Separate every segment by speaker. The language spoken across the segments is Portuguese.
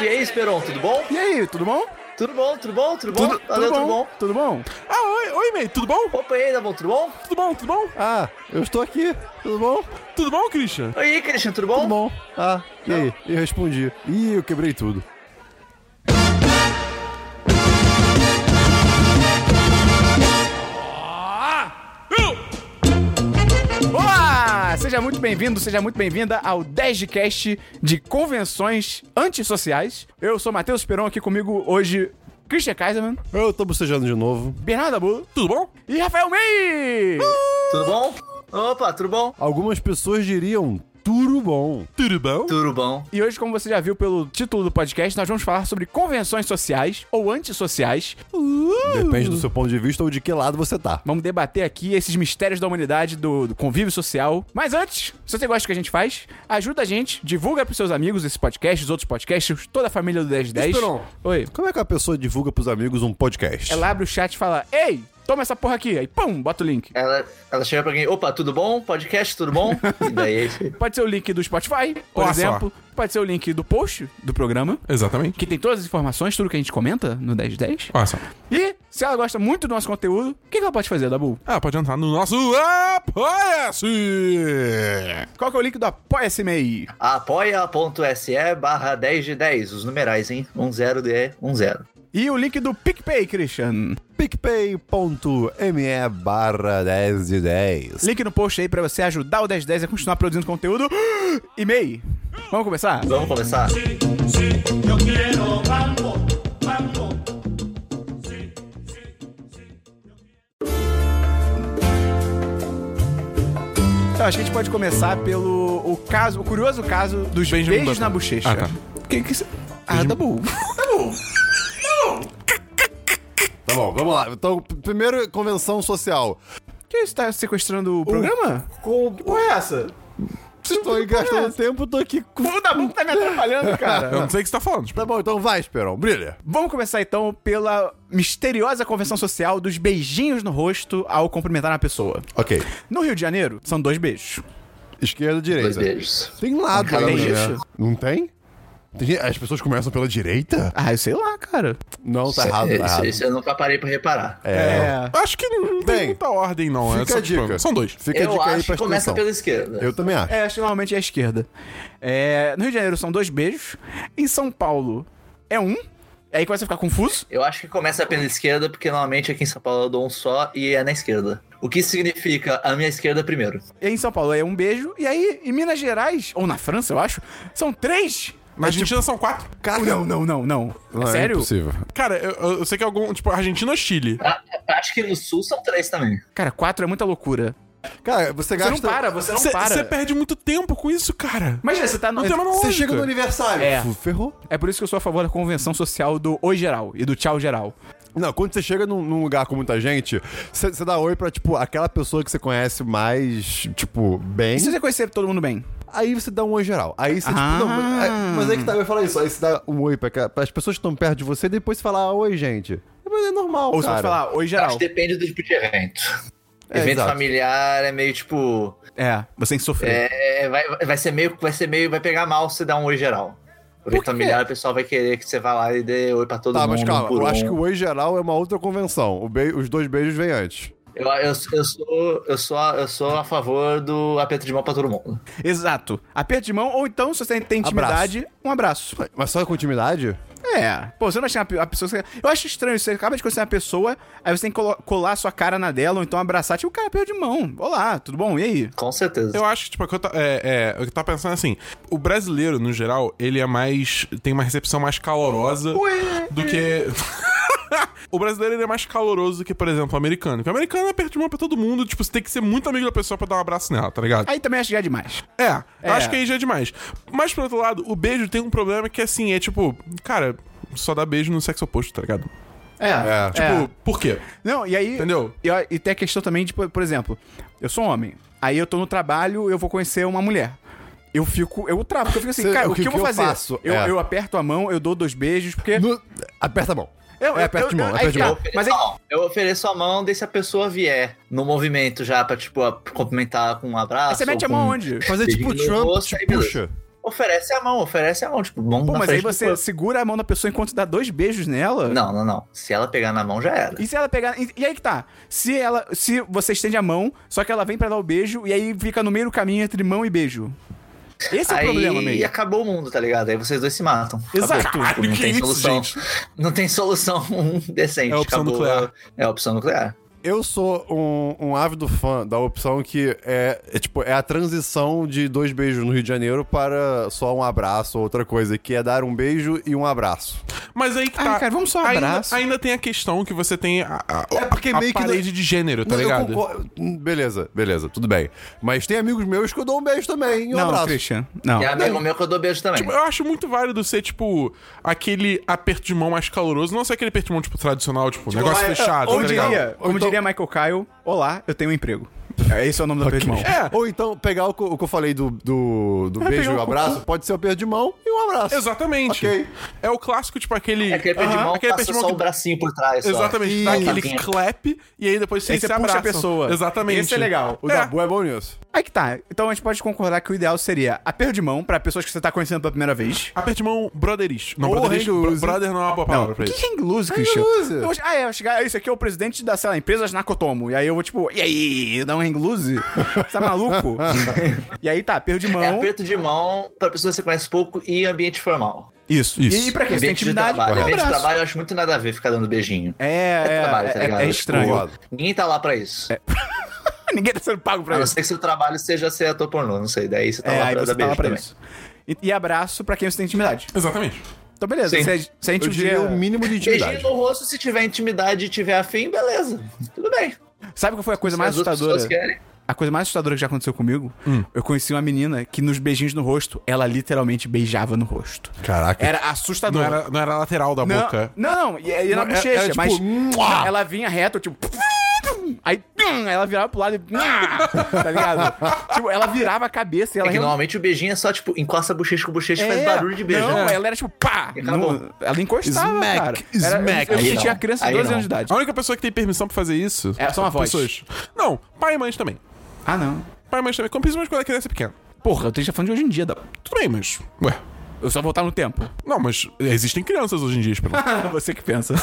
Speaker 1: E aí, Esperon, tudo bom?
Speaker 2: E aí, tudo bom?
Speaker 1: Tudo bom, tudo bom, tudo bom?
Speaker 2: Tudo,
Speaker 1: Valeu, tudo bom?
Speaker 2: Tudo bom? Ah, oi, oi, mãe, tudo bom?
Speaker 1: Opa, e aí, Davon, tudo bom?
Speaker 2: Tudo bom, tudo bom?
Speaker 3: Ah, eu estou aqui. Tudo bom?
Speaker 2: Tudo bom, Christian?
Speaker 1: Oi, Christian, tudo bom?
Speaker 3: Tudo bom. Ah, e aí? Eu respondi. Ih, eu quebrei tudo.
Speaker 2: Olá! Seja muito bem-vindo, seja muito bem-vinda ao 10 de cast de convenções antissociais. Eu sou Matheus Esperon, aqui comigo hoje Christian Kaiserman,
Speaker 3: Eu tô bocejando de novo.
Speaker 2: Bernardo Abulo, tudo bom? Uh, E Rafael May!
Speaker 1: Tudo bom? Opa, tudo bom?
Speaker 3: Algumas pessoas diriam tudo bom.
Speaker 2: Tudo bom?
Speaker 1: Tudo bom.
Speaker 2: E hoje, como você já viu pelo título do podcast, nós vamos falar sobre convenções sociais ou antissociais.
Speaker 3: Depende do seu ponto de vista ou de que lado você tá.
Speaker 2: Vamos debater aqui esses mistérios da humanidade, do, do convívio social. Mas antes, se você gosta do que a gente faz, ajuda a gente, divulga pros seus amigos esse podcast, os outros podcasts, toda a família do 1010.
Speaker 3: Esperon.
Speaker 2: Oi.
Speaker 3: Como é que a pessoa divulga pros amigos um podcast?
Speaker 2: Ela abre o chat e fala: Ei, toma essa porra aqui. Aí, pum, bota o link.
Speaker 1: Ela, ela chega pra alguém, opa, tudo bom? Podcast, tudo bom? E daí,
Speaker 2: Pode ser o link do Spotify, por
Speaker 4: Olha só.
Speaker 2: exemplo. Pode ser o link do post do programa,
Speaker 4: Exatamente.
Speaker 2: que tem todas as informações, tudo que a gente comenta no 1010.
Speaker 4: Olha só.
Speaker 2: E, se ela gosta muito do nosso conteúdo, o que, que ela pode fazer, Dabu?
Speaker 4: Ah, pode entrar no nosso Apoia-se!
Speaker 2: Qual que é o link do Apoia-se MEI?
Speaker 1: apoia.se barra 10 de 10, os numerais, hein? 10D10.
Speaker 2: E o link do PicPay, Christian.
Speaker 3: PicPay.me barra 10 de 10.
Speaker 2: Link no post aí pra você ajudar o 1010 a continuar produzindo conteúdo. E MEI, vamos começar?
Speaker 1: Vamos começar?
Speaker 2: Eu Então, acho que a gente pode começar pelo o caso, o curioso caso dos
Speaker 4: Benjamin
Speaker 2: beijos
Speaker 4: Button.
Speaker 2: na bochecha.
Speaker 4: Ah, tá.
Speaker 2: Que que cê- Ah, tá bom.
Speaker 3: Tá bom, vamos lá. Então, p- primeiro, convenção social.
Speaker 2: Que isso, tá sequestrando o programa?
Speaker 3: Com...
Speaker 2: Porra, é essa?
Speaker 3: Estou aí gastando tempo, tô aqui... com-
Speaker 2: O Dabu tá me atrapalhando, cara.
Speaker 4: Eu não sei o que você tá falando. Tipo,
Speaker 3: Tá bom, então vai, Esperão. Brilha.
Speaker 2: Vamos começar então pela misteriosa convenção social dos beijinhos no rosto ao cumprimentar uma pessoa.
Speaker 3: Ok.
Speaker 2: No Rio de Janeiro, são dois beijos.
Speaker 3: Esquerda,
Speaker 1: Dois
Speaker 3: direita.
Speaker 1: beijos.
Speaker 3: Tem lado
Speaker 1: Tem
Speaker 3: também,
Speaker 2: isso?
Speaker 3: né? Não tem? Tem gente- As pessoas começam pela direita?
Speaker 2: Ah, eu sei lá, cara.
Speaker 3: Não, tá errado, tá
Speaker 1: isso,
Speaker 3: errado.
Speaker 1: isso eu nunca parei pra reparar.
Speaker 2: É.
Speaker 4: acho que não tem
Speaker 3: Bem,
Speaker 4: muita ordem, não. é
Speaker 3: Fica
Speaker 4: só,
Speaker 3: a
Speaker 4: tipo,
Speaker 3: dica.
Speaker 4: São dois.
Speaker 3: Fica a
Speaker 1: Eu
Speaker 3: dica aí
Speaker 1: acho
Speaker 3: pra
Speaker 1: que começa
Speaker 3: atenção.
Speaker 1: pela esquerda.
Speaker 3: Eu também acho.
Speaker 2: É, acho que normalmente é a esquerda. É, no Rio de Janeiro são dois beijos. Em São Paulo é um. É aí que você ficar confuso.
Speaker 1: Eu acho que começa pela esquerda, porque normalmente aqui em São Paulo eu dou um só e é na esquerda. O que significa a minha esquerda primeiro.
Speaker 2: E aí em São Paulo é um beijo. E aí em Minas Gerais, ou na França, eu acho, são três.
Speaker 4: Na Argentina
Speaker 3: tipo-
Speaker 4: são quatro.
Speaker 2: É. Cara, não, não, não, não.
Speaker 3: Não, é
Speaker 2: Sério?
Speaker 3: impossível.
Speaker 4: Cara, eu, eu sei que algum. Tipo, Argentina ou Chile.
Speaker 1: Ah, acho que no sul são três também.
Speaker 2: cara, quatro é muita loucura.
Speaker 3: Cara, você
Speaker 2: Você
Speaker 3: gasta...
Speaker 2: não para, você não
Speaker 4: Cê-
Speaker 2: para.
Speaker 4: cê perde muito tempo com isso, cara.
Speaker 2: Imagina, você tá no.
Speaker 4: Não tem uma
Speaker 3: Você
Speaker 4: lógica.
Speaker 3: chega no aniversário.
Speaker 2: É.
Speaker 3: Fu- Ferrou.
Speaker 2: É por isso que eu sou a favor da convenção social do oi geral e do tchau geral.
Speaker 3: Não, quando você chega num, num lugar com muita gente, você você dá oi pra, tipo, aquela pessoa que você conhece mais, tipo, bem.
Speaker 2: E se você conhecer todo mundo bem?
Speaker 3: Aí você dá um oi geral. Aí você,
Speaker 2: Ah.
Speaker 3: tipo, não, é- mas aí que tá, eu ia falar isso. Aí você dá um oi pra, ca- pras pessoas que estão perto de você e depois você fala, ah, oi, gente. Mas é normal,
Speaker 2: Ou se
Speaker 3: cara.
Speaker 2: você falar oi
Speaker 1: Acho
Speaker 2: geral.
Speaker 1: que depende do tipo de evento.
Speaker 3: É,
Speaker 1: evento
Speaker 3: exato.
Speaker 1: familiar é meio tipo.
Speaker 2: É, você tem que sofrer.
Speaker 1: é, vai, vai ser meio. Vai ser meio. Vai pegar mal se dar um oi geral. Evento familiar, o pessoal vai querer que você vá lá e dê oi pra todo
Speaker 3: Tá,
Speaker 1: mundo.
Speaker 3: mas calma,
Speaker 1: por
Speaker 3: eu
Speaker 1: um.
Speaker 3: acho que o oi geral é uma outra convenção. O bei- os dois beijos vêm antes.
Speaker 1: eu, eu, eu sou, eu, sou, a- eu sou a favor do aperto de mão pra todo mundo.
Speaker 2: Exato. Aperto de mão, ou então, se você tem intimidade, um abraço.
Speaker 3: Mas só com intimidade?
Speaker 2: É. Pô, você não acha que a pessoa. Eu acho estranho, você acaba de conhecer uma pessoa, aí você tem que colo- colar a sua cara na dela, ou então abraçar, tipo, cara, aperto de mão. Olá, tudo bom? E aí?
Speaker 1: Com certeza.
Speaker 4: Eu acho que, tipo, o que eu tá- é, é, o que eu tava pensando é assim: o brasileiro, no geral, ele é mais. tem uma recepção mais calorosa do que. o brasileiro ele é mais caloroso do que, por exemplo, o americano. Porque o americano é perto de mão pra todo mundo, tipo, você tem que ser muito amigo da pessoa pra dar um abraço nela, tá ligado?
Speaker 2: Aí também acho que já é demais.
Speaker 4: É,
Speaker 2: É.
Speaker 4: eu acho que aí já é demais. Mas, por outro lado, o beijo tem um problema que, assim, é tipo, cara, só dá beijo no sexo oposto, tá ligado?
Speaker 2: É.
Speaker 3: É.
Speaker 2: Tipo,
Speaker 4: Tipo, por quê?
Speaker 2: Não, e aí.
Speaker 4: Entendeu?
Speaker 2: E, ó, e tem a questão também de, por por exemplo, eu sou homem. Aí eu tô no trabalho, eu vou conhecer uma mulher. Eu fico, eu travo, porque eu fico assim,
Speaker 3: Cê-
Speaker 2: cara,
Speaker 3: o
Speaker 2: o que,
Speaker 3: que-
Speaker 2: eu vou
Speaker 3: que eu
Speaker 2: fazer?
Speaker 3: faço?
Speaker 2: Eu,
Speaker 3: É.
Speaker 2: eu aperto a mão, eu dou dois beijos,
Speaker 1: É.
Speaker 2: porque.
Speaker 3: No- Aperta a mão.
Speaker 2: Eu-
Speaker 3: é
Speaker 2: eu-
Speaker 3: aperta de
Speaker 2: eu-
Speaker 3: mão,
Speaker 2: eu-
Speaker 3: aperta de
Speaker 2: aí
Speaker 3: mão.
Speaker 2: que tá.
Speaker 1: Mas
Speaker 2: Mas aí-
Speaker 1: Eu ofereço a mão, daí se a pessoa vier no movimento já pra, tipo, a- cumprimentar com um abraço.
Speaker 2: Aí você mete a
Speaker 1: ou com-
Speaker 2: mão onde?
Speaker 3: Fazer tipo
Speaker 1: Beijinho no
Speaker 3: Trump,
Speaker 1: rosto,
Speaker 3: te
Speaker 1: aí beleza.
Speaker 3: puxa.
Speaker 1: Oferece a mão, oferece a mão. Tipo, mão
Speaker 2: Pô,
Speaker 1: na
Speaker 2: mas aí
Speaker 1: frente do
Speaker 2: você
Speaker 1: corpo.
Speaker 2: segura a mão da pessoa enquanto dá dois beijos nela?
Speaker 1: Não, não, não. Se ela pegar na mão, já era.
Speaker 2: E se ela pegar. E, e aí que tá. Se ela. Se você estende a mão, só que ela vem pra dar o beijo e aí fica no meio do caminho entre mão e beijo. Esse é
Speaker 1: aí
Speaker 2: o problema, meio.
Speaker 1: acabou o mundo, tá ligado? Aí vocês dois se matam.
Speaker 2: Exato.
Speaker 1: Acabou. Tipo, não
Speaker 4: que
Speaker 1: tem
Speaker 4: isso,
Speaker 1: solução.
Speaker 4: gente?
Speaker 1: Não tem solução um decente.
Speaker 4: É a opção
Speaker 1: Acabou
Speaker 4: nuclear.
Speaker 1: É a opção nuclear.
Speaker 3: Eu sou um, um ávido fã da opção que é, é, tipo, é a transição de dois beijos no Rio de Janeiro para só um abraço ou outra coisa, que é dar um beijo e um abraço.
Speaker 4: Mas aí que
Speaker 2: Ai,
Speaker 4: tá.
Speaker 2: cara, vamos só um
Speaker 4: ainda,
Speaker 2: abraço.
Speaker 4: ainda tem a questão que você tem a, a,
Speaker 3: É porque
Speaker 4: a
Speaker 3: meio que
Speaker 4: parede
Speaker 3: não-
Speaker 4: de gênero, tá
Speaker 3: Não, eu
Speaker 4: ligado?
Speaker 3: concordo. Hum, Beleza, beleza, tudo bem. Mas tem amigos meus que eu dou um beijo também e um
Speaker 2: não,
Speaker 3: abraço.
Speaker 2: Christian. Não. Tipo,
Speaker 1: E é amigo meu que eu dou beijo também.
Speaker 4: Eu acho muito válido ser, tipo, aquele aperto de mão mais caloroso. Não ser aquele aperto de mão, tipo, tradicional, tipo, negócio
Speaker 3: vai-
Speaker 4: fechado,
Speaker 2: Ou
Speaker 4: tá
Speaker 2: diria,
Speaker 4: ligado?
Speaker 2: como
Speaker 3: Ou então-
Speaker 2: diria Michael Kyle, olá, eu tenho um emprego. É, Esse é o nome do aperto de mão.
Speaker 4: É,
Speaker 3: Ou então, pegar o, que- o que eu falei do, do, do beijo
Speaker 2: pegar
Speaker 3: e
Speaker 2: o
Speaker 3: o abraço, pode ser o beijo de mão e um abraço.
Speaker 4: exatamente.
Speaker 3: Ok.
Speaker 4: É o clássico, tipo, aquele...
Speaker 1: É aquele pé de
Speaker 4: Aham,
Speaker 1: mão,
Speaker 4: aquele
Speaker 1: passa
Speaker 4: aperto de
Speaker 1: só
Speaker 4: mão
Speaker 1: o
Speaker 4: que...
Speaker 1: bracinho por trás. só. Tá
Speaker 4: Exatamente, dá
Speaker 1: Ih,
Speaker 4: aquele
Speaker 1: tapinha.
Speaker 4: clap e aí depois
Speaker 2: Aí
Speaker 4: vocês
Speaker 2: você
Speaker 4: se
Speaker 2: puxa
Speaker 4: abraçam.
Speaker 2: a pessoa.
Speaker 4: Exatamente.
Speaker 2: Esse é legal.
Speaker 3: O
Speaker 4: É.
Speaker 3: Dabu é bom nisso.
Speaker 2: Aí que tá. Então a gente pode concordar que o ideal seria aperto de mão pra pessoas que você tá conhecendo pela primeira vez.
Speaker 4: Aperto de mão brotherish. Não,
Speaker 3: Ou
Speaker 4: brotherish,
Speaker 3: hang loose.
Speaker 4: bro- brother não é uma boa palavra
Speaker 2: Não, o
Speaker 4: pra
Speaker 2: que
Speaker 4: isso.
Speaker 2: que é hang loose,
Speaker 3: Hang
Speaker 2: Christian?
Speaker 3: loose.
Speaker 2: Eu vou- ah, é, eu chegar, ah, isso aqui é o presidente da, sei lá, empresas Nakotomo. E aí eu vou, tipo, e aí, dá um hang loose? Você tá maluco? e aí tá, aperto de mão.
Speaker 1: É aperto de mão pra pessoa que você conhece pouco e ambiente formal.
Speaker 2: Isso, isso. E, pra quê? Você tem
Speaker 1: Ambiente de
Speaker 2: intimidade?
Speaker 1: trabalho.
Speaker 2: um
Speaker 1: Ambiente de
Speaker 2: abraço.
Speaker 1: trabalho eu acho muito nada a ver ficar dando beijinho.
Speaker 2: É, é,
Speaker 1: trabalho, tá
Speaker 2: é-
Speaker 1: ligado?
Speaker 2: é
Speaker 1: Tipo,
Speaker 2: estranho.
Speaker 1: Ninguém tá lá pra isso.
Speaker 2: Ninguém tá sendo pago pra
Speaker 1: A não
Speaker 2: isso.
Speaker 1: ser que seu trabalho seja ser ator pornô, não sei. Daí você tá
Speaker 2: É,
Speaker 1: lá
Speaker 2: aí
Speaker 1: pra
Speaker 2: você
Speaker 1: dar
Speaker 2: tá
Speaker 1: beijo
Speaker 2: lá pra
Speaker 1: também.
Speaker 2: isso. E, e abraço pra quem você tem intimidade.
Speaker 4: Exatamente.
Speaker 2: Então, beleza.
Speaker 1: Sim.
Speaker 2: Se a, se a gente
Speaker 3: Eu
Speaker 2: um dia...
Speaker 3: diria o mínimo de
Speaker 1: Beijinho
Speaker 3: intimidade.
Speaker 1: no rosto, se tiver intimidade e tiver afim, beleza. Tudo bem.
Speaker 2: Sabe qual foi a coisa
Speaker 1: Se
Speaker 2: mais
Speaker 1: as outras
Speaker 2: assustadora?
Speaker 1: pessoas querem. Hum.
Speaker 2: A coisa mais assustadora que já aconteceu comigo, eu conheci uma menina que nos beijinhos no rosto, ela literalmente beijava no rosto.
Speaker 3: Caraca.
Speaker 2: Era
Speaker 4: Não
Speaker 2: assustador.
Speaker 4: era, não era lateral da
Speaker 2: Não,
Speaker 4: boca.
Speaker 2: não, não, e, e na
Speaker 3: Não, é-
Speaker 2: bochecha,
Speaker 3: é tipo,
Speaker 2: mas
Speaker 3: "Mua!"
Speaker 2: ela vinha reta, eu tipo. Aí tum, ela virava pro lado e. Tá ligado? tipo, ela virava a cabeça e ela. um
Speaker 1: É que normalmente o beijinho é só, tipo, encosta a bochecha com a bochecha e faz barulho de beijo.
Speaker 2: É, Não,
Speaker 1: né?
Speaker 2: ela era tipo pá!
Speaker 1: Acabou.
Speaker 2: no- ela encostava,
Speaker 3: Smack,
Speaker 2: cara.
Speaker 3: smack.
Speaker 2: Era, eu
Speaker 1: Aí
Speaker 2: sentia
Speaker 1: não,
Speaker 2: criança de
Speaker 1: aí
Speaker 2: 12
Speaker 1: não.
Speaker 2: anos de idade.
Speaker 4: A única pessoa que tem permissão pra fazer isso...
Speaker 2: É, só uma voz.
Speaker 4: Pessoas. Não, pai e mães também.
Speaker 2: Ah, não.
Speaker 4: Pai e mães também. Como principalmente quando a criança é pequena.
Speaker 2: Porra, eu tô falando de hoje em dia, da...
Speaker 4: Tudo bem, mas... Ué...
Speaker 2: eu só voltar no tempo.
Speaker 4: Não, mas existem crianças hoje em dia, Esperão.
Speaker 2: Você que pensa.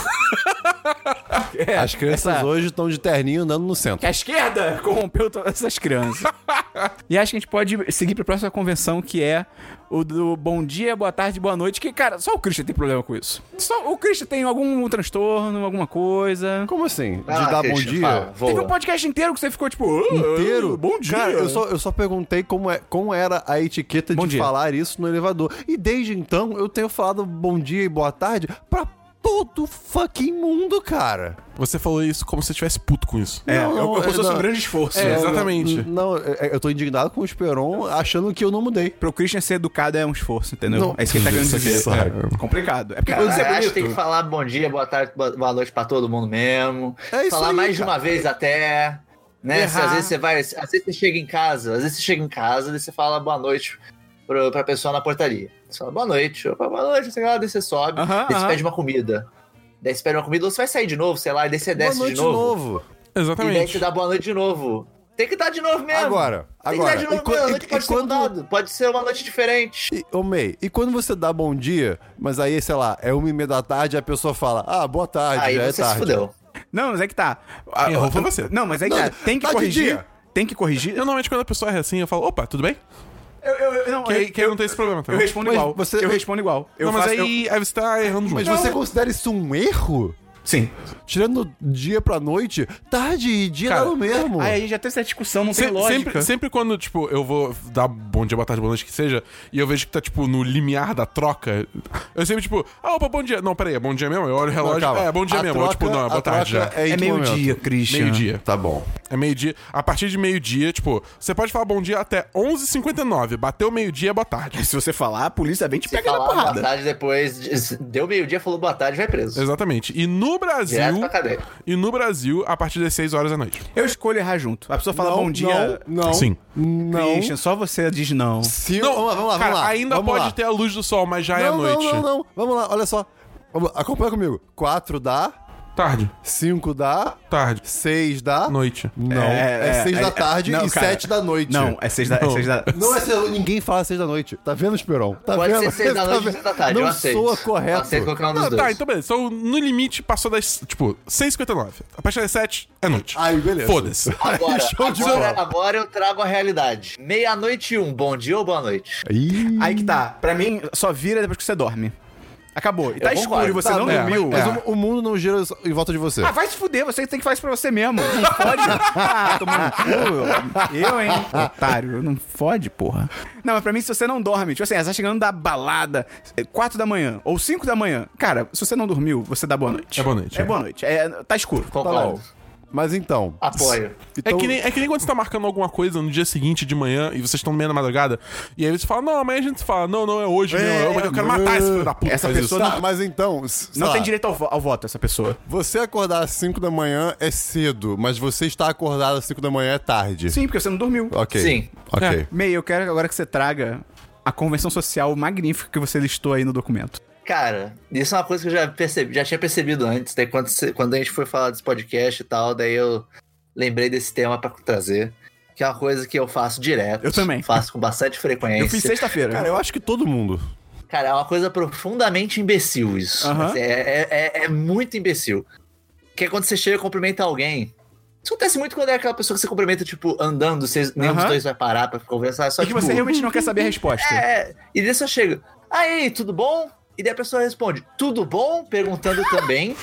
Speaker 3: As crianças
Speaker 2: essa-
Speaker 3: hoje estão de terninho andando no centro.
Speaker 2: Que a esquerda corrompeu todas essas crianças. e acho que a gente pode seguir pra próxima convenção, que é o do bom dia, boa tarde, boa noite. Que, cara, só o Christian tem problema com isso. Só o Christian tem algum transtorno, alguma coisa.
Speaker 3: Como assim?
Speaker 1: Vai
Speaker 3: de
Speaker 1: lá,
Speaker 3: dar bom
Speaker 1: Christian,
Speaker 3: dia?
Speaker 1: Ah, fala, voa.
Speaker 2: Teve um podcast inteiro que você ficou tipo. "Ah,
Speaker 3: Inteiro?
Speaker 2: Bom dia.
Speaker 3: Cara, eu só, eu só perguntei como, é, como era a etiqueta
Speaker 2: Bom
Speaker 3: de
Speaker 2: dia.
Speaker 3: falar isso no elevador. E desde então, eu tenho falado bom dia e boa tarde pra todo fucking mundo, cara.
Speaker 4: Você falou isso como se você estivesse puto com isso.
Speaker 2: É,
Speaker 3: Não,
Speaker 2: é
Speaker 3: não,
Speaker 2: como se fosse
Speaker 3: não.
Speaker 2: um grande esforço.
Speaker 4: É,
Speaker 2: né?
Speaker 4: exatamente.
Speaker 3: Não, é- eu tô indignado com o Esperon achando que eu não mudei.
Speaker 2: Pro Christian ser educado é um esforço, entendeu?
Speaker 3: é- Não.
Speaker 2: é isso que ele tá querendo
Speaker 3: Isso,
Speaker 2: dizer.
Speaker 3: sabe?
Speaker 2: É complicado. É porque
Speaker 1: Cara,
Speaker 2: quando você é
Speaker 1: acho que
Speaker 2: bonito.
Speaker 1: tem que falar bom dia, boa tarde, boa- boa noite pra todo mundo mesmo.
Speaker 3: É isso
Speaker 1: falar
Speaker 3: aí,
Speaker 1: mais de
Speaker 3: cara.
Speaker 1: uma vez até. Né? Se
Speaker 2: Errar.
Speaker 1: às vezes você vai. Às vezes você chega em casa, às vezes você chega em casa e você fala boa noite pro, pra pessoa na portaria. Você fala boa noite, opa, boa noite, sei lá, daí você sobe,
Speaker 2: Aham,
Speaker 1: daí você
Speaker 2: aham.
Speaker 1: pede uma comida. Daí você pede uma comida, ou você vai sair de novo, sei lá, e daí você desce
Speaker 3: boa noite
Speaker 1: de novo.
Speaker 3: Hum.
Speaker 1: E daí
Speaker 4: Exatamente.
Speaker 1: você dá boa noite de novo. Tem que dar de novo mesmo.
Speaker 3: Agora,
Speaker 1: Tem
Speaker 3: agora.
Speaker 1: que dar de
Speaker 3: E
Speaker 1: novo
Speaker 3: quan-
Speaker 1: mesmo. A
Speaker 3: e-
Speaker 1: noite
Speaker 3: e
Speaker 1: pode ser
Speaker 3: quando-
Speaker 1: mudado. Pode ser uma noite diferente.
Speaker 3: E, ô May, e quando você dá bom dia, mas aí, sei lá, é uma e meia da tarde, a pessoa fala, ah, boa tarde,
Speaker 1: Aí
Speaker 3: já é
Speaker 1: você se
Speaker 3: tarde.
Speaker 1: fudeu.
Speaker 2: Não, mas é que tá.
Speaker 4: Errou foi você.
Speaker 2: Não, mas é que
Speaker 3: Não,
Speaker 2: tá. Tem que
Speaker 3: tá de
Speaker 2: corrigir.
Speaker 3: dia.
Speaker 2: Tem que corrigir.
Speaker 4: Eu, normalmente quando a pessoa é assim, eu falo, opa, tudo bem?
Speaker 2: Eu, eu, eu, não,
Speaker 4: Que aí que aí não tem esse problema, tá?
Speaker 2: Eu
Speaker 4: bom?
Speaker 2: respondo
Speaker 3: Mas
Speaker 2: igual.
Speaker 3: você-
Speaker 2: Eu respondo igual. Eu
Speaker 4: não, mas
Speaker 2: faço-
Speaker 4: aí, aí você tá errando junto.
Speaker 3: Mas você considera isso um erro?
Speaker 2: eu- é Sim.
Speaker 3: Tirando dia pra noite, tarde e dia
Speaker 4: Cara,
Speaker 3: dá o mesmo.
Speaker 2: Aí já teve essa discussão, não
Speaker 4: Se-
Speaker 2: tem lógica.
Speaker 4: sempre, sempre quando, tipo, eu vou dar bom dia, boa tarde, boa noite, que seja, e eu vejo que tá, tipo, no limiar da troca, eu sempre, tipo, ah, opa, bom dia. Não, peraí, é bom dia mesmo? Eu olho o
Speaker 3: Não,
Speaker 4: relógio,
Speaker 3: calma.
Speaker 4: é bom dia
Speaker 3: A
Speaker 4: mesmo. Eu,
Speaker 3: troca-
Speaker 4: tipo, não, é
Speaker 3: a
Speaker 4: boa tarde já.
Speaker 3: troca em
Speaker 2: É
Speaker 3: que
Speaker 2: meio-dia,
Speaker 3: momento?
Speaker 2: Christian.
Speaker 4: Meio-dia.
Speaker 3: Tá bom.
Speaker 4: É meio-dia. A partir de meio-dia, tipo, você pode falar bom dia até 11h59. Bateu meio-dia, é boa tarde.
Speaker 2: Se você falar, a polícia vem te
Speaker 1: Se
Speaker 2: pegar na
Speaker 1: falar boa
Speaker 2: porrada.
Speaker 1: tarde depois, diz- deu meio-dia, falou boa tarde, vai preso.
Speaker 4: Exatamente. E
Speaker 1: Direto
Speaker 4: no Brasil.
Speaker 1: pra cadeia.
Speaker 4: E no Brasil, a partir das 6 horas da noite.
Speaker 2: Eu escolho errar junto. A pessoa fala bom dia.
Speaker 3: Não, não.
Speaker 4: Sim.
Speaker 3: Não.
Speaker 2: Christian, só você diz não.
Speaker 3: Se- vamos lá, vamos lá,
Speaker 4: cara,
Speaker 3: vamos lá.
Speaker 4: Ainda
Speaker 3: vamos
Speaker 4: pode
Speaker 3: lá.
Speaker 4: ter a luz do sol, mas já é
Speaker 3: não,
Speaker 4: noite.
Speaker 3: Não, não, não. Vamos lá, olha só. Vamos lá, Acompanha comigo. 4 dá
Speaker 4: Tarde.
Speaker 3: 5 da
Speaker 4: Tarde.
Speaker 3: 6 da
Speaker 4: Noite.
Speaker 3: Não. É 6 da tarde
Speaker 2: não,
Speaker 3: e
Speaker 2: cara.
Speaker 3: 7 da noite.
Speaker 2: Não, é seis da. É
Speaker 4: Não.
Speaker 2: seis da...
Speaker 3: Não é seis- ninguém fala 6 da noite. Tá vendo, Esperon? Tá
Speaker 1: Pode
Speaker 3: vendo?
Speaker 1: ser seis da
Speaker 3: Tá
Speaker 1: noite ou
Speaker 3: vendo?
Speaker 1: seis da tarde,
Speaker 3: Não
Speaker 1: eu aceito.
Speaker 3: soa
Speaker 1: Eu
Speaker 3: correto.
Speaker 1: aceito qualquer um dos
Speaker 4: Não,
Speaker 1: dois.
Speaker 4: tá, então beleza. Então, no limite, passou das. Tipo, 6h59. A partir das 7 é noite.
Speaker 3: Aí, beleza.
Speaker 4: Foda-se.
Speaker 1: Agora,
Speaker 3: Show então de
Speaker 1: agora,
Speaker 3: bola.
Speaker 1: agora eu trago a realidade. Meia-noite e um, bom dia ou boa noite?
Speaker 3: Ih.
Speaker 2: Aí que tá. Pra mim, só vira depois que você dorme. Acabou. E tá
Speaker 1: concordo.
Speaker 2: escuro e você
Speaker 3: Tá,
Speaker 2: não
Speaker 3: mas-
Speaker 2: dormiu.
Speaker 3: Mas
Speaker 2: É.
Speaker 3: o, o mundo não gira em volta de você.
Speaker 2: Ah, vai se fuder, você tem que fazer isso pra você mesmo. Não fode. Ah, tomando cu. Eu, hein? Otário, não fode, porra. Não, mas pra mim, se você não dorme, tipo assim, você tá chegando da balada, 4 da manhã ou 5 da manhã, cara, se você não dormiu, você dá boa noite.
Speaker 4: É boa noite,
Speaker 2: É,
Speaker 4: é.
Speaker 2: boa noite. É, tá escuro.
Speaker 3: Tá lá,
Speaker 1: Concordo.
Speaker 3: ó. Mas então.
Speaker 1: Apoio.
Speaker 4: É
Speaker 3: então
Speaker 4: que, nem, é que nem quando você tá marcando alguma coisa no dia seguinte de manhã e vocês estão no meio da madrugada. E aí você fala, não, amanhã a gente fala, não, não, é hoje,
Speaker 3: É,
Speaker 4: meu, eu, eu quero matar esse filho da puta. que
Speaker 2: Essa
Speaker 4: faz isso.
Speaker 2: pessoa
Speaker 3: tá, mas então.
Speaker 2: Não tem direito ao, vo- ao voto essa pessoa.
Speaker 3: Você acordar às 5 da manhã é cedo, mas você está acordado às 5 da manhã é tarde.
Speaker 2: Sim, porque você não dormiu.
Speaker 3: Ok.
Speaker 1: Sim.
Speaker 3: Ok.
Speaker 4: É.
Speaker 2: Meio, eu quero agora que você traga a convenção social magnífica que você listou aí no documento.
Speaker 1: Cara, isso é uma coisa que eu já percebi, já tinha percebido antes. Daí quando, se- quando a gente foi falar desse podcast e tal, daí eu lembrei desse tema pra trazer. Que é uma coisa que eu faço direto.
Speaker 2: Eu também.
Speaker 1: Faço com bastante frequência.
Speaker 2: É Eu fiz sexta-feira.
Speaker 3: Cara, eu acho que todo mundo.
Speaker 1: Cara, é uma coisa profundamente imbecil isso.
Speaker 2: Aham.
Speaker 1: Assim, é, é- é- é muito imbecil. Que é quando você chega e cumprimenta alguém. Isso acontece muito quando é aquela pessoa que você cumprimenta, tipo, andando, você, nenhum dos
Speaker 2: Aham.
Speaker 1: dois vai parar pra conversar. é Só,
Speaker 2: E que
Speaker 1: tipo,
Speaker 2: você realmente não quer saber a resposta.
Speaker 1: É, e daí só chega, aí, tudo bom? E daí a pessoa responde, tudo bom? Perguntando também.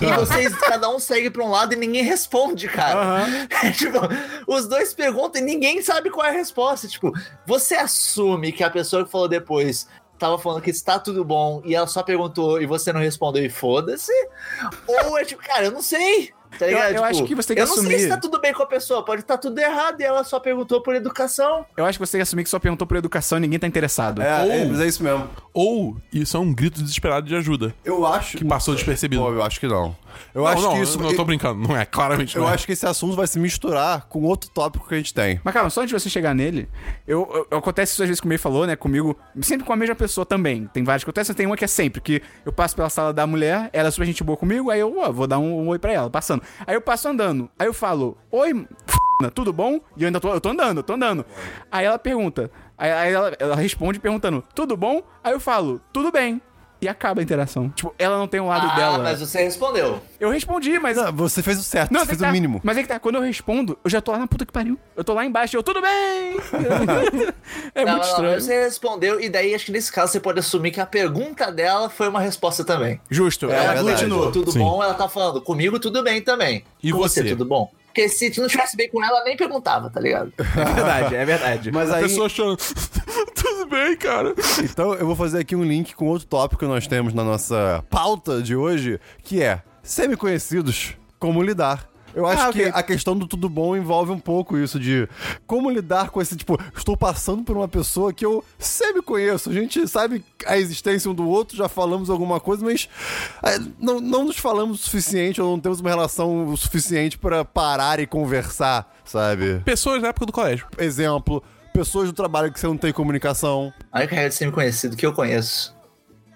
Speaker 1: e vocês, cada um segue pra um lado e ninguém responde, cara.
Speaker 2: Aham.
Speaker 1: tipo, os dois perguntam e ninguém sabe qual é a resposta. Tipo, você assume que a pessoa que falou depois tava falando que está tudo bom e ela só perguntou e você não respondeu e foda-se? Ou é tipo, cara, eu não sei. Tá
Speaker 2: Eu-
Speaker 1: ligado?
Speaker 2: eu
Speaker 1: Tipo,
Speaker 2: acho que você tem que
Speaker 1: Eu não sei se
Speaker 2: assumir.
Speaker 1: tá tudo bem com a pessoa, pode estar tudo errado e ela só perguntou por educação.
Speaker 2: Eu acho que você tem que assumir que só perguntou por educação e ninguém tá interessado.
Speaker 4: é, mas
Speaker 3: é isso mesmo.
Speaker 4: Ou isso é um grito desesperado de ajuda.
Speaker 3: Eu acho.
Speaker 4: Que passou despercebido.
Speaker 3: Pô, eu acho que não. Eu
Speaker 4: não,
Speaker 3: acho
Speaker 4: não,
Speaker 3: que isso.
Speaker 4: Não, eu tô brincando, não é, claramente
Speaker 3: eu
Speaker 4: não é.
Speaker 3: acho que esse assunto vai se misturar com outro tópico que a gente tem.
Speaker 2: Mas calma, só antes de você chegar nele, eu, eu- acontece isso às vezes que o meio falou, né? Comigo, sempre com a mesma pessoa também. Tem várias que acontecem, tem uma que é sempre, que eu passo pela sala da mulher, ela é super gente boa comigo, aí eu ó, vou dar um, um oi pra ela, passando. Aí eu passo andando, aí eu falo, oi, f***, tudo bom? E eu ainda tô, eu tô andando, eu tô andando. Aí ela pergunta, aí, aí ela, ela responde perguntando, tudo bom? Aí eu falo, tudo bem. E acaba a interação. Tipo, ela não tem um lado
Speaker 1: ah,
Speaker 2: dela.
Speaker 1: mas você respondeu.
Speaker 2: Eu respondi, mas
Speaker 3: Não, você fez o certo,
Speaker 2: Não,
Speaker 3: você
Speaker 2: mas é
Speaker 3: fez
Speaker 2: que tá-
Speaker 3: o mínimo.
Speaker 2: Mas é que tá, quando eu respondo, eu já tô lá na puta que pariu. Eu tô lá embaixo, eu, tudo bem! é
Speaker 1: Não,
Speaker 2: Tá muito
Speaker 1: não, não,
Speaker 2: estranho.
Speaker 1: Você respondeu, e daí acho que nesse caso você pode assumir que a pergunta dela foi uma resposta também.
Speaker 2: Justo,
Speaker 3: É
Speaker 1: ela
Speaker 2: ela
Speaker 3: verdade.
Speaker 1: continuou, tudo
Speaker 4: Sim.
Speaker 1: bom? Ela tá falando, comigo tudo bem também.
Speaker 4: E
Speaker 1: Com
Speaker 4: você?
Speaker 1: tudo bom? Porque se tu não estivesse bem com ela, nem perguntava, tá ligado?
Speaker 2: é verdade, é verdade.
Speaker 3: Mas
Speaker 4: A
Speaker 3: aí,
Speaker 4: pessoa chorando. Tudo bem, cara.
Speaker 3: então eu vou fazer aqui um link com outro tópico que nós temos na nossa pauta de hoje, que é semi-conhecidos, como lidar. Eu acho
Speaker 2: Ah, ok.
Speaker 3: que a questão do tudo bom envolve um pouco isso de como lidar com esse, tipo, estou passando por uma pessoa que eu semi-conheço. A gente sabe a existência um do outro, já falamos alguma coisa, mas é, não, não nos falamos o suficiente ou não temos uma relação o suficiente para parar e conversar, sabe?
Speaker 4: Pessoas da época do colégio.
Speaker 3: Exemplo, pessoas do trabalho que você não tem comunicação.
Speaker 1: A única regra de semi-conhecido que eu conheço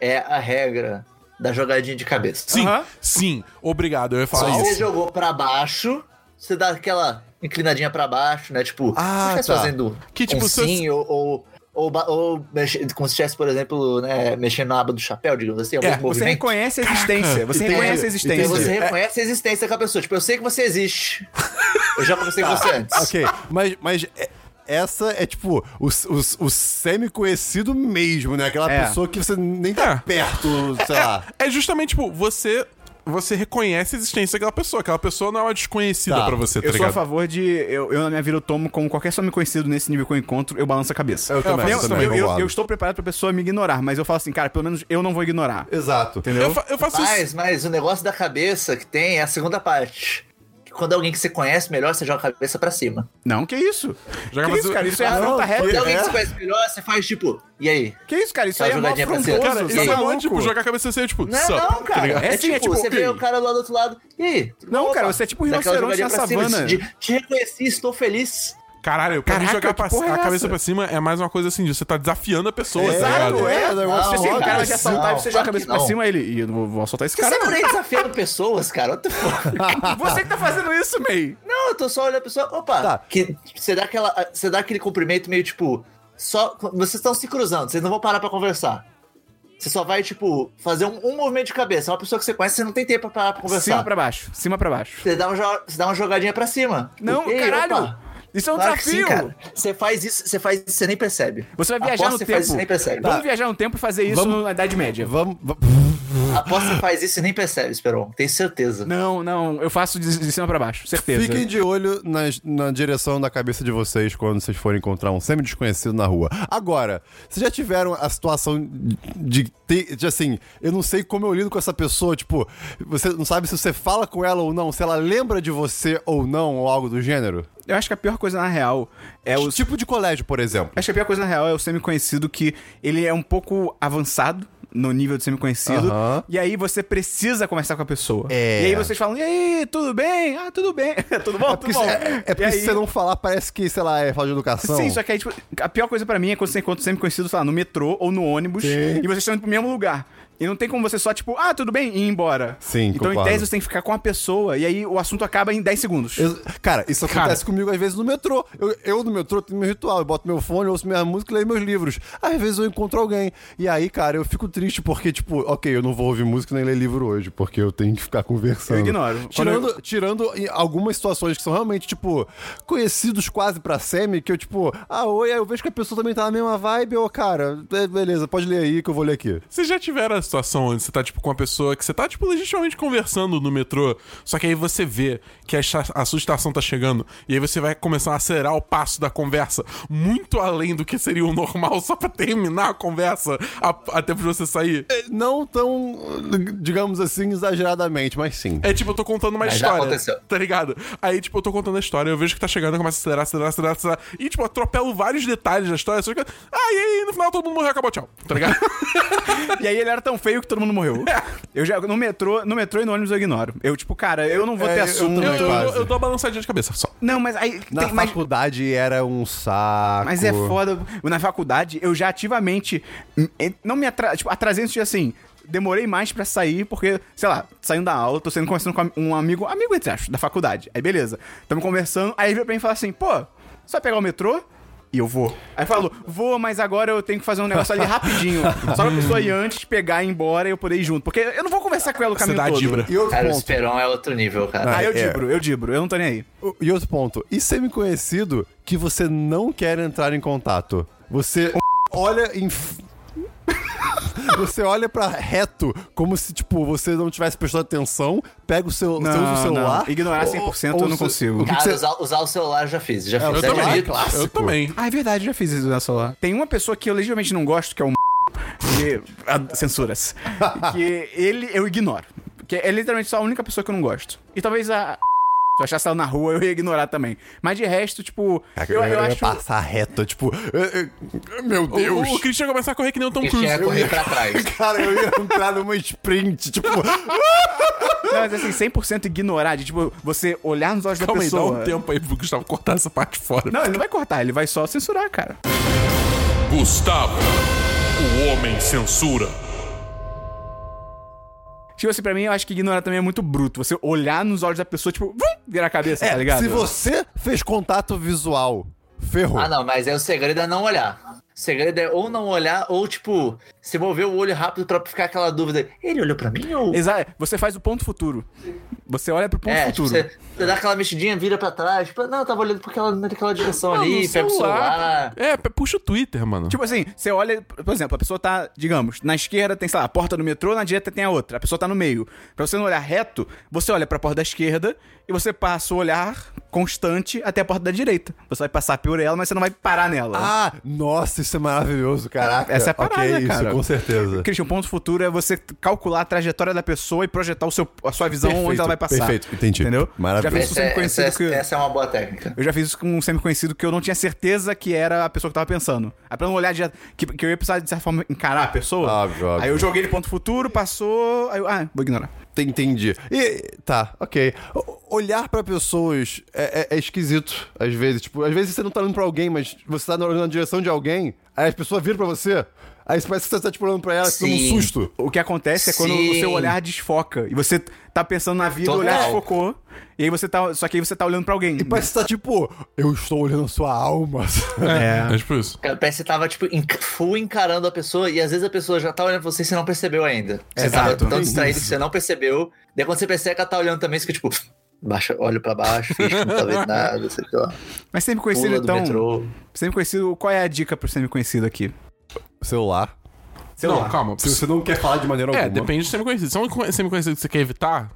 Speaker 1: é a regra da jogadinha de cabeça.
Speaker 4: Sim,
Speaker 2: Aham.
Speaker 4: sim. Obrigado, eu ia
Speaker 1: Se
Speaker 4: falar
Speaker 1: você
Speaker 4: isso.
Speaker 1: jogou pra baixo, você dá aquela inclinadinha pra baixo, né? Tipo,
Speaker 3: Ah,
Speaker 1: se estivesse
Speaker 3: tá.
Speaker 1: fazendo
Speaker 4: Que, tipo,
Speaker 1: um
Speaker 4: se eu-
Speaker 1: sim ou... ou ou, ba- ou mexe- como se estivesse, por exemplo, né, mexendo na aba do chapéu, digamos assim, alguns
Speaker 2: É, você
Speaker 1: movimentos.
Speaker 2: reconhece a existência. Você
Speaker 3: entendi,
Speaker 2: reconhece a
Speaker 3: entendi.
Speaker 2: existência.
Speaker 1: Porque você
Speaker 3: É.
Speaker 1: reconhece a existência daquela pessoa. Tipo, eu sei que você existe. Eu já conversei com você antes.
Speaker 3: Ok, mas, mas é- essa é tipo o, o, o semi-conhecido mesmo, né? Aquela
Speaker 2: É.
Speaker 3: pessoa que você nem tá
Speaker 4: É.
Speaker 3: perto, sei lá.
Speaker 4: É justamente, tipo, você. Você reconhece a existência daquela pessoa. Aquela pessoa não é uma desconhecida
Speaker 3: Tá.
Speaker 4: pra você, tá
Speaker 2: Eu sou a
Speaker 4: ligado?
Speaker 2: favor de. Eu, eu, na minha vida, eu tomo como qualquer só me conhecido nesse nível que eu encontro, eu balanço a cabeça.
Speaker 3: Eu também,
Speaker 2: Eu,
Speaker 3: eu também,
Speaker 2: eu- eu-
Speaker 3: concordo.
Speaker 2: eu estou preparado pra pessoa me ignorar, mas eu falo assim, cara, pelo menos eu não vou ignorar.
Speaker 3: Exato.
Speaker 2: Entendeu?
Speaker 4: Eu, fa- eu faço isso.
Speaker 1: Mas, mas o negócio da cabeça que tem é a segunda parte. Que quando é alguém que você conhece melhor, você joga a cabeça pra cima.
Speaker 2: Não, que isso?
Speaker 4: Joga
Speaker 2: que
Speaker 4: pra
Speaker 2: isso,
Speaker 4: cima.
Speaker 2: cara? Isso é
Speaker 3: Ah,
Speaker 2: afronta
Speaker 3: não,
Speaker 1: Quando
Speaker 2: rap.
Speaker 1: é alguém
Speaker 3: é?
Speaker 1: que você conhece melhor, você faz tipo, e aí?
Speaker 2: Que isso, cara? Isso aí é
Speaker 1: Aquela
Speaker 2: mó
Speaker 1: jogadinha pra cima.
Speaker 2: afrontoso.
Speaker 4: Cara,
Speaker 1: Nossa,
Speaker 4: isso é mó,
Speaker 2: maluco.
Speaker 4: tipo, jogar a cabeça assim, tipo,
Speaker 1: Não, é
Speaker 4: sup,
Speaker 1: não,
Speaker 4: tá
Speaker 1: cara.
Speaker 4: ligado?
Speaker 1: É,
Speaker 2: É sim, é
Speaker 1: tipo,
Speaker 2: tipo,
Speaker 1: você
Speaker 2: ok.
Speaker 1: vê o cara lá do outro lado. Ih, tudo
Speaker 2: Não,
Speaker 1: bom,
Speaker 2: cara,
Speaker 1: opa.
Speaker 2: você é tipo um
Speaker 1: Dá aquela
Speaker 2: rinoceronte
Speaker 1: jogadinha pra
Speaker 2: na
Speaker 1: cima,
Speaker 2: savana.
Speaker 1: De, de reconheci, estou feliz.
Speaker 4: Caralho, pra
Speaker 2: Caraca,
Speaker 4: mim
Speaker 2: que
Speaker 4: jogar pra-
Speaker 2: porra é
Speaker 4: a cabeça
Speaker 2: essa?
Speaker 4: pra cima é mais uma coisa assim, de você tá desafiando a pessoa,
Speaker 3: É,
Speaker 4: tá ligado?
Speaker 3: é.
Speaker 2: Se
Speaker 1: negócio
Speaker 2: esse
Speaker 1: assim,
Speaker 2: cara vai te assaltar e
Speaker 1: não,
Speaker 2: você joga a
Speaker 1: claro
Speaker 2: cabeça
Speaker 1: que
Speaker 2: pra
Speaker 1: não.
Speaker 2: cima, ele. Ih, eu não vou assaltar esse
Speaker 1: Você
Speaker 2: cara.
Speaker 1: sempre tá desafiando pessoas, cara. What the fuck?
Speaker 2: não. Você que tá fazendo isso, May.
Speaker 1: Não, eu tô só olhando a pessoa. Opa!
Speaker 3: Tá.
Speaker 1: Que, você, dá aquela, você dá aquele cumprimento meio tipo. Só, vocês estão se cruzando, vocês não vão parar pra conversar. Você só vai, tipo, fazer um, um movimento de cabeça. Uma pessoa que você conhece, você não tem tempo pra parar pra
Speaker 2: Cima
Speaker 1: conversar.
Speaker 2: pra baixo. Cima pra baixo.
Speaker 1: Você, dá um jo- você dá uma jogadinha pra cima.
Speaker 2: Não,
Speaker 1: E aí,
Speaker 2: caralho.
Speaker 1: opa.
Speaker 2: Isso é um
Speaker 1: Claro que sim,
Speaker 2: desafio.
Speaker 1: cara. Você faz isso, você faz isso, você nem percebe.
Speaker 2: Você vai viajar
Speaker 1: Aposto que
Speaker 2: no
Speaker 1: você
Speaker 2: tempo.
Speaker 1: faz isso e nem percebe.
Speaker 2: Vamos viajar no tempo e fazer isso
Speaker 3: Vamos-
Speaker 2: na Idade Média.
Speaker 3: Vamos. va-
Speaker 1: Aposto que você faz isso e nem percebe, Esperon. Tenho certeza.
Speaker 2: Não, não. Eu faço de, de cima pra baixo. Certeza.
Speaker 3: Fiquem de olho nas- na direção da cabeça de vocês quando vocês forem encontrar um semi-desconhecido na rua. Agora, vocês já tiveram a situação de ter. De, assim, eu não sei como eu lido com essa pessoa. Tipo, você não sabe se você fala com ela ou não, se ela lembra de você ou não, ou algo do gênero?
Speaker 2: Eu acho que a pior coisa na real é o.
Speaker 3: Tipo de colégio, por exemplo.
Speaker 2: Acho que a pior coisa na real é o semi-conhecido que ele é um pouco avançado no nível de semi-conhecido.
Speaker 3: Aham.
Speaker 2: E aí você precisa conversar com a pessoa.
Speaker 3: É.
Speaker 2: E aí vocês falam, e aí, tudo bem? Ah, tudo bem. tudo bom?
Speaker 3: É porque,
Speaker 2: tudo bom.
Speaker 3: se- é- é porque
Speaker 2: E aí-
Speaker 3: se você não falar, parece que, sei lá, é falta de educação.
Speaker 2: Sim, só que aí, tipo, a pior coisa pra mim é quando você encontra sempre conhecido, sei lá, no metrô ou no ônibus,
Speaker 3: Sim.
Speaker 2: e vocês estão indo pro mesmo lugar. E não tem como você só, tipo, ah, tudo bem, e ir embora.
Speaker 3: Sim,
Speaker 2: Então, em
Speaker 3: concordo.
Speaker 2: tese, você tem que ficar com a pessoa, e aí o assunto acaba em 10 segundos.
Speaker 3: Eu- cara, isso acontece comigo às vezes no metrô. Eu, eu no metrô tenho meu ritual. Eu boto meu fone, ouço minha música e leio meus livros. Às vezes eu encontro alguém. E aí, cara, eu fico triste porque, tipo, ok, eu não vou ouvir música nem ler livro hoje, porque eu tenho que ficar conversando.
Speaker 2: Eu ignoro. Quando
Speaker 3: Tirando, tirando em algumas situações que são realmente, tipo, conhecidos quase pra semi, que eu, tipo, ah, oi, aí eu vejo que a pessoa também tá na mesma vibe, ô, cara, be- beleza, pode ler aí que eu vou ler aqui.
Speaker 4: Vocês já tiveram a situação onde você tá, tipo, com uma pessoa que você tá, tipo, legitimamente conversando no metrô, só que aí você vê que a, cha- a sua estação tá chegando, e aí você vai começar a acelerar o passo da conversa muito além do que seria o normal, só pra terminar a conversa a, a tempo de você sair. É,
Speaker 3: Não tão, digamos assim, exageradamente, mas sim.
Speaker 4: é tipo, eu tô contando uma
Speaker 1: Mas já
Speaker 4: história.
Speaker 1: aconteceu.
Speaker 4: Tá ligado? Aí, tipo, eu tô contando a história, eu vejo que tá chegando, eu começo a acelerar, acelerar, acelerar, acelerar. E, tipo, atropelo vários detalhes da história, só que. Ah, e aí, no final todo mundo morreu, acabou, tchau. Tá ligado?
Speaker 2: E aí ele era tão feio que todo mundo morreu. Eu já, no metrô, no metrô e no ônibus eu ignoro. Eu, tipo, cara, eu não vou
Speaker 3: É,
Speaker 2: ter
Speaker 3: eu
Speaker 2: assunto.
Speaker 4: eu,
Speaker 3: também.
Speaker 2: no
Speaker 4: eu,
Speaker 2: metrô.
Speaker 4: eu, eu dou uma balançadinha de cabeça só.
Speaker 2: Não, mas aí.
Speaker 3: Na
Speaker 2: tem- mas-
Speaker 3: faculdade era um saco.
Speaker 2: Mas é foda. Na faculdade, eu já ativamente. hum, eh, Não me atra... tipo, atrasei no dia assim. Demorei mais pra sair, porque, sei lá, saindo da aula, tô saindo conversando com am- um amigo, amigo entre aspas, da faculdade. Aí beleza. Tamo conversando, aí veio pra mim e fala assim: pô, só pegar o metrô? E eu vou. Aí falou, vou, mas agora eu tenho que fazer um negócio ali rapidinho. Só pra pessoa ir antes, pegar e ir embora e eu poder ir junto. Porque eu não vou conversar com ela o
Speaker 4: Você
Speaker 2: caminho
Speaker 4: dá a
Speaker 2: todo.
Speaker 4: dibra. Ah,
Speaker 3: E outro
Speaker 1: Cara, o
Speaker 3: ponto.
Speaker 1: Esperon é outro nível, cara.
Speaker 2: Aí Ah, eu
Speaker 3: É.
Speaker 2: dibro, eu dibro, eu não tô nem aí.
Speaker 3: E outro ponto. E semi-conhecido que você não quer entrar em contato. Você olha em. f- Você olha pra reto como se, tipo, você não tivesse prestado atenção, pega o seu, você usa o
Speaker 2: Não,
Speaker 3: celular.
Speaker 2: não. Ignorar 100% eu não
Speaker 3: se-
Speaker 2: consigo.
Speaker 3: o que
Speaker 1: Cara,
Speaker 3: que você-
Speaker 1: usar, usar o celular eu já fiz.
Speaker 2: É,
Speaker 1: Já fiz.
Speaker 3: eu
Speaker 1: já
Speaker 3: também.
Speaker 1: fiz.
Speaker 3: Clássico.
Speaker 4: Eu também.
Speaker 2: Ah, é verdade, já fiz isso na celular. Tem uma pessoa que eu legitimamente não gosto, que é o que a- censuras. Que ele eu ignoro. Que é literalmente só a única pessoa que eu não gosto. E talvez a. Se eu achasse ela na rua, eu ia ignorar também. Mas de resto, tipo,
Speaker 4: É
Speaker 3: Caraca,
Speaker 2: eu, eu
Speaker 3: ia
Speaker 2: acho.
Speaker 3: passar reto, tipo, eu- eu- meu Deus.
Speaker 4: O, o Christian ia começar a correr que nem o Tom
Speaker 1: Porque
Speaker 4: Cruise.
Speaker 1: tinha que correr pra trás.
Speaker 3: Cara, eu ia entrar numa sprint, tipo,
Speaker 2: Não, mas assim, 100% ignorar, de tipo, você olhar nos olhos
Speaker 4: Calma
Speaker 2: da
Speaker 4: aí,
Speaker 2: pessoa.
Speaker 4: dá um tempo aí pro Gustavo cortar essa parte fora.
Speaker 2: Não, ele não vai cortar, ele vai só censurar, cara.
Speaker 4: Gustavo, o homem censura.
Speaker 2: Tipo assim, pra mim, eu acho que ignorar também é muito bruto. Você olhar nos olhos da pessoa, tipo, vum, virar a cabeça,
Speaker 4: É,
Speaker 2: tá ligado?
Speaker 3: É, se você fez contato visual, ferrou.
Speaker 1: Ah, não, mas aí o segredo é não olhar. O segredo é ou não olhar, ou, tipo, se mover o olho rápido pra ficar aquela dúvida. Ele olhou pra mim ou.
Speaker 2: Exato, você faz o ponto futuro. Você olha pro ponto
Speaker 1: É, tipo,
Speaker 2: futuro.
Speaker 1: você, você dá aquela mexidinha, vira pra trás. Tipo, não, eu tava olhando pra aquela, naquela direção
Speaker 2: Não,
Speaker 1: ali,
Speaker 2: no
Speaker 1: pega o celular.
Speaker 4: Ah, É, p- puxa o Twitter, mano.
Speaker 2: Tipo assim, você olha, por exemplo, a pessoa tá, digamos, na esquerda tem, sei lá, a porta do metrô, na direita tem a outra. A pessoa tá no meio. Pra você não olhar reto, você olha pra porta da esquerda e você passa o olhar constante até a porta da direita. Você vai passar por ela, mas você não vai parar nela.
Speaker 3: Ah, nossa, isso é maravilhoso, caraca.
Speaker 2: Essa é a parada,
Speaker 3: Ok, isso,
Speaker 2: cara.
Speaker 3: com certeza.
Speaker 2: Christian, o ponto futuro é você calcular a trajetória da pessoa e projetar o seu, a sua visão
Speaker 3: Perfeito,
Speaker 2: onde ela vai passar.
Speaker 3: perfeito, entendi.
Speaker 2: Entendeu?
Speaker 3: Maravilhoso.
Speaker 2: Já fiz isso
Speaker 1: Essa,
Speaker 2: com um
Speaker 1: é- essa,
Speaker 2: conhecido
Speaker 1: é-
Speaker 2: que...
Speaker 1: essa é uma boa técnica.
Speaker 2: Eu já fiz isso com um semi-conhecido que eu não tinha certeza que era a pessoa que eu tava pensando. Aí pra eu não olhar, de, que, que eu ia precisar de certa forma encarar a pessoa.
Speaker 3: Óbvio, óbvio.
Speaker 2: Aí eu joguei ele ponto futuro, passou. Aí eu, ah, vou ignorar.
Speaker 3: Te- Entendi. E, tá, ok. O- Olhar pra pessoas é, é- é esquisito, às vezes. Tipo, às vezes você não tá olhando pra alguém, mas você tá olhando na direção de alguém, aí as pessoas viram pra você, aí você parece que você tá, tipo, olhando pra ela, toma um
Speaker 1: Sim.
Speaker 3: susto.
Speaker 2: O que acontece é quando o
Speaker 1: Sim.
Speaker 2: seu olhar desfoca. E você tá pensando na vida, o
Speaker 1: Total.
Speaker 2: olhar desfocou. E aí você tá. Só que aí você tá olhando pra alguém.
Speaker 3: E parece que você tá, tipo, eu estou olhando a sua alma.
Speaker 2: É.
Speaker 4: É tipo isso.
Speaker 1: Cara, parece que você tava, tipo, en- full encarando a pessoa e às vezes a pessoa já tá olhando pra você e você não percebeu ainda. Você
Speaker 2: Exato.
Speaker 1: tava tão
Speaker 3: Tem
Speaker 1: distraído
Speaker 3: isso.
Speaker 1: que você não percebeu. Daí quando você percebe que ela tá olhando também, você fica, tipo, baixa, olho pra baixo, finge que não tá vendo nada, sei lá.
Speaker 2: Mas sempre conhecido,
Speaker 1: Pula do
Speaker 2: então.
Speaker 1: metrô.
Speaker 2: Sempre conhecido. Qual é a dica pro sempre conhecido aqui?
Speaker 3: Celular.
Speaker 4: Não, calma.
Speaker 3: Se você não quer falar de maneira
Speaker 4: É,
Speaker 3: alguma.
Speaker 4: depende do semi-conhecido. Se é um semi-conhecido que você quer evitar,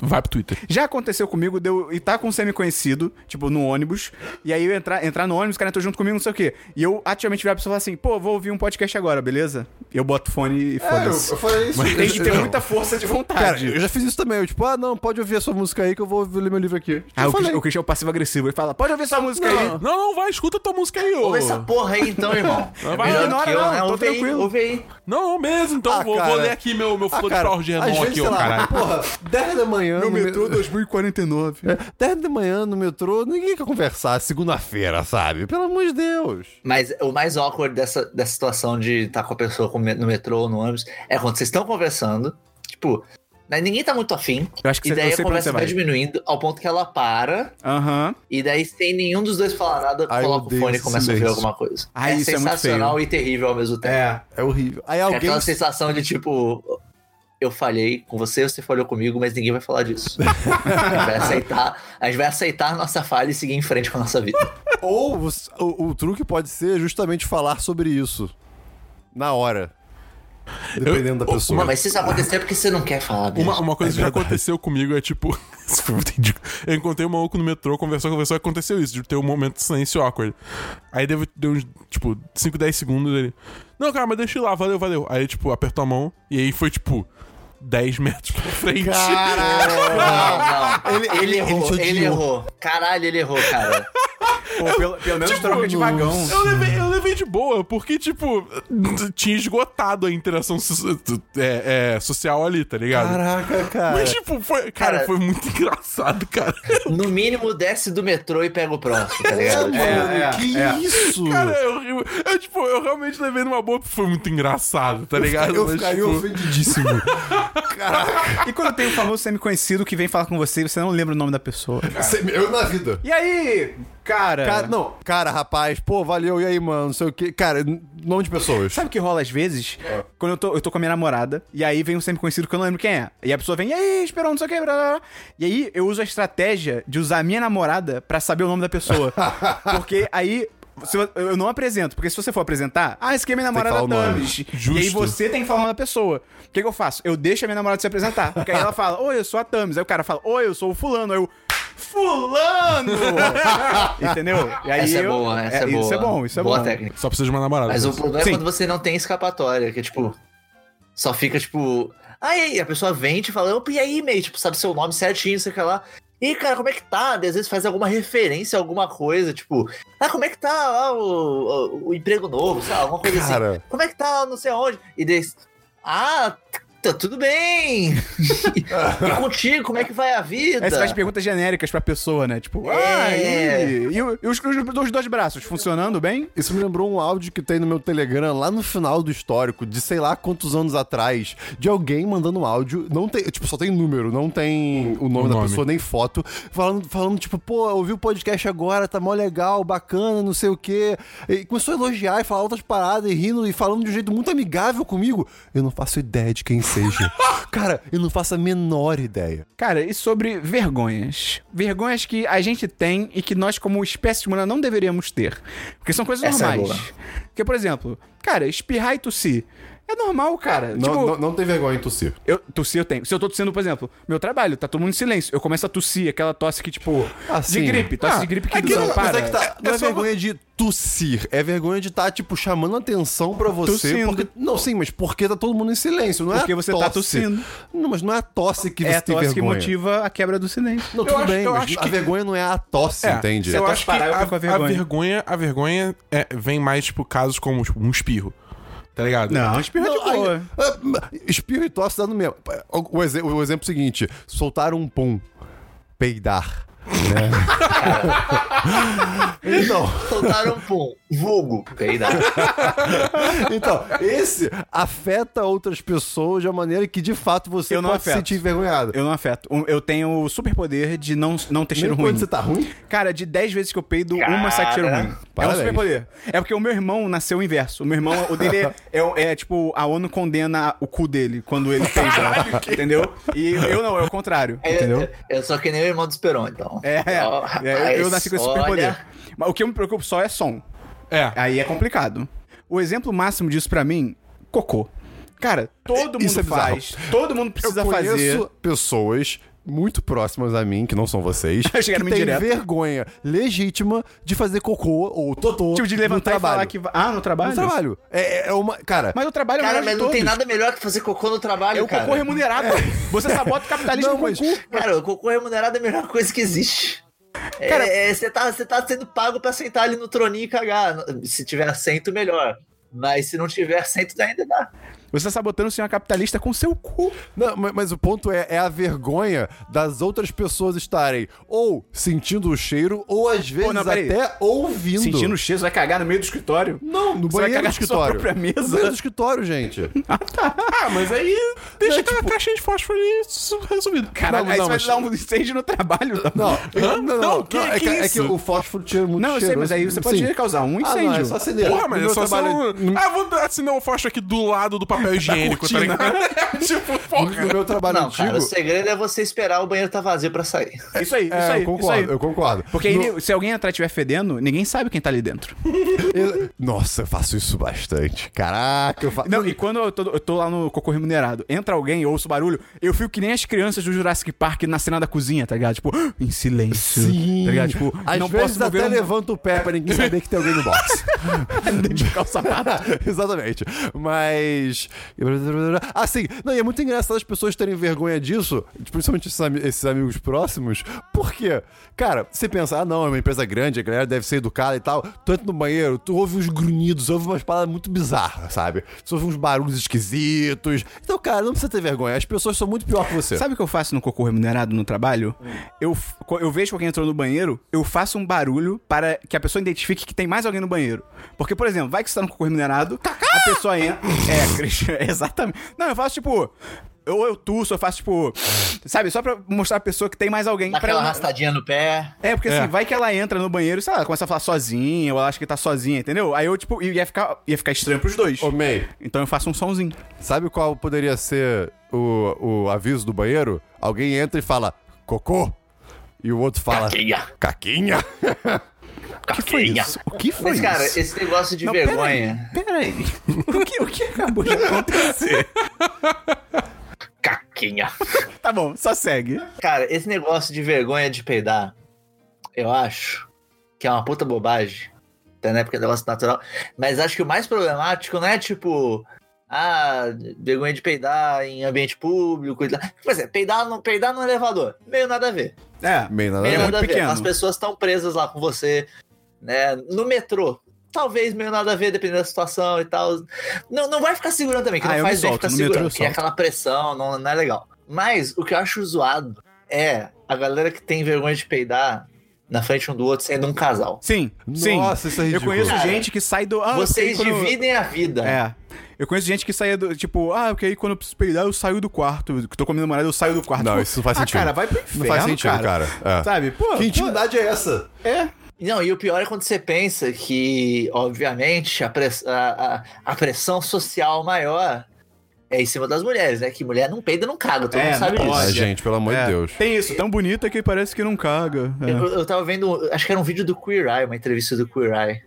Speaker 4: vai pro Twitter.
Speaker 2: Já aconteceu comigo de eu estar com um semi-conhecido, tipo, no ônibus, e aí eu entrar, entrar no ônibus, o cara entrou junto comigo, não sei o quê. E eu ativamente virar pra pessoa e falar assim, pô, vou ouvir um podcast agora, beleza? E É, eu boto fone e foda-se.
Speaker 3: falei isso.
Speaker 2: Tem que ter muita força de
Speaker 3: Cara,
Speaker 2: vontade.
Speaker 3: eu já fiz isso também. Eu, tipo, ah, não, pode ouvir a sua música aí que eu vou ler meu livro aqui.
Speaker 2: ah,
Speaker 3: eu
Speaker 2: o, Cris- o Christian é o passivo-agressivo. Ele fala, pode ouvir sua música
Speaker 4: Não,
Speaker 2: aí.
Speaker 4: Ah. não, vai, escuta tua música aí, ô.
Speaker 1: Ouve essa porra aí então, irmão.
Speaker 4: Não vai,
Speaker 1: Melhor
Speaker 2: ignora
Speaker 1: que eu,
Speaker 2: não,
Speaker 1: né?
Speaker 2: tô
Speaker 1: Ouve aí,
Speaker 2: tranquilo.
Speaker 1: Ouve aí.
Speaker 4: Não, mesmo, então
Speaker 3: Ah,
Speaker 4: vou, vou
Speaker 3: cara. Ah,
Speaker 4: ler aqui meu, meu flor de
Speaker 3: cara,
Speaker 4: Jorge
Speaker 3: às
Speaker 4: Renan
Speaker 3: vezes,
Speaker 4: aqui,
Speaker 3: sei
Speaker 4: ô
Speaker 3: lá,
Speaker 4: caralho.
Speaker 3: Porra, 10 da manhã. No, metrô.
Speaker 2: 2049.
Speaker 3: 10 da manhã no metrô, ninguém quer conversar segunda-feira, sabe? Pelo amor de Deus.
Speaker 1: Mas o mais awkward dessa, dessa situação de estar com a pessoa com me- no metrô ou no ônibus é quando vocês estão conversando, tipo, mas ninguém tá muito afim.
Speaker 2: Eu acho que
Speaker 1: e
Speaker 2: você, eu
Speaker 1: daí
Speaker 2: sei
Speaker 1: a
Speaker 2: pra onde você
Speaker 1: conversa vai
Speaker 2: vai.
Speaker 1: diminuindo ao ponto que ela para.
Speaker 2: Aham.
Speaker 1: E daí, sem nenhum dos dois falar nada,
Speaker 3: Ai, eu
Speaker 1: coloca o
Speaker 3: odeio
Speaker 1: fone e
Speaker 3: esse
Speaker 1: começa a ouvir
Speaker 3: silêncio.
Speaker 1: alguma coisa.
Speaker 2: Ah,
Speaker 1: é
Speaker 2: isso é muito
Speaker 1: sensacional e terrível ao mesmo tempo.
Speaker 2: É.
Speaker 3: É horrível. Aí
Speaker 1: É
Speaker 3: alguém.
Speaker 1: aquela sensação de tipo, eu falhei com você, você falhou comigo, mas ninguém vai falar disso. a, gente vai aceitar, a gente vai aceitar a nossa falha e seguir em frente com a nossa vida.
Speaker 3: Ou você- o, o truque pode ser justamente falar sobre isso. Na hora. Dependendo da pessoa.
Speaker 1: Não, mas se isso acontecer é porque você não quer falar, bicho.
Speaker 3: É
Speaker 4: Uma, uma coisa que já aconteceu comigo é tipo. Isso foi muito ridículo. Eu encontrei um maluco no metrô, conversou, conversou, e aconteceu isso, de ter um momento de silêncio awkward. Aí deu, deu uns, tipo, 5, 10 segundos ele. Não, cara, mas deixa eu ir lá, valeu, valeu. Aí, tipo, apertou a mão e aí foi, tipo, 10 metros pra frente.
Speaker 1: Não, não.
Speaker 3: Ele-
Speaker 1: Ele,
Speaker 3: ele te
Speaker 1: errou,
Speaker 3: odiou.
Speaker 1: ele, errou. Caralho, ele errou, cara.
Speaker 2: Pô, pelo, pelo menos troca de vagão.
Speaker 4: Eu levei, eu levei de boa, porque, tipo, tinha esgotado a interação so- é, é, social ali, tá ligado?
Speaker 3: Caraca, cara.
Speaker 4: Mas, tipo, foi. Cara,
Speaker 1: Cara.
Speaker 4: foi muito engraçado, cara.
Speaker 1: No mínimo, desce do metrô e pega o próximo, tá ligado?
Speaker 3: mano,
Speaker 2: é,
Speaker 3: que
Speaker 2: é.
Speaker 3: isso?
Speaker 4: Cara, eu, eu, eu, tipo, eu realmente levei numa boa porque foi muito engraçado, tá ligado?
Speaker 3: eu
Speaker 4: Mas,
Speaker 3: ficaria
Speaker 4: tipo,
Speaker 3: ofendidíssimo.
Speaker 2: E quando tem um famoso semi-conhecido que vem falar com você e você não lembra o nome da pessoa.
Speaker 3: Sem- eu na vida.
Speaker 2: E aí, cara?
Speaker 3: Cara, não, cara, rapaz, pô, valeu, e aí, mano, não sei o quê. Cara, n- nome de pessoas.
Speaker 2: Sabe o que rola às vezes?
Speaker 3: É.
Speaker 2: Quando eu tô, eu tô com a minha namorada, e aí vem um sempre conhecido que eu não lembro quem é. E a pessoa vem, e aí, esperou, não sei o que, blá, blá, blá. E aí eu uso a estratégia de usar a minha namorada pra saber o nome da pessoa. porque aí. se eu, eu não apresento, porque se você for apresentar, ah, esse aqui é minha namorada
Speaker 3: falar o nome.
Speaker 2: Thames. E
Speaker 4: Justo.
Speaker 2: aí você tem que falar o nome da pessoa. O que, que eu faço? Eu deixo a minha namorada se apresentar. Porque aí ela fala, oi, eu sou a Thames. Aí o cara fala, oi, eu sou o Fulano. Aí eu. Fulano! Entendeu? E aí
Speaker 1: Essa é
Speaker 2: eu-
Speaker 1: boa, essa é, boa.
Speaker 2: Isso é bom, isso é
Speaker 1: boa
Speaker 2: bom.
Speaker 1: técnica.
Speaker 4: Só precisa de uma namorada. né?
Speaker 1: Mas o problema
Speaker 2: Sim.
Speaker 1: é quando você não tem escapatória, que é tipo. Só fica tipo. Ah, e aí, a pessoa vem te fala, opa, e aí, meio, tipo, sabe seu nome certinho, sei o que lá. E cara, como é que tá? Daí, Às vezes faz alguma referência a alguma coisa, tipo, ah, como é que tá lá o, o- o emprego novo, sei lá, alguma coisa assim.
Speaker 3: Cara.
Speaker 1: Como é que tá, não sei aonde? E desse, ah, tá tudo bem. e contigo, como é que vai a vida?
Speaker 2: Aí você faz perguntas genéricas pra pessoa, né? Tipo, ah,
Speaker 1: É.
Speaker 2: e, e, o- e os, os- os dois braços funcionando bem?
Speaker 3: Isso me lembrou um áudio que tem no meu Telegram, lá no final do histórico, de sei lá quantos anos atrás, de alguém mandando um áudio, não tem, tipo, só tem número, não tem o nome, da
Speaker 4: nome.
Speaker 3: pessoa, nem foto, falando, falando tipo, pô, eu ouvi o podcast agora, tá mó legal, bacana, não sei o quê. E começou a elogiar e falar outras paradas, e rindo, e falando de um jeito muito amigável comigo. Eu não faço ideia de quem seja. Cara, eu não faço a menor ideia.
Speaker 2: Cara, e sobre vergonhas? Vergonhas que a gente tem e que nós, como espécie humana, não deveríamos ter. Porque são coisas
Speaker 1: Essa é
Speaker 2: normais.
Speaker 1: boa.
Speaker 2: Porque, por exemplo, cara, espirrar e tossir. É normal, cara.
Speaker 3: Não,
Speaker 2: tipo,
Speaker 3: não, não tem vergonha em tossir.
Speaker 2: Eu, tossir eu tenho. Se eu tô tossindo, por exemplo, meu trabalho, tá todo mundo em silêncio. Eu começo a tossir, aquela tosse que, tipo, de
Speaker 3: Assim.
Speaker 2: gripe. Tosse
Speaker 4: Ah,
Speaker 2: de gripe que
Speaker 3: Aqui não, mas
Speaker 2: não tipo, para.
Speaker 3: é que tá, não é,
Speaker 4: É só-
Speaker 3: vergonha de tossir, é vergonha de estar, tá, tipo, chamando atenção pra você.
Speaker 2: Tossindo.
Speaker 3: Porque, não, sim, mas porque tá todo mundo em silêncio, não é
Speaker 2: Porque
Speaker 3: a
Speaker 2: você
Speaker 3: tosse.
Speaker 2: tá tossindo.
Speaker 3: Não, mas não é a tosse que
Speaker 2: É
Speaker 3: você
Speaker 2: a
Speaker 3: tem
Speaker 2: tosse que
Speaker 3: vergonha.
Speaker 2: motiva a quebra do silêncio.
Speaker 3: Não,
Speaker 4: Eu
Speaker 3: tudo
Speaker 4: acho-
Speaker 3: bem,
Speaker 4: eu
Speaker 3: mas
Speaker 4: acho
Speaker 3: a
Speaker 4: que-
Speaker 3: vergonha não é a tosse,
Speaker 4: É,
Speaker 3: entende?
Speaker 4: Eu
Speaker 2: tosse
Speaker 4: acho que
Speaker 2: parar, eu
Speaker 4: a,
Speaker 2: fico com
Speaker 4: a
Speaker 2: vergonha.
Speaker 4: vergonha, a vergonha é- vem mais, tipo, casos como, tipo, um espirro. tá ligado?
Speaker 2: Não, espirra de
Speaker 3: Não, aí-
Speaker 2: boa.
Speaker 3: Ah, espirro e tosse dá no mesmo. O, exe- o exemplo seguinte: soltar um pum, peidar. Né? então,
Speaker 1: Soltaram um pum. Vulgo. Peidar.
Speaker 3: então, esse afeta outras pessoas de uma maneira que de fato você
Speaker 2: Eu não
Speaker 3: pode se
Speaker 2: afeto.
Speaker 3: sentir envergonhado.
Speaker 2: Eu não afeto. Um- Eu tenho o superpoder de não, não ter cheiro
Speaker 3: Nem
Speaker 2: ruim.
Speaker 3: quando você tá ruim?
Speaker 2: Cara, de 10 vezes que eu peido, uma sai com cheiro
Speaker 1: Cara,
Speaker 2: ruim.
Speaker 3: parabéns.
Speaker 2: É um superpoder. É porque o meu irmão nasceu o inverso. O meu irmão, o dele é, é- é, tipo, a ONU condena o cu dele quando ele peida. entendeu? E eu não, é o contrário. entendeu?
Speaker 1: Eu, eu sou que nem o irmão do Esperon, então.
Speaker 2: É,
Speaker 1: Ó,
Speaker 2: é. É, eu- eu
Speaker 1: rapaz,
Speaker 2: nasci com esse
Speaker 1: olha,
Speaker 2: superpoder. Mas o que eu me preocupo só é som.
Speaker 4: É.
Speaker 2: Aí é complicado. O exemplo máximo disso pra mim, cocô. Cara, todo mundo
Speaker 3: Isso é bizarro.
Speaker 2: faz. Todo mundo precisa
Speaker 3: eu conheço
Speaker 2: fazer.
Speaker 3: pessoas muito próximas a mim, que não são vocês, que
Speaker 2: Chegaram
Speaker 3: têm
Speaker 2: muito direto.
Speaker 3: vergonha legítima de fazer cocô ou totô
Speaker 2: Tipo, de
Speaker 3: no
Speaker 2: levantar e
Speaker 3: trabalho.
Speaker 2: falar que. va- Ah, no trabalho?
Speaker 3: No trabalho. É, é uma... Cara...
Speaker 2: Mas o trabalho é o
Speaker 1: Cara,
Speaker 2: melhor
Speaker 1: mas
Speaker 2: de
Speaker 1: não tem
Speaker 2: todos.
Speaker 1: nada melhor que fazer cocô no trabalho,
Speaker 2: É o
Speaker 1: cara.
Speaker 2: cocô remunerado. Você sabota o capitalismo
Speaker 3: Não,
Speaker 2: com
Speaker 3: mas-
Speaker 2: o cu.
Speaker 1: Cara, o cocô remunerado é a melhor coisa que existe. É,
Speaker 2: Cara-
Speaker 1: é, Você tá, você tá sendo pago pra sentar ali no troninho e cagar. Se tiver assento, melhor. Mas se não tiver assento, ainda dá.
Speaker 2: Você tá sabotando o senhor capitalista com seu cu.
Speaker 3: Não, ma- mas, o ponto é, é a vergonha das outras pessoas estarem ou sentindo o cheiro, ou às vezes
Speaker 2: não, peraí.
Speaker 3: até ouvindo.
Speaker 2: Sentindo o cheiro, você vai cagar no meio do escritório?
Speaker 3: Não, no
Speaker 2: Você
Speaker 3: banheiro
Speaker 2: vai
Speaker 3: do
Speaker 2: cagar na sua
Speaker 3: escritório.
Speaker 2: própria
Speaker 3: No banheiro do
Speaker 2: mesa?
Speaker 3: escritório, gente.
Speaker 4: Ah, mas aí deixa
Speaker 3: É,
Speaker 4: aquela
Speaker 3: tipo-
Speaker 4: caixinha de fósforo ali su- resolvido.
Speaker 2: Caralho,
Speaker 3: Não,
Speaker 2: aí
Speaker 3: não,
Speaker 2: você vai
Speaker 3: mas-
Speaker 2: dar um incêndio no trabalho. Tá?
Speaker 3: Não, não, não,
Speaker 4: Não, que-
Speaker 3: é,
Speaker 4: que
Speaker 3: é
Speaker 4: isso?
Speaker 3: o fósforo tira muito
Speaker 2: Não, eu sei,
Speaker 3: cheiro,
Speaker 2: mas aí você pode
Speaker 3: sim.
Speaker 2: causar um
Speaker 3: Ah,
Speaker 2: incêndio.
Speaker 3: não, é só acender.
Speaker 4: Porra, mas
Speaker 3: No
Speaker 4: é
Speaker 3: meu
Speaker 4: só ser
Speaker 3: trabalho-
Speaker 4: um... Ah, vou assinar um fósforo aqui do lado do papel higiênico, tá
Speaker 2: cortina.
Speaker 4: ligado? tipo,
Speaker 3: No
Speaker 4: porra.
Speaker 3: meu trabalho
Speaker 1: não,
Speaker 3: antigo...
Speaker 1: cara, o segredo é você esperar o banheiro tá vazio pra sair.
Speaker 2: Isso aí,
Speaker 3: É,
Speaker 2: isso aí.
Speaker 3: eu
Speaker 2: isso aí.
Speaker 3: concordo, eu concordo.
Speaker 2: Porque aí,
Speaker 3: No-
Speaker 2: se alguém atrás estiver fedendo, ninguém sabe quem tá ali dentro.
Speaker 3: Ele- Nossa, eu faço isso bastante. Caraca, eu faço.
Speaker 2: Não, e quando eu tô, eu tô lá no cocô remunerado, entra alguém, eu ouço barulho, eu fico que nem as crianças do Jurassic Park na cena da cozinha, tá ligado? Tipo, em silêncio. Tá ligado? Tipo,
Speaker 3: às
Speaker 2: não
Speaker 3: vezes
Speaker 2: posso mover
Speaker 3: até
Speaker 2: um-
Speaker 3: levanta o pé pra ninguém saber que tem alguém no box.
Speaker 2: identificar o sapato.
Speaker 3: Exatamente. Mas. Assim, não, e é muito engraçado as pessoas terem vergonha disso, principalmente esses, ami- esses amigos próximos. Por quê? Cara, você pensa, ah, não, é uma empresa grande, a galera deve ser educada e tal. Tanto no banheiro, tu ouve uns grunhidos, ouve umas paradas muito bizarras, sabe? Tu ouve uns barulhos esquisitos. Então, cara, não precisa ter vergonha. As pessoas são muito pior que você.
Speaker 2: Sabe o que eu faço no cocô remunerado no trabalho? Eu, f- co- eu vejo que alguém entrou no banheiro, eu faço um barulho para que a pessoa identifique que tem mais alguém no banheiro. Porque, por exemplo, vai que você tá no cocô remunerado, a pessoa entra. É, Christian, é exatamente. Não, eu faço tipo. Ou eu tuço, eu faço tipo. Sabe? Só pra mostrar a pessoa que tem mais alguém.
Speaker 1: Dá
Speaker 2: Pra
Speaker 1: aquela
Speaker 2: ela... não-
Speaker 1: arrastadinha no pé.
Speaker 2: É, porque assim,
Speaker 4: É.
Speaker 2: vai que ela entra no banheiro e sei lá, ela começa a falar sozinha, ou ela acha que tá sozinha, entendeu? Aí eu, tipo, ia ficar, ia ficar estranho pros dois.
Speaker 3: Ô, May,
Speaker 2: Então eu faço um somzinho.
Speaker 3: sabe qual poderia ser o, o aviso do banheiro? Alguém entra e fala, cocô. E o outro fala,
Speaker 1: Caquinha.
Speaker 3: caquinha.
Speaker 1: Caquinha.
Speaker 2: O que foi isso? O que foi
Speaker 1: Mas,
Speaker 2: isso?
Speaker 1: cara, esse negócio de vergonha.
Speaker 2: Peraí. O que, o que acabou de acontecer?
Speaker 1: Caquinha.
Speaker 2: tá bom, só segue.
Speaker 1: Cara, esse negócio de vergonha de peidar, eu acho que é uma puta bobagem. Até na época é um negócio natural. Mas acho que o mais problemático não é tipo. Ah, vergonha de peidar em ambiente público. e tal. Por exemplo, peidar no, peidar no elevador. Meio nada a ver.
Speaker 2: É.
Speaker 3: Meio nada a
Speaker 1: Meio
Speaker 3: ver.
Speaker 1: nada a ver.
Speaker 2: pequeno.
Speaker 1: As pessoas estão presas lá com você. Né? No metrô. Talvez meio nada a ver, dependendo da situação e tal. Não, não vai ficar segurando também, que
Speaker 2: Ah, eu
Speaker 1: não
Speaker 2: me
Speaker 1: faz bem
Speaker 2: solto,
Speaker 1: ficar
Speaker 2: no metrô eu
Speaker 1: segurando. Que é
Speaker 2: solto.
Speaker 1: aquela pressão, não, não é legal. Mas o que eu acho zoado é a galera que tem vergonha de peidar na frente um do outro sendo um casal.
Speaker 2: Sim, sim.
Speaker 3: Nossa, isso é
Speaker 2: Eu
Speaker 3: ridículo.
Speaker 2: conheço
Speaker 1: Cara,
Speaker 2: gente que sai do. Ah, eu
Speaker 1: Vocês
Speaker 2: saí quando-
Speaker 1: dividem a vida.
Speaker 2: É. Eu conheço gente que saia do. Tipo, ah, ok, quando eu preciso peidar, eu saio do quarto. Eu Tô com a minha namorada, eu saio do quarto.
Speaker 3: Não,
Speaker 2: Tipo,
Speaker 3: isso não faz
Speaker 2: ah,
Speaker 3: sentido.
Speaker 2: Cara, vai pro inferno.
Speaker 3: Não faz sentido, cara. É.
Speaker 2: Sabe? Pô,
Speaker 3: Que intimidade é essa?
Speaker 2: pô, é.
Speaker 1: Não, e o pior é quando você pensa que, obviamente, a, press- a- a- a pressão social maior é em cima das mulheres, né? Que mulher não peida, não caga, todo
Speaker 2: É,
Speaker 1: mundo sabe
Speaker 2: não
Speaker 1: disso.
Speaker 2: pode.
Speaker 3: Ah, gente, pelo amor
Speaker 2: É.
Speaker 3: de Deus.
Speaker 2: Tem isso, tão bonita que parece que não caga. É.
Speaker 1: Eu, eu tava vendo, acho que era um vídeo do Queer Eye, uma entrevista do Queer Eye,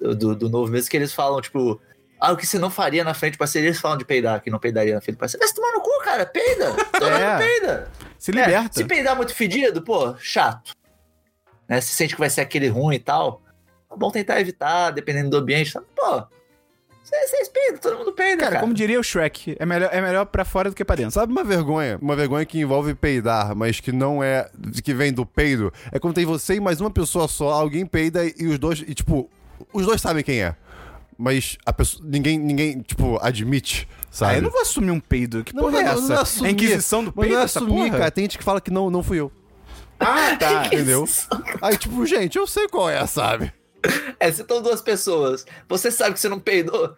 Speaker 1: do, do, do novo mesmo, que eles falam, tipo, ah, o que você não faria na frente do parceiro, eles falam de peidar, que não peidaria na frente do parceiro. Mas tomar no cu, cara, peida! Todo
Speaker 2: É.
Speaker 1: mundo peida!
Speaker 2: Se
Speaker 1: É,
Speaker 2: liberta.
Speaker 1: se peidar muito fedido, pô, chato. Né, se sente que vai ser aquele ruim e tal, é bom tentar evitar, dependendo do ambiente. sabe? Pô, vocês vocês peidam, todo mundo peida, cara.
Speaker 2: Cara, como diria o Shrek, é melhor, é melhor pra fora do que pra dentro.
Speaker 3: Sabe uma vergonha? Uma vergonha que envolve peidar, mas que não é. que vem do peido. É quando tem você e mais uma pessoa só, alguém peida e os dois. E tipo, os dois sabem quem é. mas a pessoa, ninguém, ninguém tipo, admite, sabe?
Speaker 2: Ah, eu não vou assumir um peido. Que porra é
Speaker 3: não, não
Speaker 2: essa?
Speaker 3: é
Speaker 2: é
Speaker 3: assumir.
Speaker 2: Inquisição do
Speaker 3: Mas não
Speaker 2: peido,
Speaker 3: é
Speaker 2: essa
Speaker 3: assumir,
Speaker 2: porra?
Speaker 3: cara. Tem gente que fala que não, não fui eu.
Speaker 2: Ah, tá.
Speaker 3: Entendeu? Aí, tipo, gente, eu sei qual é, sabe?
Speaker 1: É, se estão duas pessoas, você sabe que você não peidou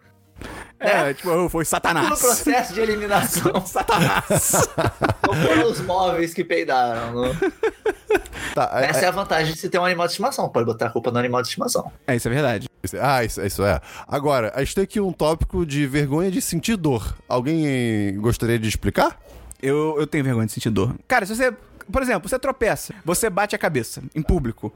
Speaker 2: É, tipo, oh, foi
Speaker 1: no
Speaker 2: Satanás.
Speaker 1: processo de eliminação.
Speaker 2: Satanás.
Speaker 1: Não foram os móveis que peidaram. não.
Speaker 3: Tá, aí-
Speaker 1: Essa é a vantagem de se ter um animal de estimação. Pode botar a culpa no animal de estimação.
Speaker 2: é, isso é verdade.
Speaker 3: Isso- Ah, isso, isso é. Agora, a gente tem aqui um tópico de vergonha de sentir dor. Alguém gostaria de explicar?
Speaker 2: Eu, eu tenho vergonha de sentir dor. Cara, se você. Por exemplo, você tropeça, você bate a cabeça em público.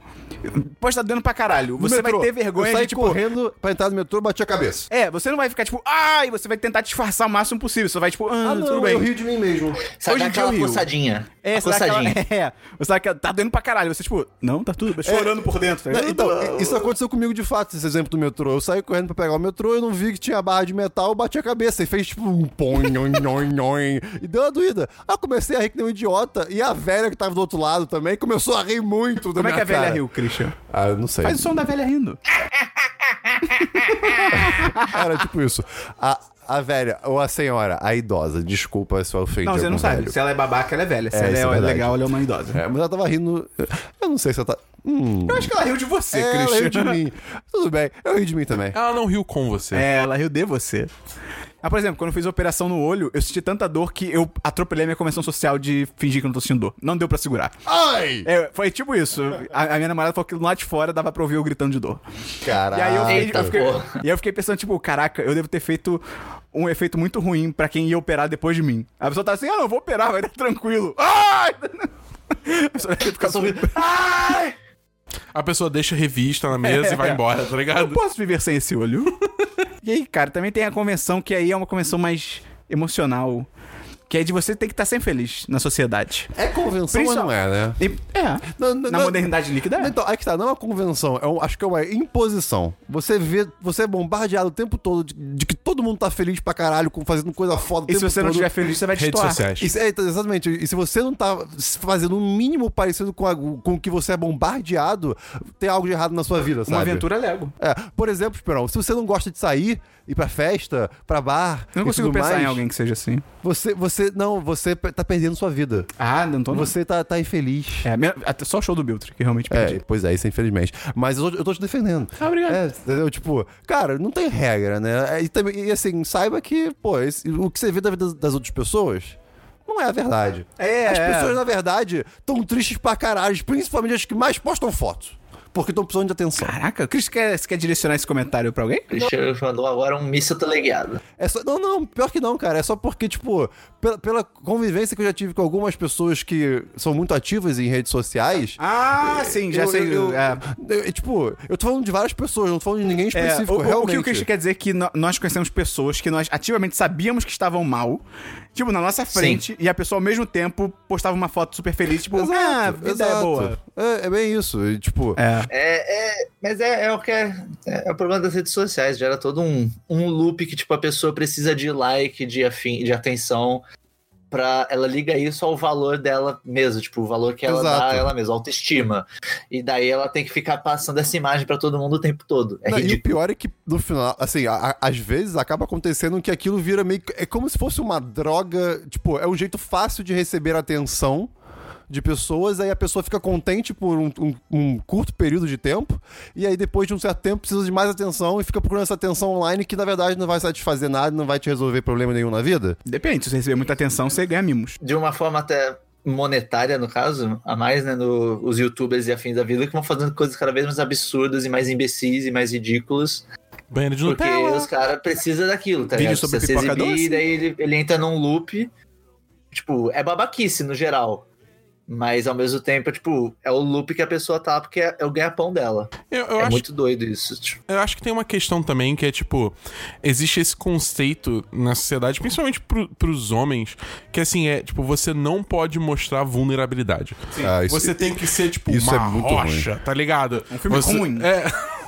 Speaker 2: Pode estar doendo pra caralho. Você
Speaker 3: No metrô, é
Speaker 2: vai ter
Speaker 3: eu
Speaker 2: vergonha
Speaker 3: saí
Speaker 2: de, tipo.
Speaker 3: correndo pra entrar no metrô, bati a cabeça.
Speaker 2: É, você não vai ficar tipo, ai, você vai tentar disfarçar o máximo possível. Você vai tipo, ah, tudo bem.
Speaker 3: de mim mesmo.
Speaker 1: Sabe
Speaker 2: Hoje em dia eu
Speaker 1: aquela
Speaker 2: rio.
Speaker 1: coçadinha?
Speaker 2: É,
Speaker 1: A
Speaker 2: você dá aquela,
Speaker 1: coçadinha.
Speaker 2: é, você dá aquela, tá doendo pra caralho. Você tipo, não, tá tudo, bem", chorando por dentro. tá ligado?
Speaker 3: Então, isso aconteceu comigo de fato, esse exemplo do metrô. Eu saí correndo pra pegar o metrô, eu não vi que tinha barra de metal, eu bati a cabeça e fez tipo um põe, nhon, nhon, nhon, e deu uma doída. Aí eu comecei a rir que nem um idiota, e a velha que tava do outro lado também começou a rir muito da
Speaker 2: Como é que
Speaker 3: minha
Speaker 2: a velha
Speaker 3: cara.
Speaker 2: riu, Christian?
Speaker 3: Ah, eu não sei.
Speaker 2: Faz o som da velha rindo.
Speaker 3: é Era tipo isso. A, a velha, ou a senhora, a idosa, desculpa se eu ofendi
Speaker 2: Não, você não
Speaker 3: algum
Speaker 2: sabe.
Speaker 3: velho.
Speaker 2: Se ela é babaca, ela é velha. Se
Speaker 3: É,
Speaker 2: ela
Speaker 3: isso é
Speaker 2: é,
Speaker 3: verdade.
Speaker 2: legal, ela é uma idosa.
Speaker 3: É, mas ela tava rindo. Eu não sei se ela tá. Hum.
Speaker 2: Eu acho que ela riu de você,
Speaker 3: ela riu de
Speaker 2: Christian.
Speaker 3: mim. Tudo bem, eu ri de mim também.
Speaker 4: Ela não riu com você.
Speaker 2: É, ela riu de você. Ah, por exemplo, quando eu fiz a operação no olho, eu senti tanta dor que eu atropelei a minha convenção social de fingir que eu não tô sentindo dor. Não deu pra segurar.
Speaker 3: Ai!
Speaker 2: É, foi tipo isso. A, a minha namorada falou que lá de fora dava pra ouvir eu gritando de dor. E aí eu
Speaker 3: Caralho.
Speaker 2: fiquei,
Speaker 1: Eita,
Speaker 2: eu fiquei-
Speaker 1: porra.
Speaker 2: e aí eu fiquei pensando, tipo, caraca, eu devo ter feito um efeito muito ruim pra quem ia operar depois de mim. A pessoa tá assim, ah, não, eu vou operar, vai dar tranquilo. Ai! A pessoa deve ficar
Speaker 1: Sorrindo.
Speaker 2: super-
Speaker 1: Ai!
Speaker 4: A pessoa deixa a revista na mesa e vai embora, tá
Speaker 2: Eu
Speaker 4: ligado?
Speaker 2: posso viver sem esse olho. e aí, cara, também tem a convenção que aí é uma convenção mais emocional. Que é de você ter que estar sempre feliz na sociedade.
Speaker 3: É convenção, mas
Speaker 2: Principal-
Speaker 3: não é, né?
Speaker 2: E- é.
Speaker 3: Não, não,
Speaker 2: na
Speaker 3: não.
Speaker 2: modernidade líquida é.
Speaker 3: Então, aí que tá, não é uma convenção, é um- acho que é uma imposição. Você vê, você é bombardeado o tempo todo de, de que todo mundo tá feliz pra caralho, com, fazendo coisa foda o
Speaker 2: E se
Speaker 3: tempo
Speaker 2: você não
Speaker 3: todo.
Speaker 2: estiver feliz, você vai
Speaker 4: Redes
Speaker 2: destoar.
Speaker 4: sociais.
Speaker 3: Isso, é, então, exatamente. E se você não tá s- fazendo o mínimo parecido com, a- com o que você é bombardeado, tem algo de errado na sua vida, sabe?
Speaker 2: Uma aventura Lego.
Speaker 3: É, por exemplo, Esperão, se você não gosta de sair, ir pra festa, pra bar,
Speaker 2: Eu não
Speaker 3: e
Speaker 2: consigo
Speaker 3: tudo
Speaker 2: pensar
Speaker 3: mais,
Speaker 2: em alguém que seja assim.
Speaker 3: Você, você, não, você pe- tá perdendo sua vida.
Speaker 2: Ah, não tô
Speaker 3: Você tá, tá infeliz.
Speaker 2: É, men- até só o show do Biltre, que realmente
Speaker 3: É,
Speaker 2: perdi.
Speaker 3: pois é, isso infelizmente. Mas eu, tô- eu tô te defendendo.
Speaker 2: Ah, obrigado.
Speaker 3: É, entendeu? Tipo, cara, não tem regra, né? É, E, também, e assim, saiba que, pô, esse- o que você vê da vida das outras pessoas não é a verdade.
Speaker 2: É,
Speaker 3: As
Speaker 2: é.
Speaker 3: pessoas, na verdade, estão tristes pra caralho, principalmente as que mais postam fotos. Porque estão precisando de atenção.
Speaker 2: Caraca, o Chris quer, você quer direcionar esse comentário pra alguém?
Speaker 1: Deixa eu mandou agora um míssil teleguiado.
Speaker 3: É só, não, não, pior que não, cara. É só porque, tipo, pela, pela convivência que eu já tive com algumas pessoas que são muito ativas em redes sociais.
Speaker 2: Ah, sim, já
Speaker 3: eu-
Speaker 2: sei.
Speaker 3: eu-
Speaker 2: é.
Speaker 3: eu- eu, tipo, eu tô falando de várias pessoas, não tô falando de ninguém
Speaker 2: É,
Speaker 3: específico,
Speaker 2: o, o- o
Speaker 3: realmente.
Speaker 2: que o Christian quer dizer é que no- nós conhecemos pessoas que nós ativamente sabíamos que estavam mal, tipo, na nossa frente, e a pessoa ao mesmo tempo postava uma foto super feliz, tipo,
Speaker 3: Exato,
Speaker 2: ah, a vida é
Speaker 3: exato.
Speaker 2: boa.
Speaker 3: É, é bem isso. e, tipo,
Speaker 2: É.
Speaker 1: É, é, mas é, é o que é, é o problema das redes sociais, gera todo um, um loop que tipo a pessoa precisa de like, de afim, de atenção para ela liga isso ao valor dela mesma, tipo o valor que ela dá
Speaker 3: Exato.
Speaker 1: a ela mesma, autoestima. E daí ela tem que ficar passando essa imagem pra todo mundo o tempo todo. É
Speaker 3: não, e o
Speaker 1: ridículo.
Speaker 3: pior é que, no final, assim, a- a- às vezes acaba acontecendo que aquilo vira meio. que- É como se fosse uma droga. Tipo, é um jeito fácil de receber atenção de pessoas, aí a pessoa fica contente por um, um- um curto período de tempo, e aí depois de um certo tempo precisa de mais atenção e fica procurando essa atenção online que na verdade não vai satisfazer nada, não vai te resolver problema nenhum na vida.
Speaker 2: Depende, se você receber muita atenção, você ganha mimos.
Speaker 1: De uma forma até monetária, no caso, a mais, né, no, os youtubers e afins da vida que vão fazendo coisas cada vez mais absurdas e mais imbecis e mais ridículas.
Speaker 4: Banheiro de
Speaker 1: Porque
Speaker 4: Nutella.
Speaker 1: os caras precisam daquilo, tá
Speaker 2: Vídeo
Speaker 1: ligado?
Speaker 2: sobre
Speaker 1: Precisa se
Speaker 2: pipoca
Speaker 1: exibir,
Speaker 2: doce?
Speaker 1: daí ele, ele entra num loop. Tipo, é babaquice no geral. Mas ao mesmo tempo, é, tipo, é o loop que a pessoa tá, porque é, é o ganha-pão dela.
Speaker 4: Eu, eu
Speaker 1: é
Speaker 4: acho,
Speaker 1: muito doido isso. Tipo,
Speaker 4: eu acho que tem uma questão também que é tipo: existe esse conceito na sociedade, principalmente pro, pros homens, que assim é tipo: você não pode mostrar vulnerabilidade.
Speaker 3: Ah, isso-
Speaker 4: Você tem que ser, tipo,
Speaker 3: Isso
Speaker 4: uma
Speaker 3: é muito
Speaker 4: rocha, tá ligado? Um
Speaker 2: filme
Speaker 4: você,
Speaker 2: ruim.
Speaker 4: É.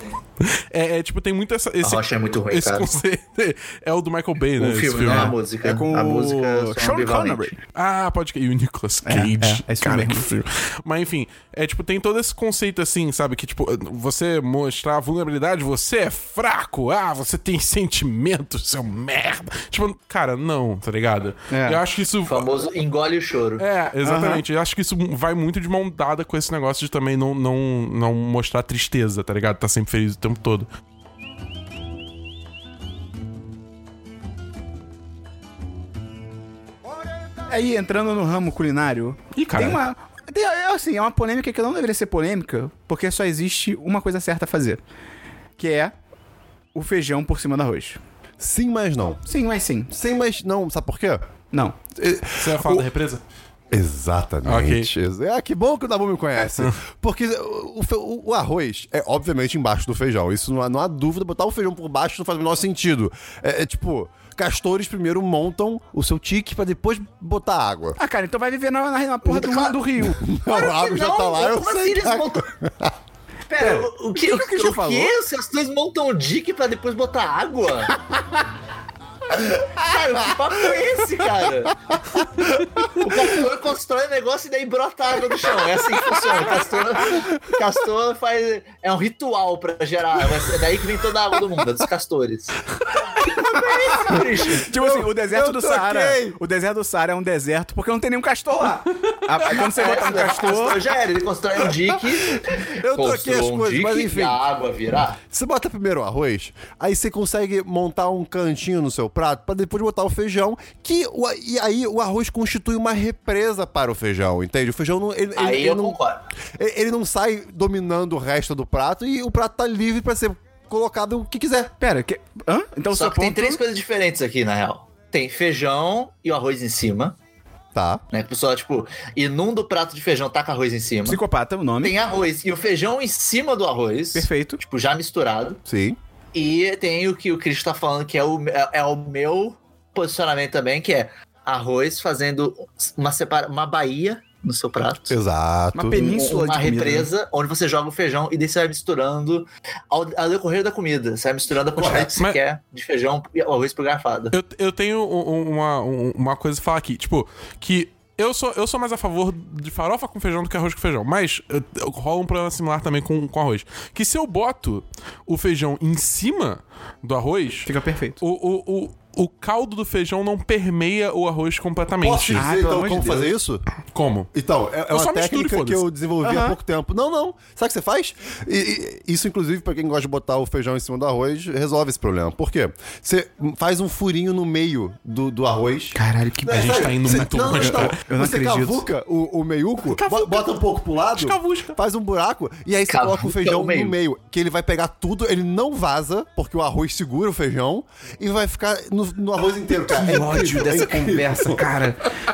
Speaker 4: É, é, tipo, tem muito essa, esse,
Speaker 1: A Rocha é muito ruim,
Speaker 4: esse
Speaker 1: cara.
Speaker 4: conceito. É o do Michael Bay, né?
Speaker 1: O
Speaker 4: esse
Speaker 1: um filme, não
Speaker 4: filme.
Speaker 1: a música.
Speaker 4: É com
Speaker 1: a
Speaker 4: o
Speaker 1: música é só
Speaker 4: Sean
Speaker 1: ambivalente.
Speaker 4: Connery. Ah, pode que. E o Nicolas Cage.
Speaker 2: é, é isso
Speaker 4: cara,
Speaker 2: mesmo.
Speaker 4: que filme. Mas enfim, é tipo, tem todo esse conceito assim, sabe? Que tipo, você mostrar vulnerabilidade, você é fraco, ah, você tem sentimentos, seu merda. Tipo, cara, não, tá ligado?
Speaker 2: É.
Speaker 4: Eu acho que isso.
Speaker 1: O famoso engole o choro.
Speaker 4: É, exatamente. Eu acho que isso vai muito de mão dada com esse negócio de também não, não, não mostrar tristeza, tá ligado? Tá sempre feliz o tempo todo.
Speaker 2: Aí, entrando no ramo culinário,
Speaker 4: Ih, cara.
Speaker 2: tem uma. Tem, é, assim, é uma polêmica que não deveria ser polêmica, porque só existe uma coisa certa a fazer. Que é o feijão por cima do arroz.
Speaker 3: Sim, mas não.
Speaker 2: Sim, mas sim.
Speaker 3: Sim, mas não. Sabe por quê?
Speaker 2: Não.
Speaker 4: Você vai falar da represa?
Speaker 3: Exatamente. Ex- Ah, que bom que o Dabu me conhece. Porque o, fe- o- o arroz é obviamente embaixo do feijão. Isso não há, não há dúvida. Botar o feijão por baixo não faz o menor sentido. É, é tipo, castores primeiro montam o seu tique pra depois botar água.
Speaker 2: Ah, cara, então vai viver na, na- na porra do, do rio.
Speaker 1: Claro
Speaker 3: o
Speaker 1: que
Speaker 3: água já tá lá, eu
Speaker 1: como
Speaker 3: sei
Speaker 1: assim
Speaker 3: É, que
Speaker 1: eles
Speaker 3: água-
Speaker 1: montam... Pera, o, o que, o,
Speaker 2: que que
Speaker 1: que, é
Speaker 2: o Christian
Speaker 1: o
Speaker 2: falou?
Speaker 1: que os castores montam o dick pra depois botar água? cara, que papo é esse, cara? O castor constrói o negócio e daí brota água do chão. É assim que funciona. O castor, o castor faz... É um ritual pra gerar água. É daí que vem toda a água do mundo, é dos castores. Que papo é esse, Christian?
Speaker 2: Tipo assim, o deserto
Speaker 3: eu
Speaker 2: do
Speaker 3: troquei.
Speaker 2: Saara. O deserto do Saara é um deserto porque não tem nenhum castor lá. Ah, Aí quando
Speaker 3: É,
Speaker 2: você botar um
Speaker 1: O
Speaker 2: castor.
Speaker 1: castor já era, ele constrói um dique.
Speaker 3: né? Eu troquei
Speaker 1: construa
Speaker 3: as
Speaker 1: um
Speaker 3: coisas, mas
Speaker 1: dique
Speaker 3: enfim.
Speaker 1: e a água virar.
Speaker 3: Você bota primeiro o arroz, aí você consegue montar um cantinho no seu prato pra depois botar o feijão, que o- e aí o arroz constitui uma represa para o feijão, entende? O feijão não, ele,
Speaker 1: Aí
Speaker 3: ele
Speaker 1: eu
Speaker 3: não,
Speaker 1: concordo.
Speaker 3: ele- ele não sai dominando o resto do prato e o prato tá livre pra ser colocado o que quiser.
Speaker 2: Pera, é que... hã? Então
Speaker 1: Só
Speaker 2: seu
Speaker 1: que tem
Speaker 2: ponto...
Speaker 1: três coisas diferentes aqui, na real. Tem feijão e o arroz em cima,
Speaker 3: Tá.
Speaker 1: né? Que o pessoal, tipo, inunda o prato de feijão, taca arroz em cima.
Speaker 2: Psicopata, o nome.
Speaker 1: Tem arroz e o feijão em cima do arroz.
Speaker 2: Perfeito.
Speaker 1: Tipo, já misturado.
Speaker 3: Sim.
Speaker 1: E tem o que o Cris tá falando, que é o, é, é o meu posicionamento também, que é arroz fazendo uma, separa, uma baía no seu prato.
Speaker 3: Exato.
Speaker 2: Uma península
Speaker 1: uma
Speaker 2: de comida. né?
Speaker 1: represa onde você joga o feijão e daí você vai misturando ao, ao decorrer da comida. Você vai misturando a quantidade que você
Speaker 4: Mas-
Speaker 1: quer de feijão e arroz por garfada.
Speaker 4: Eu, eu tenho um- um- uma, um- uma coisa a falar aqui, tipo, que eu sou, eu sou mais a favor de farofa com feijão do que arroz com feijão, mas eu- eu- rola um problema similar também com, com arroz. Que se eu boto o feijão em cima do arroz,
Speaker 2: Fica perfeito.
Speaker 4: o, o, o, o caldo do feijão não permeia o arroz completamente.
Speaker 3: Posso dizer,
Speaker 2: Ah, pelo
Speaker 3: então,
Speaker 2: amor de
Speaker 3: como
Speaker 2: Deus.
Speaker 3: fazer isso?
Speaker 4: Como?
Speaker 3: Então, é, é
Speaker 4: Eu só
Speaker 3: uma
Speaker 4: misturo e
Speaker 3: técnica que
Speaker 4: foda-se.
Speaker 3: eu desenvolvi há pouco tempo. Não, não. Sabe o que você faz? E- e- isso, inclusive, pra quem gosta de botar o feijão em cima do arroz, resolve esse problema. Por quê? Você faz um furinho no meio do, do arroz.
Speaker 2: Caralho, que...
Speaker 4: A gente tá indo
Speaker 3: Você-
Speaker 4: muito
Speaker 3: É, não,
Speaker 4: longe,
Speaker 3: não, não.
Speaker 4: cara.
Speaker 2: Eu não
Speaker 3: você
Speaker 2: acredito.
Speaker 3: cavuca o, o meiuco, bo- bota um pouco pro lado,
Speaker 4: Escavusca.
Speaker 3: faz um buraco, e aí você
Speaker 1: Cavuca
Speaker 3: coloca o feijão
Speaker 1: o
Speaker 3: no
Speaker 1: meio.
Speaker 3: meio, que ele vai pegar tudo, ele não vaza, porque o arroz segura o feijão, e vai ficar no, no arroz inteiro, cara.
Speaker 2: Que
Speaker 3: É
Speaker 2: ódio
Speaker 3: incrível, é
Speaker 2: dessa
Speaker 3: incrível.
Speaker 2: conversa, cara.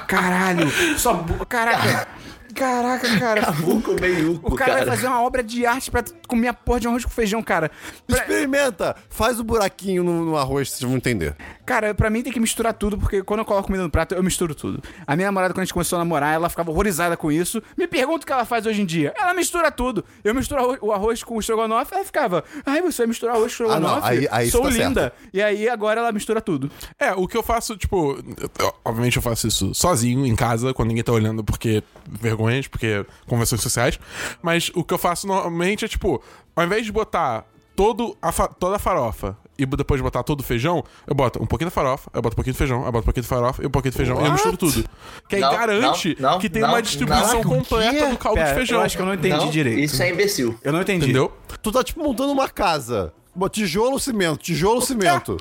Speaker 2: Caralho. Só... bu- Caraca. Caraca, cara.
Speaker 1: Cavuca o meiuco,
Speaker 2: O cara, assim vai fazer uma obra de arte pra comer a porra de um arroz com feijão, cara. Pra-
Speaker 3: Experimenta! Faz o buraquinho no, no arroz, vocês vão entender.
Speaker 2: Cara, pra mim tem que misturar tudo, porque quando eu coloco comida no prato, eu misturo tudo. A minha namorada, quando a gente começou a namorar, ela ficava horrorizada com isso. Me pergunta o que ela faz hoje em dia. Ela mistura tudo. Eu misturo arro- o arroz com o estrogonofe, ela ficava, ai, você vai misturar arroz com
Speaker 3: Ah, não,
Speaker 2: estrogonofe?
Speaker 3: aí- aí isso
Speaker 2: Sou
Speaker 3: tá certo.
Speaker 2: linda. E aí agora ela mistura tudo.
Speaker 4: É, o que eu faço, tipo, eu- obviamente eu faço isso sozinho, em casa, quando ninguém tá olhando, porque vergonhas, porque convenções sociais. Mas o que eu faço normalmente é, tipo, ao invés de botar todo a fa- toda a farofa e bo- depois de botar todo o feijão, eu boto um pouquinho da farofa, eu boto um pouquinho de feijão, eu boto um pouquinho de farofa e um pouquinho de feijão, e eu misturo tudo. Que aí
Speaker 1: Não,
Speaker 4: garante
Speaker 1: não, não,
Speaker 4: que tem
Speaker 1: não,
Speaker 4: uma
Speaker 1: não.
Speaker 4: distribuição
Speaker 1: Caraca, o
Speaker 4: completa do caldo de
Speaker 2: Pera,
Speaker 4: feijão.
Speaker 2: É, Eu acho que eu não entendi
Speaker 1: Não,
Speaker 2: direito.
Speaker 1: Isso é imbecil.
Speaker 2: Eu não entendi.
Speaker 4: Entendeu?
Speaker 3: Tu tá, tipo, montando uma casa. Bom, Tijolo, cimento, tijolo, cimento.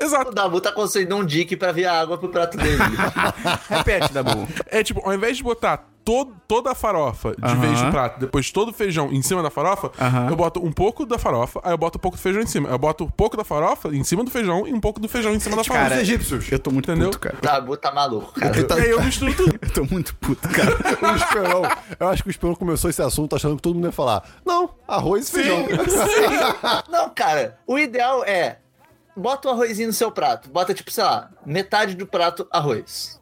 Speaker 4: Exato.
Speaker 1: O Dabu tá conseguindo um dique pra vir a água pro prato dele.
Speaker 2: Repete, Dabu.
Speaker 4: É tipo, ao invés de botar todo, toda a farofa de
Speaker 2: Aham.
Speaker 4: vez no prato, depois todo o feijão em cima da farofa,
Speaker 2: Aham.
Speaker 4: eu boto um pouco da farofa, aí eu boto um pouco do feijão em cima. Eu boto um pouco da farofa em cima do feijão e um pouco do feijão em cima da farofa.
Speaker 2: Cara,
Speaker 3: egípcios.
Speaker 2: eu tô muito
Speaker 4: Entendeu?
Speaker 2: puto, cara.
Speaker 1: o Dabu tá maluco, cara.
Speaker 3: Ele tá-
Speaker 4: E aí eu misturo tudo.
Speaker 2: Eu tô muito puto, cara.
Speaker 3: o Esperão. Eu acho que o Esperão começou esse assunto achando que todo mundo ia falar. Não, arroz e feijão.
Speaker 1: Não, cara, o ideal é. Bota o arrozinho no seu prato. Bota, tipo, sei lá, metade do prato arroz.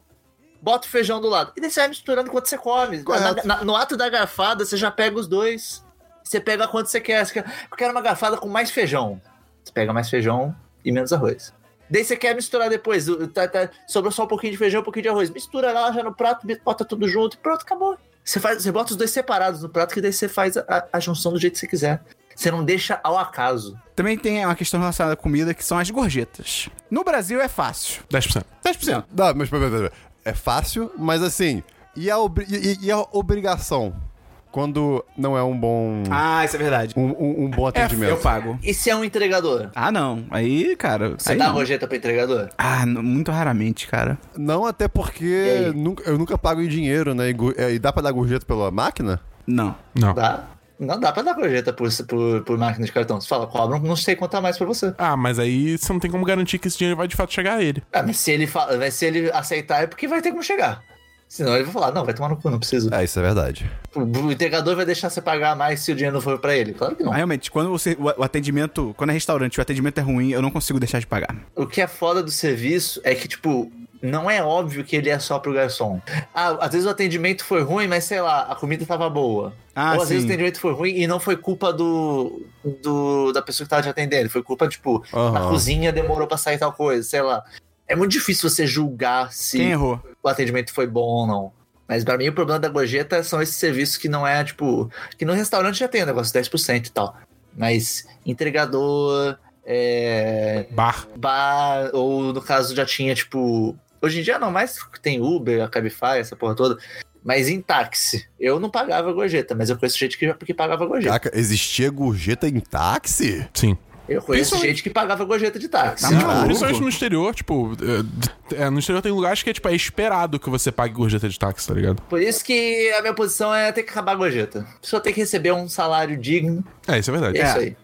Speaker 1: Bota o feijão do lado. E daí você vai misturando enquanto você come. Na-
Speaker 3: Correto.
Speaker 1: na- no ato da garfada, você já pega os dois. Você pega quanto você quer. Você quer eu quero uma garfada com mais feijão. Você pega mais feijão e menos arroz. Daí você quer misturar depois. o- Tá, tá, sobrou só um pouquinho de feijão, um pouquinho de arroz. Mistura lá já no prato, bota tudo junto e pronto, acabou. Você, faz, você bota os dois separados no prato, que daí você faz a- a, a junção do jeito que você quiser. Você não deixa ao acaso.
Speaker 2: Também tem uma questão relacionada à comida, que são as gorjetas. No Brasil é fácil.
Speaker 4: 10%.
Speaker 2: 10%.
Speaker 3: Não, mas pera, pera, pera. é fácil, mas assim, e a, obri- e- e- e a obrigação? Quando não é um bom.
Speaker 2: Ah, isso é verdade.
Speaker 3: Um, um- um bom
Speaker 2: É,
Speaker 3: atendimento.
Speaker 2: eu pago.
Speaker 1: E se é um entregador?
Speaker 2: Ah, não. Aí, cara.
Speaker 1: Você tá
Speaker 2: aí
Speaker 1: dá a
Speaker 2: não.
Speaker 1: gorjeta pro entregador?
Speaker 2: Ah, n- muito raramente, cara.
Speaker 3: Não, até
Speaker 1: E
Speaker 3: porque
Speaker 1: aí?
Speaker 3: nunca- eu nunca pago em dinheiro, né? E, gu- é, e dá pra dar gorjeta pela máquina?
Speaker 2: Não.
Speaker 4: Não.
Speaker 1: Dá? Não dá pra dar gorjeta por, por, por máquina de cartão. Você fala, cobra, não sei quanto a mais pra você.
Speaker 4: Ah, mas aí você não tem como garantir que esse dinheiro vai de fato chegar a ele.
Speaker 1: Ah, mas se ele, fala, mas se ele aceitar, é porque vai ter como chegar. Senão ele vai falar, não, vai tomar no cu, não preciso.
Speaker 3: É, isso é verdade.
Speaker 1: O, o entregador vai deixar você pagar mais se o dinheiro não for pra ele. Claro que não.
Speaker 2: Ah, realmente, quando você, o, o atendimento. Quando é restaurante e o atendimento é ruim, eu não consigo deixar de pagar.
Speaker 1: O que é foda do serviço é que, tipo, não é óbvio que ele é só pro garçom. Ah, às vezes o atendimento foi ruim, mas sei lá, a comida tava boa.
Speaker 2: Ah,
Speaker 1: Ou às vezes o
Speaker 2: sim.
Speaker 1: atendimento foi ruim e não foi culpa do, do da pessoa que tava te atendendo. Foi culpa, tipo,
Speaker 3: Aham.
Speaker 2: Ah.
Speaker 1: na cozinha demorou pra sair tal coisa, sei lá. É muito difícil você julgar se
Speaker 2: Quem é? errou?
Speaker 1: o atendimento foi bom ou não. Mas pra mim o problema da gorjeta são esses serviços que não é, tipo. Que no restaurante já tem o negócio 10% e tal. Mas entregador, é,
Speaker 4: Bar.
Speaker 1: bar, ou no caso já tinha, tipo. Hoje em dia não, mais tem Uber, a Cabify, essa porra toda. Mas em táxi, eu não pagava gorjeta, mas eu conheço gente que, que pagava gorjeta.
Speaker 3: Caraca, existia gorjeta em táxi?
Speaker 4: Sim.
Speaker 1: Eu conheço
Speaker 4: Principalmente-
Speaker 1: gente que pagava gorjeta de táxi.
Speaker 2: Tá
Speaker 4: Sim,
Speaker 2: Ah,
Speaker 4: tipo,
Speaker 2: maluco.
Speaker 4: principalmente no exterior, tipo. é, é, no exterior tem lugares que é, tipo, é esperado que você pague gorjeta de táxi, tá ligado?
Speaker 1: Por isso que a minha posição é ter que acabar a gorjeta. A pessoa tem que receber um salário digno,
Speaker 4: É, isso é
Speaker 1: é,
Speaker 4: verdade.
Speaker 1: isso aí.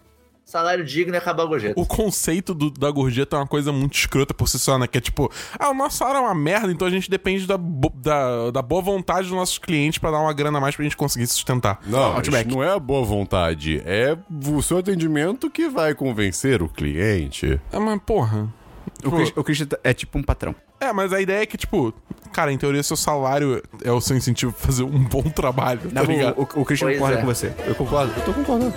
Speaker 1: Salário digno e acabar a gorjeta.
Speaker 4: O conceito do- da gorjeta é uma coisa muito escrota por si só, né? Que é tipo, ah, o nosso salário é uma merda, então a gente depende da, bo- da, da boa vontade dos nossos clientes pra dar uma grana a mais pra gente conseguir se sustentar.
Speaker 3: Não,
Speaker 2: Outback.
Speaker 3: isso não é a boa vontade. É o seu atendimento que vai convencer o cliente.
Speaker 4: É, mas porra.
Speaker 2: O,
Speaker 4: Tipo,
Speaker 2: Chris- o Christian é tipo um patrão.
Speaker 4: É, mas a ideia é que, tipo, cara, em teoria, seu salário é o seu incentivo pra fazer um bom trabalho,
Speaker 2: Não,
Speaker 4: tá ligado?
Speaker 2: o, o, o Christian
Speaker 1: Pois
Speaker 2: concorda
Speaker 1: é.
Speaker 2: com você.
Speaker 3: Eu concordo, eu tô concordando.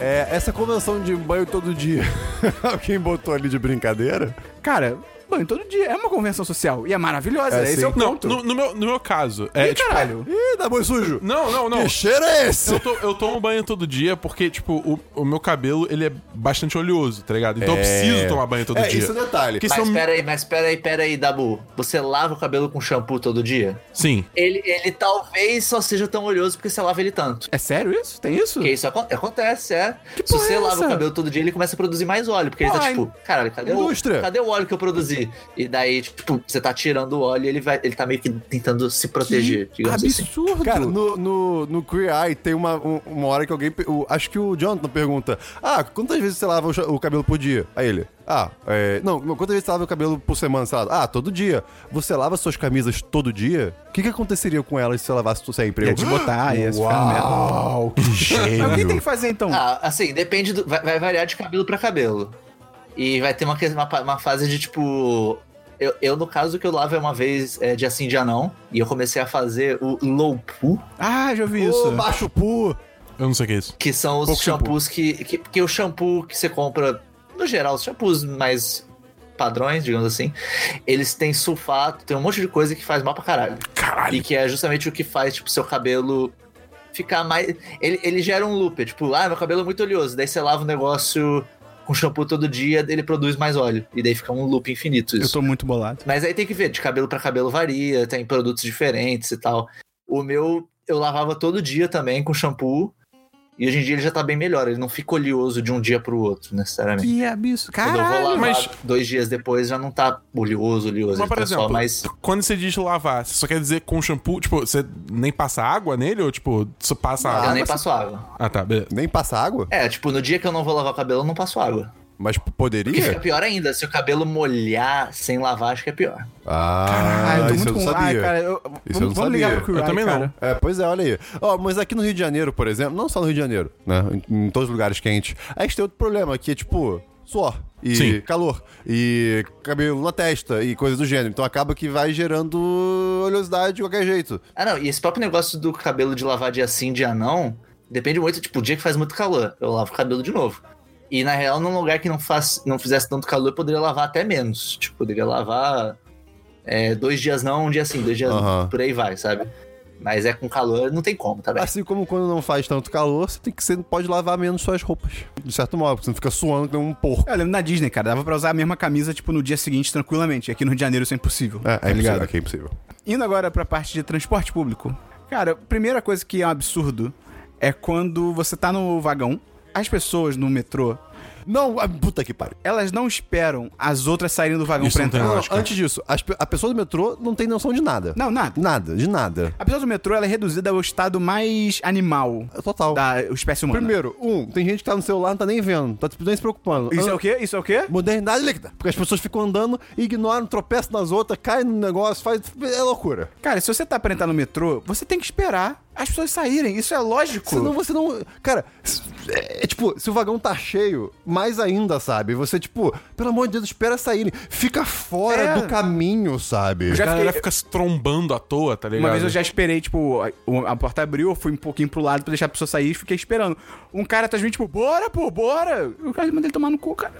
Speaker 3: É, essa convenção de banho todo dia, alguém botou ali de brincadeira?
Speaker 2: Cara, banho todo dia. É uma convenção social. E é maravilhosa.
Speaker 3: É,
Speaker 2: né? esse
Speaker 3: sim.
Speaker 2: é o
Speaker 4: Não,
Speaker 2: ponto.
Speaker 4: no, no meu, no meu caso, é.
Speaker 2: Ih,
Speaker 4: tipo,
Speaker 2: caralho.
Speaker 3: Ih, dá banho sujo!
Speaker 4: não, não, não.
Speaker 3: Que cheiro é esse?
Speaker 4: Eu, tô, eu tomo banho todo dia porque, tipo, o, o meu cabelo, ele é bastante oleoso, tá ligado? Então eu preciso tomar banho todo
Speaker 3: é,
Speaker 4: dia.
Speaker 3: isso é detalhe.
Speaker 4: Porque
Speaker 1: Mas
Speaker 4: senão-
Speaker 1: peraí, mas peraí, peraí, Dabu. Você lava o cabelo com shampoo todo dia?
Speaker 4: Sim.
Speaker 1: Ele, ele talvez só seja tão oleoso porque você lava ele tanto.
Speaker 2: É sério isso? Tem isso?
Speaker 1: Porque isso acon- acontece, é. Se
Speaker 2: porra
Speaker 1: você
Speaker 2: é
Speaker 1: lava
Speaker 2: essa?
Speaker 1: o cabelo todo dia, ele começa a produzir mais óleo. Porque ele tá
Speaker 2: Ai,
Speaker 1: tipo, caralho, cadê o,
Speaker 3: indústria.
Speaker 1: cadê o óleo que eu produzi? E daí, tipo, você tá tirando o óleo e ele, vai, ele tá meio que tentando se proteger, digamos assim.
Speaker 2: Absurdo.
Speaker 3: Cara, no, no, no Queer Eye tem uma, um- uma hora que alguém. pe- o- acho que o Jonathan pergunta: Ah, quantas vezes você lava o, cha- o cabelo por dia? Aí ele: Ah, é, não, não, quantas vezes você lava o cabelo por semana? Sei lá. Ah, todo dia. Você lava suas camisas todo dia? O que, que aconteceria com elas se você lavasse tu sempre?
Speaker 2: Ia
Speaker 3: Eu-
Speaker 2: desbotar, ia ficar uma merda.
Speaker 3: Uau, que
Speaker 2: Mas né?" É o que tem que
Speaker 3: gênio.
Speaker 2: fazer então?
Speaker 1: Ah, assim, depende do. Vai, vai variar de cabelo pra cabelo. E vai ter uma, que- uma, pa- uma fase de tipo. Eu, eu, no caso, que eu lavo é uma vez é, de assim de anão. E eu comecei a fazer o low poo,
Speaker 2: Ah, já ouvi
Speaker 3: Ô,
Speaker 2: isso.
Speaker 3: baixo pu.
Speaker 4: Eu não sei o que é isso.
Speaker 1: que são os
Speaker 2: Pouco shampoo.
Speaker 1: shampoos que, que. Porque o shampoo que você compra, no geral, os shampoos mais padrões, digamos assim, eles têm sulfato, tem um monte de coisa que faz mal pra caralho. E
Speaker 4: Caralho.
Speaker 1: que é justamente o que faz, tipo, seu cabelo ficar mais. Ele, ele gera um loop, é tipo, ah, meu cabelo é muito oleoso. Daí você lava o negócio com shampoo todo dia, ele produz mais óleo. E daí fica um loop infinito
Speaker 2: Eu
Speaker 1: isso.
Speaker 2: tô muito bolado.
Speaker 1: Mas aí tem que ver, de cabelo pra cabelo varia, tem produtos diferentes e tal. O meu, eu lavava todo dia também com shampoo. E hoje em dia ele já tá bem melhor, ele não fica oleoso de um dia pro outro, necessariamente.
Speaker 2: Que absurdo.
Speaker 1: Quando eu vou
Speaker 2: Caralho.
Speaker 1: lavar
Speaker 4: mas-
Speaker 1: dois dias depois, já não tá oleoso, oleoso.
Speaker 4: Mas,
Speaker 1: ele
Speaker 4: por
Speaker 1: tá
Speaker 4: exemplo,
Speaker 1: só mais.
Speaker 4: quando você diz lavar, você só quer dizer com shampoo, tipo, você nem passa água nele ou, tipo, só passa
Speaker 1: eu
Speaker 4: água?
Speaker 1: nem passo água.
Speaker 4: Ah, tá, beleza.
Speaker 3: Nem passa água?
Speaker 1: É, tipo, no dia que eu não vou lavar o cabelo, eu não passo água.
Speaker 3: Mas
Speaker 1: Porque fica
Speaker 3: poderia?
Speaker 1: pior ainda, se o cabelo molhar sem lavar, acho que é pior.
Speaker 3: Ah,
Speaker 2: Ah, eu tô
Speaker 3: isso
Speaker 2: muito
Speaker 3: eu não
Speaker 2: com...
Speaker 3: sabia.
Speaker 2: Ai, cara, eu...
Speaker 3: Isso eu não
Speaker 2: vamos, vamos ligar
Speaker 3: sabia.
Speaker 2: pro Kurai,
Speaker 4: Eu também não.
Speaker 2: cara.
Speaker 3: É, pois é, olha aí. Ó, mas aqui no Rio de Janeiro, por exemplo, não só no Rio de Janeiro, né? Em, em todos os lugares quentes, a gente tem outro problema, que é tipo. suor e
Speaker 4: Sim.
Speaker 3: calor e cabelo na testa e coisa do gênero. Então acaba que vai gerando oleosidade de qualquer jeito.
Speaker 1: Ah, não, e esse próprio negócio do cabelo de lavar dia sim, dia não, depende muito, tipo, o dia que faz muito calor, eu lavo o cabelo de novo. E na real, num lugar que não, faz, não fizesse tanto calor, eu poderia lavar até menos. Tipo, poderia lavar é, dois dias não, um dia sim, dois dias
Speaker 3: Aham.
Speaker 1: não, por aí vai, sabe? Mas é com calor, não tem como, tá ligado?
Speaker 3: Assim como quando não faz tanto calor, você tem que você pode lavar menos suas roupas. De certo modo, porque você não fica suando que nem um porco.
Speaker 2: Eu lembro na Disney, cara, dava pra usar a mesma camisa, tipo, no dia seguinte tranquilamente. E Aqui no Rio de Janeiro isso é impossível.
Speaker 3: É, é
Speaker 2: ligado?
Speaker 3: impossível. Aqui é impossível.
Speaker 2: Indo agora pra parte de transporte público. Cara, a primeira coisa que é um absurdo é quando você tá no vagão, as pessoas no metrô,
Speaker 3: Não, ah, puta que pariu.
Speaker 2: elas não esperam as outras saírem do vagão
Speaker 4: Isso
Speaker 2: pra
Speaker 4: não tem
Speaker 2: entrar.
Speaker 4: lógica.
Speaker 3: Não, antes disso, as pe- a pessoa do metrô não tem noção de nada.
Speaker 2: Não, nada.
Speaker 3: Nada, de nada.
Speaker 2: A pessoa do metrô ela é reduzida ao estado mais animal
Speaker 3: Total.
Speaker 2: da espécie humana.
Speaker 3: Primeiro, um, tem gente que tá no celular e não tá nem vendo, tá nem se preocupando.
Speaker 2: Isso
Speaker 3: Ah,
Speaker 2: é o quê? Isso é o quê?
Speaker 3: Modernidade líquida. Porque as pessoas ficam andando, ignoram, tropeçam nas outras, caem no negócio, faz. É loucura.
Speaker 2: Cara, se você tá pra entrar no metrô, você tem que esperar as pessoas saírem. Isso é lógico.
Speaker 3: Senão você não. Cara, s- é, é tipo, se o vagão tá cheio, mais ainda, sabe? Você, tipo, pelo amor de Deus, espera saírem. Fica fora
Speaker 2: É.
Speaker 3: do caminho, sabe?
Speaker 4: Já
Speaker 2: Já
Speaker 4: a galera
Speaker 2: fiquei-
Speaker 4: fica se trombando à toa, tá ligado?
Speaker 2: Uma
Speaker 3: né?
Speaker 2: vez eu já esperei, tipo, a- o- a porta abriu, eu fui um pouquinho pro lado pra deixar a pessoa sair e fiquei esperando. Um cara atrás de mim, tipo, bora, pô, bora! O cara mandei ele tomar no cu, cara.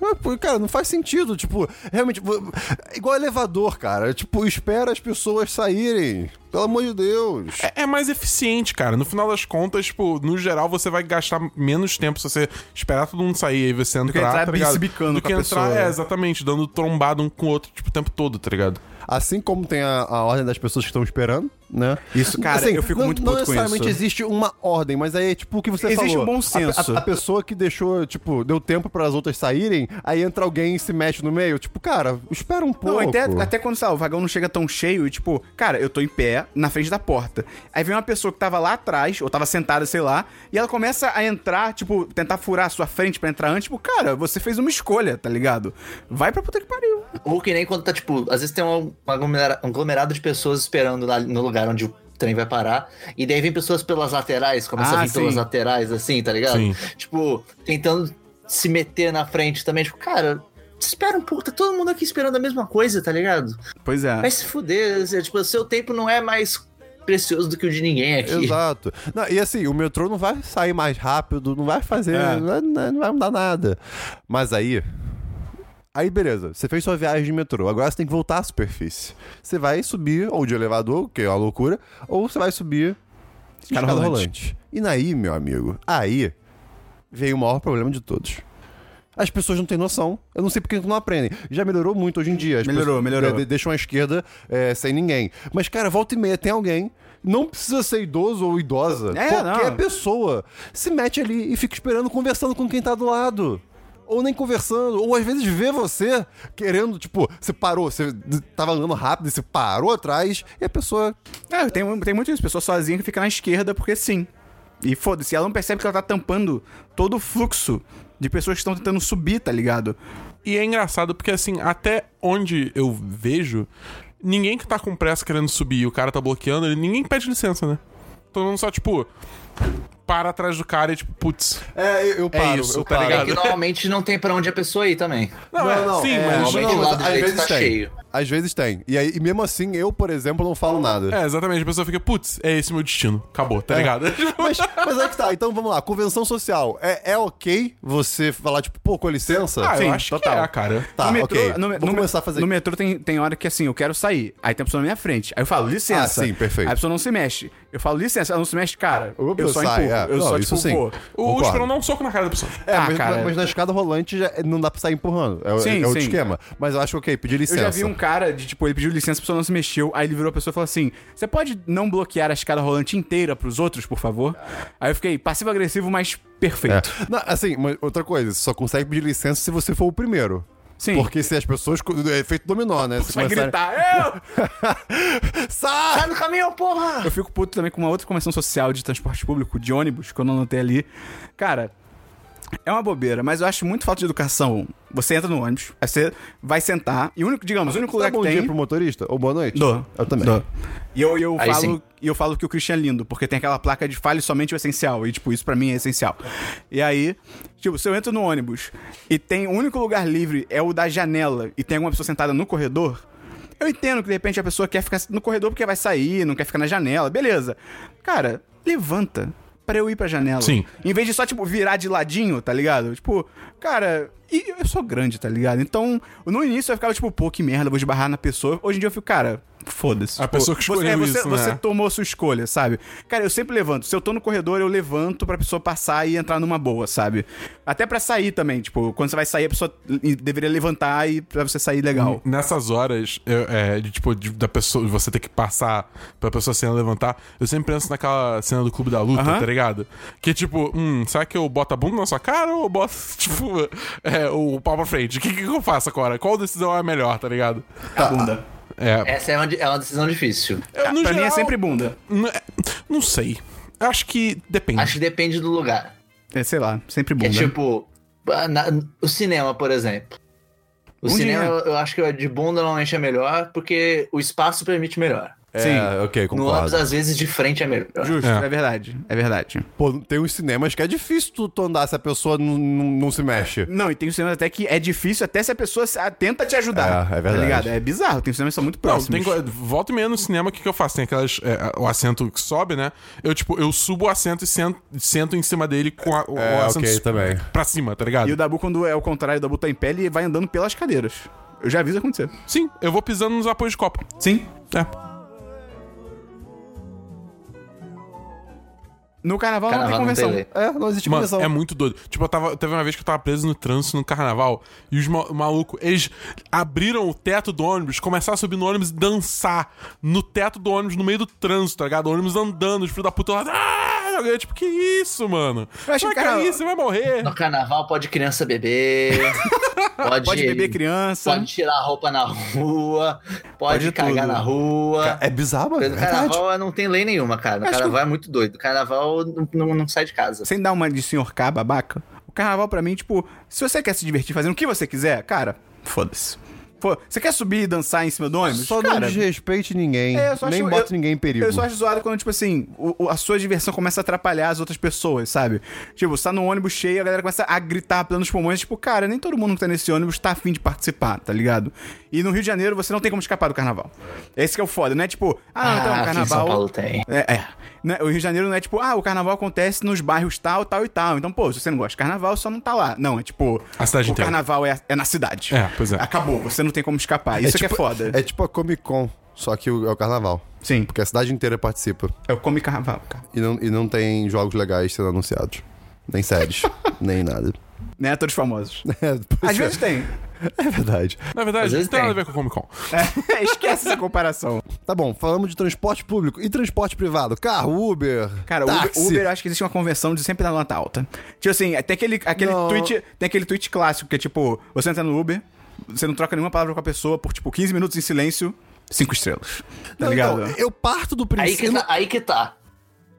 Speaker 3: Ué, pô, Cara, não faz sentido. Tipo, realmente. vo- é Igual elevador, cara. Tipo, espera as pessoas saírem. Pelo amor de Deus.
Speaker 4: É, é mais eficiente, cara. No final das contas, tipo, no geral, você vai gastar menos tempo se você esperar todo mundo sair aí você entrar,
Speaker 2: que entrar
Speaker 4: tá ligado?
Speaker 2: bicicando
Speaker 4: Do
Speaker 2: com
Speaker 4: que
Speaker 2: a
Speaker 4: entrar,
Speaker 2: pessoa. né?
Speaker 4: é, exatamente, dando trombado um com o outro, tipo, o tempo todo, tá ligado?
Speaker 3: Assim como tem a, a ordem das pessoas que estão esperando, né?
Speaker 2: Isso, cara, eu fico
Speaker 3: não,
Speaker 2: muito
Speaker 3: Não
Speaker 2: puto com
Speaker 3: necessariamente
Speaker 2: isso.
Speaker 3: existe uma ordem, mas aí é tipo o que você
Speaker 2: Existe
Speaker 3: falou.
Speaker 2: um bom
Speaker 3: A- a-
Speaker 2: senso.
Speaker 3: A, pessoa que deixou, tipo, deu tempo para as outras saírem, aí entra alguém e se mexe no meio. Tipo, cara, espera um
Speaker 2: Não, é
Speaker 3: pouco.
Speaker 2: até, até quando, sabe, o vagão não chega tão cheio e, tipo, cara, eu tô em pé na frente da porta. Aí vem uma pessoa que tava lá atrás, ou tava sentada, sei lá, e ela começa a entrar, tipo, tentar furar a sua frente pra entrar antes. Tipo, cara, você fez uma escolha, tá ligado? Vai pra puta que pariu.
Speaker 1: Ou que nem quando tá, tipo, às vezes tem um aglomera- um aglomerado de pessoas esperando na- no lugar onde o trem vai parar, e daí vem pessoas pelas laterais, começa
Speaker 2: Ah,
Speaker 1: a vir pelas
Speaker 2: sim.
Speaker 1: laterais, assim, tá ligado?
Speaker 4: Sim.
Speaker 1: Tipo, tentando se meter na frente também, tipo, cara, espera um pouco, tá todo mundo aqui esperando a mesma coisa, tá ligado?
Speaker 2: Pois é.
Speaker 1: Vai se fuder, assim, tipo, o seu tempo não é mais precioso do que o de ninguém aqui.
Speaker 3: Exato. Não, e assim, o metrô não vai sair mais rápido, não vai fazer,
Speaker 2: É.
Speaker 3: não, vai- né, não vai mudar nada. Mas aí. Aí, beleza, você fez sua viagem de metrô, agora você tem que voltar à superfície. Você vai subir ou de elevador, que é uma loucura, ou você vai subir de escada rolante. E daí, meu amigo, aí veio o maior problema de todos. As pessoas não têm noção. Eu não sei porque não aprendem. Já melhorou muito hoje em dia. As
Speaker 2: Melhorou,
Speaker 3: pessoas-
Speaker 2: melhorou.
Speaker 3: é, de- Deixam a esquerda é, sem ninguém. Mas, cara, volta e meia tem alguém. Não precisa ser idoso ou idosa.
Speaker 2: É,
Speaker 3: Qualquer
Speaker 2: não.
Speaker 3: pessoa se mete ali e fica esperando, conversando com quem tá do lado. Ou nem conversando, ou às vezes vê você querendo, tipo, você parou, você tava andando rápido e você parou atrás, e a pessoa
Speaker 2: É, tem, tem muito isso. Pessoa sozinha que fica na esquerda porque sim. E foda-se, ela não percebe que ela tá tampando todo o fluxo de pessoas que estão tentando subir, tá ligado?
Speaker 4: E é engraçado porque, assim, até onde eu vejo, ninguém que tá com pressa querendo subir e o cara tá bloqueando, ele, ninguém pede licença, né? Todo mundo só, tipo, para atrás do cara e, tipo, putz.
Speaker 3: É, eu, eu paro,
Speaker 4: isso,
Speaker 3: eu
Speaker 4: tá
Speaker 3: paro.
Speaker 1: É
Speaker 4: ligado?
Speaker 1: que normalmente não tem pra onde a pessoa ir também.
Speaker 4: Não, é, sim, mas.
Speaker 1: Normalmente o lado
Speaker 3: às
Speaker 1: direito
Speaker 3: vezes
Speaker 1: tá
Speaker 3: tem.
Speaker 1: cheio.
Speaker 3: Às vezes tem. E, aí, e mesmo assim, eu, por exemplo, não falo nada.
Speaker 4: É, exatamente. A pessoa fica, putz, é esse meu destino. Acabou, tá ligado?
Speaker 3: Mas, mas é que tá, então vamos lá, convenção social. É, é ok você falar, tipo, pô, com licença?
Speaker 4: ah,
Speaker 2: sim,
Speaker 4: eu acho
Speaker 2: total.
Speaker 4: que é, cara.
Speaker 3: Tá,
Speaker 2: no metrô,
Speaker 3: ok.
Speaker 2: no, me-
Speaker 3: Vou
Speaker 2: no me-
Speaker 3: começar a fazer.
Speaker 2: no metrô tem, tem hora que assim, eu quero sair. Aí tem a pessoa na minha frente. Aí eu falo, licença.
Speaker 3: Ah, sim, perfeito.
Speaker 2: Aí a pessoa não se mexe. Eu falo, licença, ela não se mexe, cara. Eu,
Speaker 3: eu
Speaker 2: só
Speaker 3: saio,
Speaker 2: empurro.
Speaker 3: é.
Speaker 2: Eu
Speaker 3: Não,
Speaker 2: só,
Speaker 3: isso
Speaker 2: tipo,
Speaker 3: sim.
Speaker 2: pô.
Speaker 4: O, o
Speaker 3: Concordo.
Speaker 4: esperão dá um soco na cara da pessoa.
Speaker 3: É,
Speaker 2: Ah,
Speaker 3: mas,
Speaker 2: cara.
Speaker 3: mas na escada rolante já é, não dá pra sair empurrando. É, o-
Speaker 2: Sim,
Speaker 3: é outro
Speaker 2: sim.
Speaker 3: esquema. Mas eu acho ok, pedir
Speaker 2: Eu
Speaker 3: licença.
Speaker 2: já vi um cara de, tipo, ele pediu licença, a pessoa não se mexeu. Aí ele virou a pessoa e falou assim: Você pode não bloquear a escada rolante inteira pros outros, por favor? Aí eu fiquei passivo-agressivo, mas
Speaker 3: É.
Speaker 2: perfeito.
Speaker 3: Não, assim, mas outra coisa, você só consegue pedir licença se você for o primeiro.
Speaker 2: Sim.
Speaker 3: Porque se as pessoas. É efeito dominó, né? Se
Speaker 2: Vai
Speaker 3: começarem-
Speaker 2: gritar, eu!
Speaker 3: Sai! Tá
Speaker 1: Sai do caminho, porra!
Speaker 2: Eu fico puto também com uma outra convenção social de transporte público, de ônibus, que eu não anotei ali. Cara, É uma bobeira, mas eu acho muito falta de educação. Você entra no ônibus, aí você vai sentar, e o único, digamos, o único
Speaker 3: Dá
Speaker 2: lugar
Speaker 3: Tá bom
Speaker 2: que
Speaker 3: dia
Speaker 2: tem.
Speaker 3: pro motorista? Ou boa noite?
Speaker 2: Dou.
Speaker 3: Eu também.
Speaker 2: Dou. E eu, eu,
Speaker 1: Aí
Speaker 2: falo,
Speaker 1: sim.
Speaker 2: e eu falo que o Christian é lindo, porque tem aquela placa de fale somente o essencial. E, tipo, isso pra mim é essencial. E aí, tipo, se eu entro no ônibus e tem o único lugar livre é o da janela e tem alguma pessoa sentada no corredor. Eu entendo que de repente a pessoa quer ficar no corredor porque vai sair, não quer ficar na janela, beleza. Cara, levanta pra eu ir pra janela.
Speaker 4: Sim.
Speaker 2: Em vez de só, tipo, virar de ladinho, tá ligado? Tipo, cara, e eu sou grande, tá ligado? Então, no início eu ficava, tipo, pô, que merda, eu vou esbarrar na pessoa. Hoje em dia eu fico, cara, foda-se.
Speaker 4: A pessoa que escolheu
Speaker 2: você, é, você,
Speaker 4: isso, né?
Speaker 2: você tomou sua escolha, sabe? Cara, eu sempre levanto. Se eu tô no corredor, eu levanto pra pessoa passar e entrar numa boa, sabe? Até pra sair também, tipo, quando você vai sair, a pessoa l- deveria levantar e pra você sair legal.
Speaker 4: Nessas horas, eu- é, de, tipo, de- da pessoa, de você ter que passar pra pessoa cena levantar, eu sempre penso naquela cena do Clube da Luta,
Speaker 2: Aham.
Speaker 4: tá ligado? Que tipo, hum, será que eu boto a bunda na sua cara ou eu boto, tipo, é, o pau pra frente? O que, que eu faço agora? Qual decisão é a melhor, tá ligado?
Speaker 2: Tá. Bunda.
Speaker 4: É.
Speaker 1: Essa é uma, de- é uma decisão difícil.
Speaker 4: Eu, no
Speaker 2: pra mim é
Speaker 4: geral,
Speaker 2: sempre bunda.
Speaker 4: Não, é- não sei. Eu Acho que depende.
Speaker 1: Acho que depende do lugar.
Speaker 2: É, sei lá, sempre
Speaker 1: É
Speaker 2: bunda.
Speaker 1: tipo, na- o cinema, por exemplo. O
Speaker 2: Bundinha.
Speaker 1: cinema, eu, eu acho que de bunda normalmente é melhor, porque o espaço permite melhor.
Speaker 3: É, ok,
Speaker 1: No ônibus,
Speaker 3: concordo.
Speaker 1: às vezes, de frente é melhor.
Speaker 2: Justo,
Speaker 4: É.
Speaker 2: é verdade. É verdade.
Speaker 3: Pô, tem uns cinemas que é difícil tu, tu andar se a pessoa não- não não se mexe.
Speaker 2: Não, e tem uns cinemas até que é difícil até se a pessoa se- ah, tenta te ajudar.
Speaker 3: É, é verdade.
Speaker 2: Tá ligado? É bizarro, tem uns cinemas que são muito
Speaker 4: Não,
Speaker 2: próximos.
Speaker 4: tem, co- volta e meia no cinema, o que, que eu faço? Tem aquelas. é, o assento que sobe, né? Eu, tipo, eu subo o assento e sento, sento em cima dele com a- o,
Speaker 3: É,
Speaker 4: o assento
Speaker 3: ok,
Speaker 4: su-
Speaker 3: também.
Speaker 4: pra cima, tá ligado?
Speaker 2: E o Dabu, quando é o contrário, o Dabu tá em pé, ele vai andando pelas cadeiras. Eu já aviso acontecer.
Speaker 4: Sim, eu vou pisando nos apoios de copo.
Speaker 2: Sim.
Speaker 4: É.
Speaker 2: No carnaval,
Speaker 1: Carnaval
Speaker 2: não
Speaker 1: não
Speaker 2: tem convenção.
Speaker 1: tem lei.
Speaker 3: É, não existe
Speaker 4: Mano,
Speaker 3: convenção.
Speaker 4: é muito doido. Tipo, eu tava, teve uma vez que eu tava preso no trânsito no carnaval e os ma malucos, eles abriram o teto do ônibus, começaram a subir no ônibus e dançar no teto do ônibus, no meio do trânsito, tá ligado? O ônibus andando, os filhos da puta lá. Ah! Eu, tipo, que isso, mano?
Speaker 2: Eu acho
Speaker 4: vai
Speaker 2: que o cara-
Speaker 4: cair, você vai morrer.
Speaker 1: No carnaval pode criança beber. Pode,
Speaker 2: Pode beber criança.
Speaker 1: Pode tirar a roupa na rua. Pode,
Speaker 2: Pode
Speaker 1: cagar
Speaker 2: tudo.
Speaker 1: na rua.
Speaker 3: É bizarro, mano. é
Speaker 1: No
Speaker 3: verdade.
Speaker 1: carnaval não tem lei nenhuma, cara. No
Speaker 2: Acho
Speaker 1: carnaval é muito doido. No carnaval não, não- não sai de casa.
Speaker 2: Sem dar uma de senhor K, babaca. O carnaval, pra mim, tipo, se você quer se divertir fazendo o que você quiser, cara, foda-se. Fo- Você quer subir e dançar em cima do ônibus?
Speaker 3: Só um
Speaker 2: cara,
Speaker 3: não desrespeite ninguém.
Speaker 2: É, eu só
Speaker 3: nem
Speaker 2: acho-
Speaker 3: bota
Speaker 2: eu-
Speaker 3: ninguém em perigo.
Speaker 2: Eu só acho zoado quando, tipo assim, o- o- a sua diversão começa a atrapalhar as outras pessoas, sabe? Tipo, você tá num ônibus cheio, a galera começa a gritar pelos pulmões, tipo, cara, nem todo mundo que tá nesse ônibus tá afim de participar, tá ligado? E no Rio de Janeiro você não tem como escapar do carnaval. Esse que é o foda, não é tipo, ah,
Speaker 1: aqui
Speaker 2: então,
Speaker 1: em São
Speaker 2: carnaval.
Speaker 1: Paulo tem.
Speaker 2: É, é. Né, O Rio de Janeiro não é tipo, ah, o carnaval acontece nos bairros tal, tal e tal. Então, pô, se você não gosta de carnaval, só não tá lá. Não, é tipo.
Speaker 4: A cidade
Speaker 2: o
Speaker 4: inteira.
Speaker 2: carnaval é, é na cidade.
Speaker 4: É, pois é.
Speaker 2: Acabou, você não tem como escapar. Isso é, que é foda.
Speaker 3: É tipo a Comic Con, só que o- é o carnaval.
Speaker 2: Sim,
Speaker 3: Porque a cidade inteira participa.
Speaker 2: eu come carnaval, cara.
Speaker 3: E não, e não tem jogos legais sendo anunciados. Nem séries, nem nada.
Speaker 2: Né, todos famosos.
Speaker 3: É, pois
Speaker 2: Às
Speaker 3: é.
Speaker 2: vezes tem.
Speaker 3: é verdade.
Speaker 4: Na verdade,
Speaker 1: Às
Speaker 4: não
Speaker 1: vezes
Speaker 4: tem nada a
Speaker 1: tem.
Speaker 4: ver com o Comic Con.
Speaker 2: É, esquece essa comparação.
Speaker 3: Tá bom, falamos de transporte público e transporte privado. Carro, Uber.
Speaker 2: Cara, o Uber,
Speaker 3: táxi.
Speaker 2: Uber, é eu acho que existe uma convenção de sempre dar nota alta. Tipo assim, tem aquele, aquele
Speaker 3: Não.
Speaker 2: tweet. Tem aquele tweet clássico que é tipo, você entra no Uber, você não troca nenhuma palavra com a pessoa por tipo 15 minutos em silêncio, cinco estrelas. Tá
Speaker 3: Não,
Speaker 2: ligado?
Speaker 3: então, eu parto do
Speaker 1: Aí que
Speaker 3: princípio.
Speaker 1: tá. Aí que tá.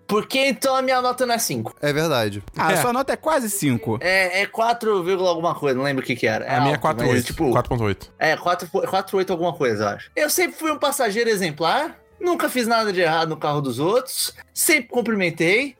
Speaker 1: Por que então a minha nota não é 5?
Speaker 3: É verdade.
Speaker 2: Ah,
Speaker 4: É.
Speaker 2: sua nota é quase 5.
Speaker 1: É, é 4, vírgula alguma coisa, não lembro o que que era. É
Speaker 4: A minha é
Speaker 1: alto,
Speaker 4: 4.8.
Speaker 1: mas, Tipo,
Speaker 4: 4.8.
Speaker 1: É, 4,8 alguma coisa, eu acho. Eu sempre fui um passageiro exemplar, nunca fiz nada de errado no carro dos outros, sempre cumprimentei,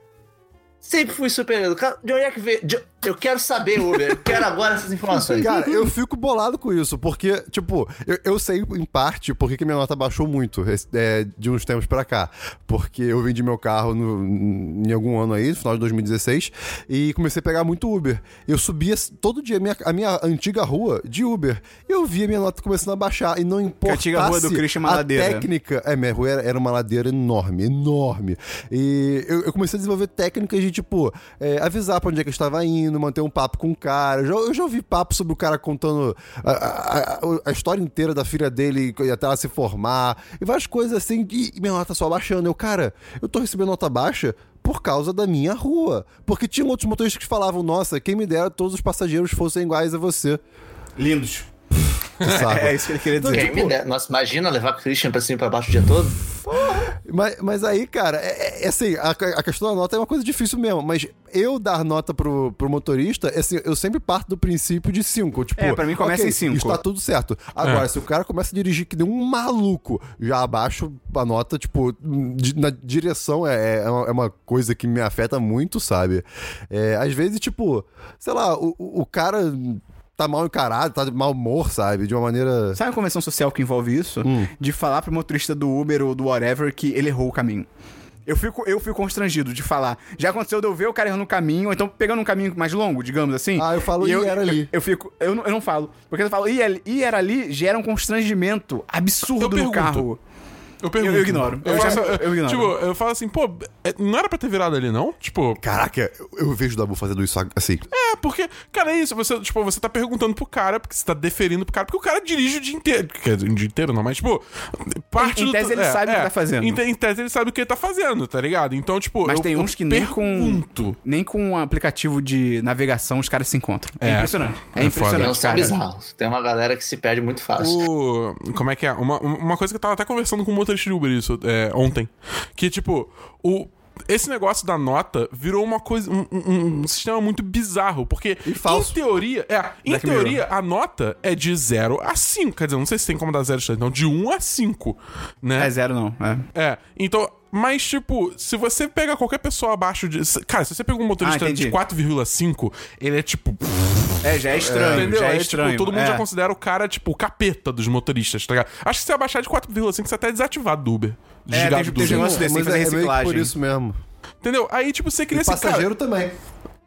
Speaker 1: sempre fui super educado. De onde é que veio? de- Eu quero saber, Uber, eu quero agora essas informações.
Speaker 3: Cara, eu fico bolado com isso, porque, tipo, eu, eu sei em parte porque que minha nota baixou muito esse- é, de uns tempos pra cá. Porque eu vendi meu carro no- em algum ano aí, no final de 2016, e comecei a pegar muito Uber. Eu subia s- todo dia a minha, a minha antiga rua de Uber. E eu via minha nota começando a baixar, e não importasse
Speaker 2: antiga rua do Christian é uma
Speaker 3: a
Speaker 2: ladeira.
Speaker 3: técnica. É, minha rua era, era uma ladeira enorme, enorme. E eu, eu comecei a desenvolver técnicas de, tipo, é, avisar pra onde é que eu estava indo, manter um papo com o cara. Eu já, eu já ouvi papo sobre o cara contando a, a- a- a história inteira da filha dele e até ela se formar. E várias coisas assim. E minha nota só baixando. Eu, cara, eu tô recebendo nota baixa. Por causa da minha rua. Porque tinham outros motoristas que falavam: Nossa, quem me dera todos os passageiros fossem iguais a você.
Speaker 2: Lindos.
Speaker 3: Que saco.
Speaker 2: É isso que ele queria dizer.
Speaker 3: Tipo-
Speaker 1: Quem me der- Nossa, imagina levar Christian pra cima e pra baixo o dia todo?
Speaker 3: Mas, mas aí, cara, é, é assim, a, a questão da nota é uma coisa difícil mesmo, mas eu dar nota pro, pro motorista, é assim, eu sempre parto do princípio de 5. Tipo,
Speaker 2: É, pra mim começa
Speaker 3: ok,
Speaker 2: em cinco.
Speaker 3: Isso tá tudo certo. Agora, se o cara começa a dirigir que nem um maluco, já abaixo a nota, tipo, di- na direção é, é uma- é uma coisa que me afeta muito, sabe? É, às vezes, tipo, sei lá, o, o o cara tá mal encarado, tá de mau humor, sabe? De uma maneira.
Speaker 2: Sabe a convenção social que envolve isso? De falar pro motorista do Uber ou do whatever que ele errou o caminho. Eu fico, eu fico constrangido de falar. Já aconteceu de eu ver o cara errando o caminho, ou então pegando um caminho mais longo, digamos assim.
Speaker 3: Ah, eu falo,
Speaker 2: e
Speaker 3: "Ih, era ali."
Speaker 2: Eu, fico, eu não, eu não falo. Porque eu falo, "Ih, ali- ih, era ali, gera um constrangimento absurdo
Speaker 4: Eu
Speaker 2: no
Speaker 4: pergunto.
Speaker 2: carro.
Speaker 4: Eu pergunto.
Speaker 2: Eu- eu ignoro.
Speaker 4: Eu,
Speaker 2: Eu já-
Speaker 4: faço-
Speaker 2: eu ignoro.
Speaker 4: Tipo, eu falo assim, pô, é- não era pra ter virado ali, não? Tipo,
Speaker 3: Caraca, eu- eu vejo o Dabu fazendo isso assim.
Speaker 4: é, porque, cara, é isso. Você, tipo, você tá perguntando pro cara, porque você tá deferindo pro cara, porque o cara dirige o dia inteiro. Quer dizer, o dia inteiro não, mas, tipo, parte
Speaker 2: Em- em
Speaker 4: do. é,
Speaker 2: tese ele sabe o que tá fazendo.
Speaker 4: Em, te- em tese ele sabe o que ele tá fazendo, tá ligado? Então, tipo.
Speaker 2: Mas
Speaker 4: eu-
Speaker 2: tem
Speaker 4: eu
Speaker 2: uns que nem com.
Speaker 4: pergunto.
Speaker 2: Nem com um aplicativo de navegação os caras se encontram. É,
Speaker 4: É.
Speaker 2: impressionante. É,
Speaker 4: É
Speaker 1: Tem
Speaker 4: foda.
Speaker 2: impressionante,
Speaker 1: uns que são
Speaker 2: cara.
Speaker 1: bizarros. Tem uma galera que se perde muito fácil.
Speaker 4: O- Como é que é? Uma, uma coisa que eu tava até conversando com o motorista de Uber isso, é, ontem. Que, tipo, o. Esse negócio da nota virou uma coisa. Um, um- um sistema muito bizarro. Porque,
Speaker 3: falso.
Speaker 4: em teoria. É, em
Speaker 2: Black
Speaker 4: teoria, a nota é de 0 a 5. Quer dizer, eu não sei se tem como dar 0 a 3, não. De 1 a 5. Né?
Speaker 2: É zero, não. É.
Speaker 4: É, então. Mas, tipo, se você pega qualquer pessoa abaixo de. se- Cara, se você pega um motorista
Speaker 2: Ah, entendi.
Speaker 4: de 4,5, ele é tipo.
Speaker 2: É, já é estranho.
Speaker 4: Entendeu?
Speaker 2: Já é,
Speaker 4: É, tipo,
Speaker 2: estranho.
Speaker 4: todo mundo
Speaker 2: é.
Speaker 4: já considera o cara, tipo, o capeta dos motoristas, tá ligado? Acho que se abaixar de 4,5, você até é desativado do Uber. Desligado
Speaker 2: É, tem-
Speaker 4: do
Speaker 2: tem
Speaker 4: Uber.
Speaker 2: negócio- desse,
Speaker 3: mas
Speaker 2: fazer
Speaker 3: é, é meio que
Speaker 2: reciclagem.
Speaker 3: por isso mesmo.
Speaker 4: Entendeu? Aí, tipo, você
Speaker 3: E
Speaker 4: cria esse
Speaker 3: passageiro
Speaker 4: cara...
Speaker 3: também.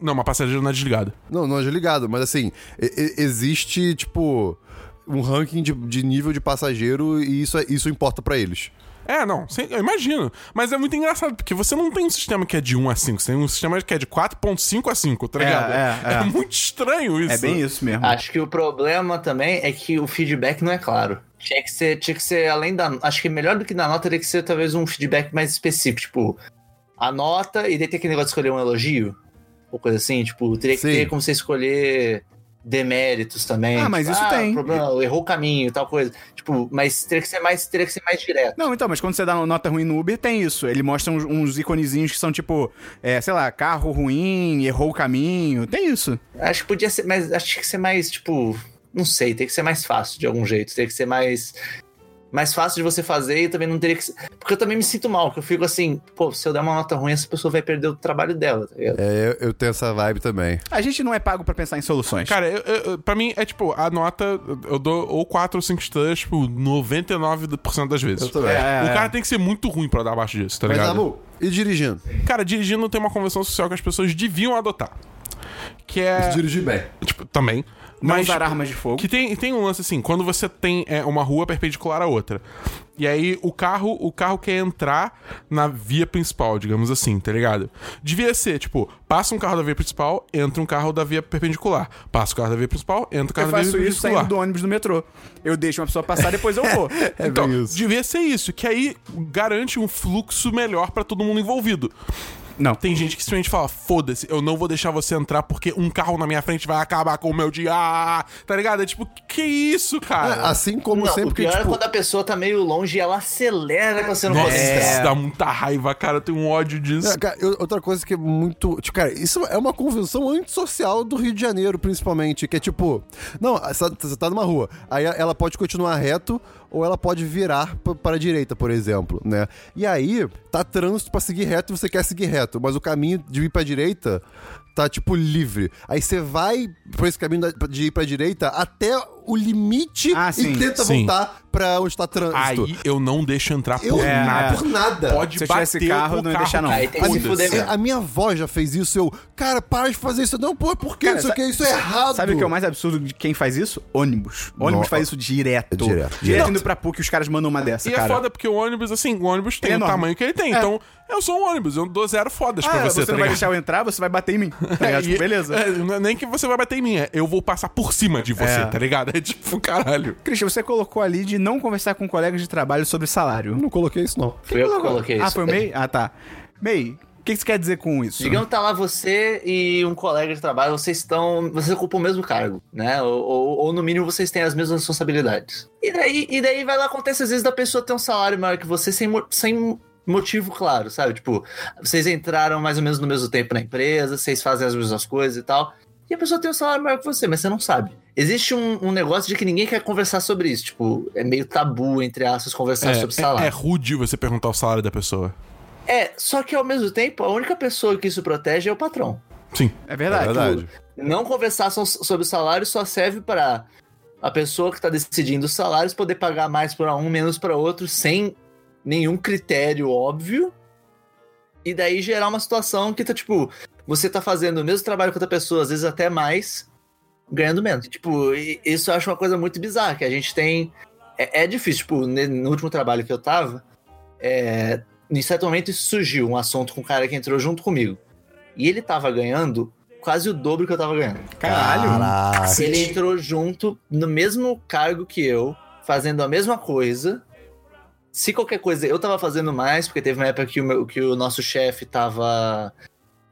Speaker 4: Não, mas passageiro não é desligado.
Speaker 3: Não, não é ligado, mas assim, e- e- existe, tipo, um ranking de, de nível de passageiro e isso, é- isso importa pra eles.
Speaker 4: É, não, sem- eu imagino. Mas é muito engraçado, porque você não tem um sistema que é de 1 a 5, você tem um sistema que é de 4.5 a 5, tá
Speaker 2: É,
Speaker 4: ligado?
Speaker 2: é, é.
Speaker 4: muito estranho isso.
Speaker 2: É bem isso mesmo.
Speaker 1: Acho que o problema também é que o feedback não é claro. Tinha que ser, tinha que ser além da. Acho que melhor do que na nota teria que ser talvez um feedback mais específico, tipo, a nota e daí tem aquele negócio de escolher um elogio. Ou coisa assim, tipo, teria que
Speaker 3: Sim.
Speaker 1: ter como você escolher deméritos também.
Speaker 2: Ah, mas
Speaker 1: Tipo,
Speaker 2: isso tem.
Speaker 1: Problema, errou o caminho e tal coisa. Tipo, mas teria que ser mais, teria que ser mais direto.
Speaker 2: Não, então, mas quando você dá uma nota ruim no Uber, tem isso. Ele mostra uns, uns iconezinhos que são tipo, é, sei lá, carro ruim, errou o caminho. Tem isso.
Speaker 1: Acho que podia ser, mas acho que tinha que ser mais, tipo, não sei, tem que ser mais fácil de algum jeito, tem que ser mais mais fácil de você fazer e também não teria que ser... porque eu também me sinto mal, que eu fico assim, pô, se eu der uma nota ruim, essa pessoa vai perder o trabalho dela, tá ligado?
Speaker 3: É, eu, eu tenho essa vibe também.
Speaker 2: A gente não é pago pra pensar em soluções.
Speaker 4: Cara, eu, eu- eu- pra mim é tipo, a nota eu dou ou 4 ou 5 estrelas, tipo, 99% das vezes.
Speaker 3: também.
Speaker 2: É,
Speaker 4: o
Speaker 2: é.
Speaker 4: cara tem que ser muito ruim pra dar abaixo disso, tá
Speaker 3: Mas,
Speaker 4: ligado?
Speaker 3: Dabu, e dirigindo?
Speaker 4: Cara, dirigindo tem uma convenção social que as pessoas deviam adotar. Que é.
Speaker 3: Dirigir bem.
Speaker 4: Tipo, também.
Speaker 2: não
Speaker 4: Mas. tipo,
Speaker 2: usar armas de fogo.
Speaker 4: Que tem, tem um lance assim, quando você tem é, uma rua perpendicular à outra. E aí o carro, o carro quer entrar na via principal, digamos assim, tá ligado? Devia ser, tipo, passa um carro da via principal, entra um carro da via perpendicular. Passa o carro da via principal, entra o carro
Speaker 2: Eu
Speaker 4: da via
Speaker 2: faço isso
Speaker 4: perpendicular.
Speaker 2: saindo do ônibus do metrô. Eu deixo uma pessoa passar, depois eu vou.
Speaker 4: então,
Speaker 3: bem isso.
Speaker 4: devia ser isso, que aí garante um fluxo melhor pra todo mundo envolvido.
Speaker 2: Não.
Speaker 4: Tem gente que simplesmente fala: foda-se, eu não vou deixar você entrar porque um carro na minha frente vai acabar com o meu dia. Tá ligado? É tipo, que isso, cara?
Speaker 3: Assim como
Speaker 1: Não,
Speaker 3: sempre
Speaker 1: o pior
Speaker 3: que,
Speaker 1: é
Speaker 3: tipo,
Speaker 1: quando a pessoa tá meio longe e ela acelera pra você não
Speaker 4: Nossa,
Speaker 1: conseguir.
Speaker 4: isso dá muita raiva, cara. Eu tenho um ódio disso.
Speaker 3: É, cara, eu- outra coisa que é muito. Tipo, cara, isso é uma convenção antissocial do Rio de Janeiro, principalmente. Que é tipo. Não, essa- você tá numa rua. Aí ela pode continuar reto ou ela pode virar p- para a direita, por exemplo, né? E aí, tá trânsito pra seguir reto e você quer seguir reto, mas o caminho de ir pra direita tá, tipo, livre. Aí você vai por esse caminho da- de ir pra direita até o limite
Speaker 2: Ah, sim,
Speaker 3: e tenta
Speaker 4: sim.
Speaker 3: voltar pra onde tá trânsito.
Speaker 4: Aí eu não deixo entrar por
Speaker 3: eu,
Speaker 4: nada.
Speaker 3: por nada.
Speaker 4: Pode
Speaker 2: Se eu tivesse
Speaker 4: bater
Speaker 2: carro,
Speaker 4: com o
Speaker 2: não ia deixar, não.
Speaker 1: Aí tem que se
Speaker 4: Foda-se.
Speaker 1: fuder
Speaker 3: É,
Speaker 1: mesmo.
Speaker 3: a minha avó já fez isso. Eu, cara, para de fazer isso. Não, pô, por que
Speaker 2: Cara,
Speaker 3: isso
Speaker 2: sa-
Speaker 3: aqui? Isso é errado.
Speaker 2: Sabe o que é o mais absurdo de quem faz isso? Ônibus. Ônibus
Speaker 3: Nossa.
Speaker 2: faz isso direto.
Speaker 3: É direto,
Speaker 2: Direto,
Speaker 3: direto.
Speaker 2: indo pra PUC, os caras mandam uma dessa,
Speaker 4: E
Speaker 2: cara.
Speaker 4: é foda porque o ônibus, assim, o ônibus tem
Speaker 2: Ele é
Speaker 4: o
Speaker 2: enorme.
Speaker 4: tamanho que ele tem.
Speaker 2: É.
Speaker 4: Então, eu sou um ônibus, eu dou zero fodas
Speaker 2: Ah,
Speaker 4: pra
Speaker 2: você,
Speaker 4: você, tá
Speaker 2: não vai
Speaker 4: ligado?
Speaker 2: deixar eu entrar, você vai bater em mim. Tá ligado? Tipo,
Speaker 4: E-
Speaker 2: beleza.
Speaker 4: é, n- nem que você vai bater em mim, é, eu vou passar por cima de você,
Speaker 2: É.
Speaker 4: tá ligado? É tipo, caralho.
Speaker 2: Christian, você colocou ali de não conversar com colegas de trabalho sobre salário.
Speaker 3: Eu não coloquei isso, não.
Speaker 1: Fui eu que coloquei
Speaker 2: Ah,
Speaker 1: isso.
Speaker 2: foi o May? Ah, tá. May, o que que você quer dizer com isso?
Speaker 1: Digamos que tá lá você e um colega de trabalho, vocês estão. Vocês ocupam o mesmo cargo, né? Ou, ou- ou, no mínimo vocês têm as mesmas responsabilidades. E daí, e daí vai lá, acontece às vezes da pessoa ter um salário maior que você sem, mo- sem motivo claro, sabe? Tipo, vocês entraram mais ou menos no mesmo tempo na empresa, vocês fazem as mesmas coisas e tal. E a pessoa tem um salário maior que você, mas você não sabe. Existe um, um negócio de que ninguém quer conversar sobre isso. Tipo, é meio tabu, entre aspas, conversar sobre
Speaker 4: É, é
Speaker 1: salário.
Speaker 4: rude você perguntar o salário da pessoa.
Speaker 1: É. só que ao mesmo tempo, a única pessoa que isso protege é o patrão.
Speaker 4: Sim.
Speaker 2: É
Speaker 3: É
Speaker 2: verdade.
Speaker 3: verdade.
Speaker 1: Não conversar so- sobre o salário só serve para a pessoa que está decidindo os salários poder pagar mais para um, menos para outro, sem nenhum critério óbvio. E daí gerar uma situação que tá tipo, você tá fazendo o mesmo trabalho que outra pessoa, às vezes até mais, ganhando menos. Tipo, e- isso eu acho uma coisa muito bizarra, que a gente tem. É, é difícil, tipo, ne- no último trabalho que eu tava, é, em certo momento isso surgiu um assunto com um cara que entrou junto comigo. E ele tava ganhando quase o dobro que eu tava ganhando.
Speaker 3: Caraca.
Speaker 1: Se ele entrou junto no mesmo cargo que eu, fazendo a mesma coisa. Se qualquer coisa eu tava fazendo mais, porque teve uma época que o, meu- que o nosso chefe tava.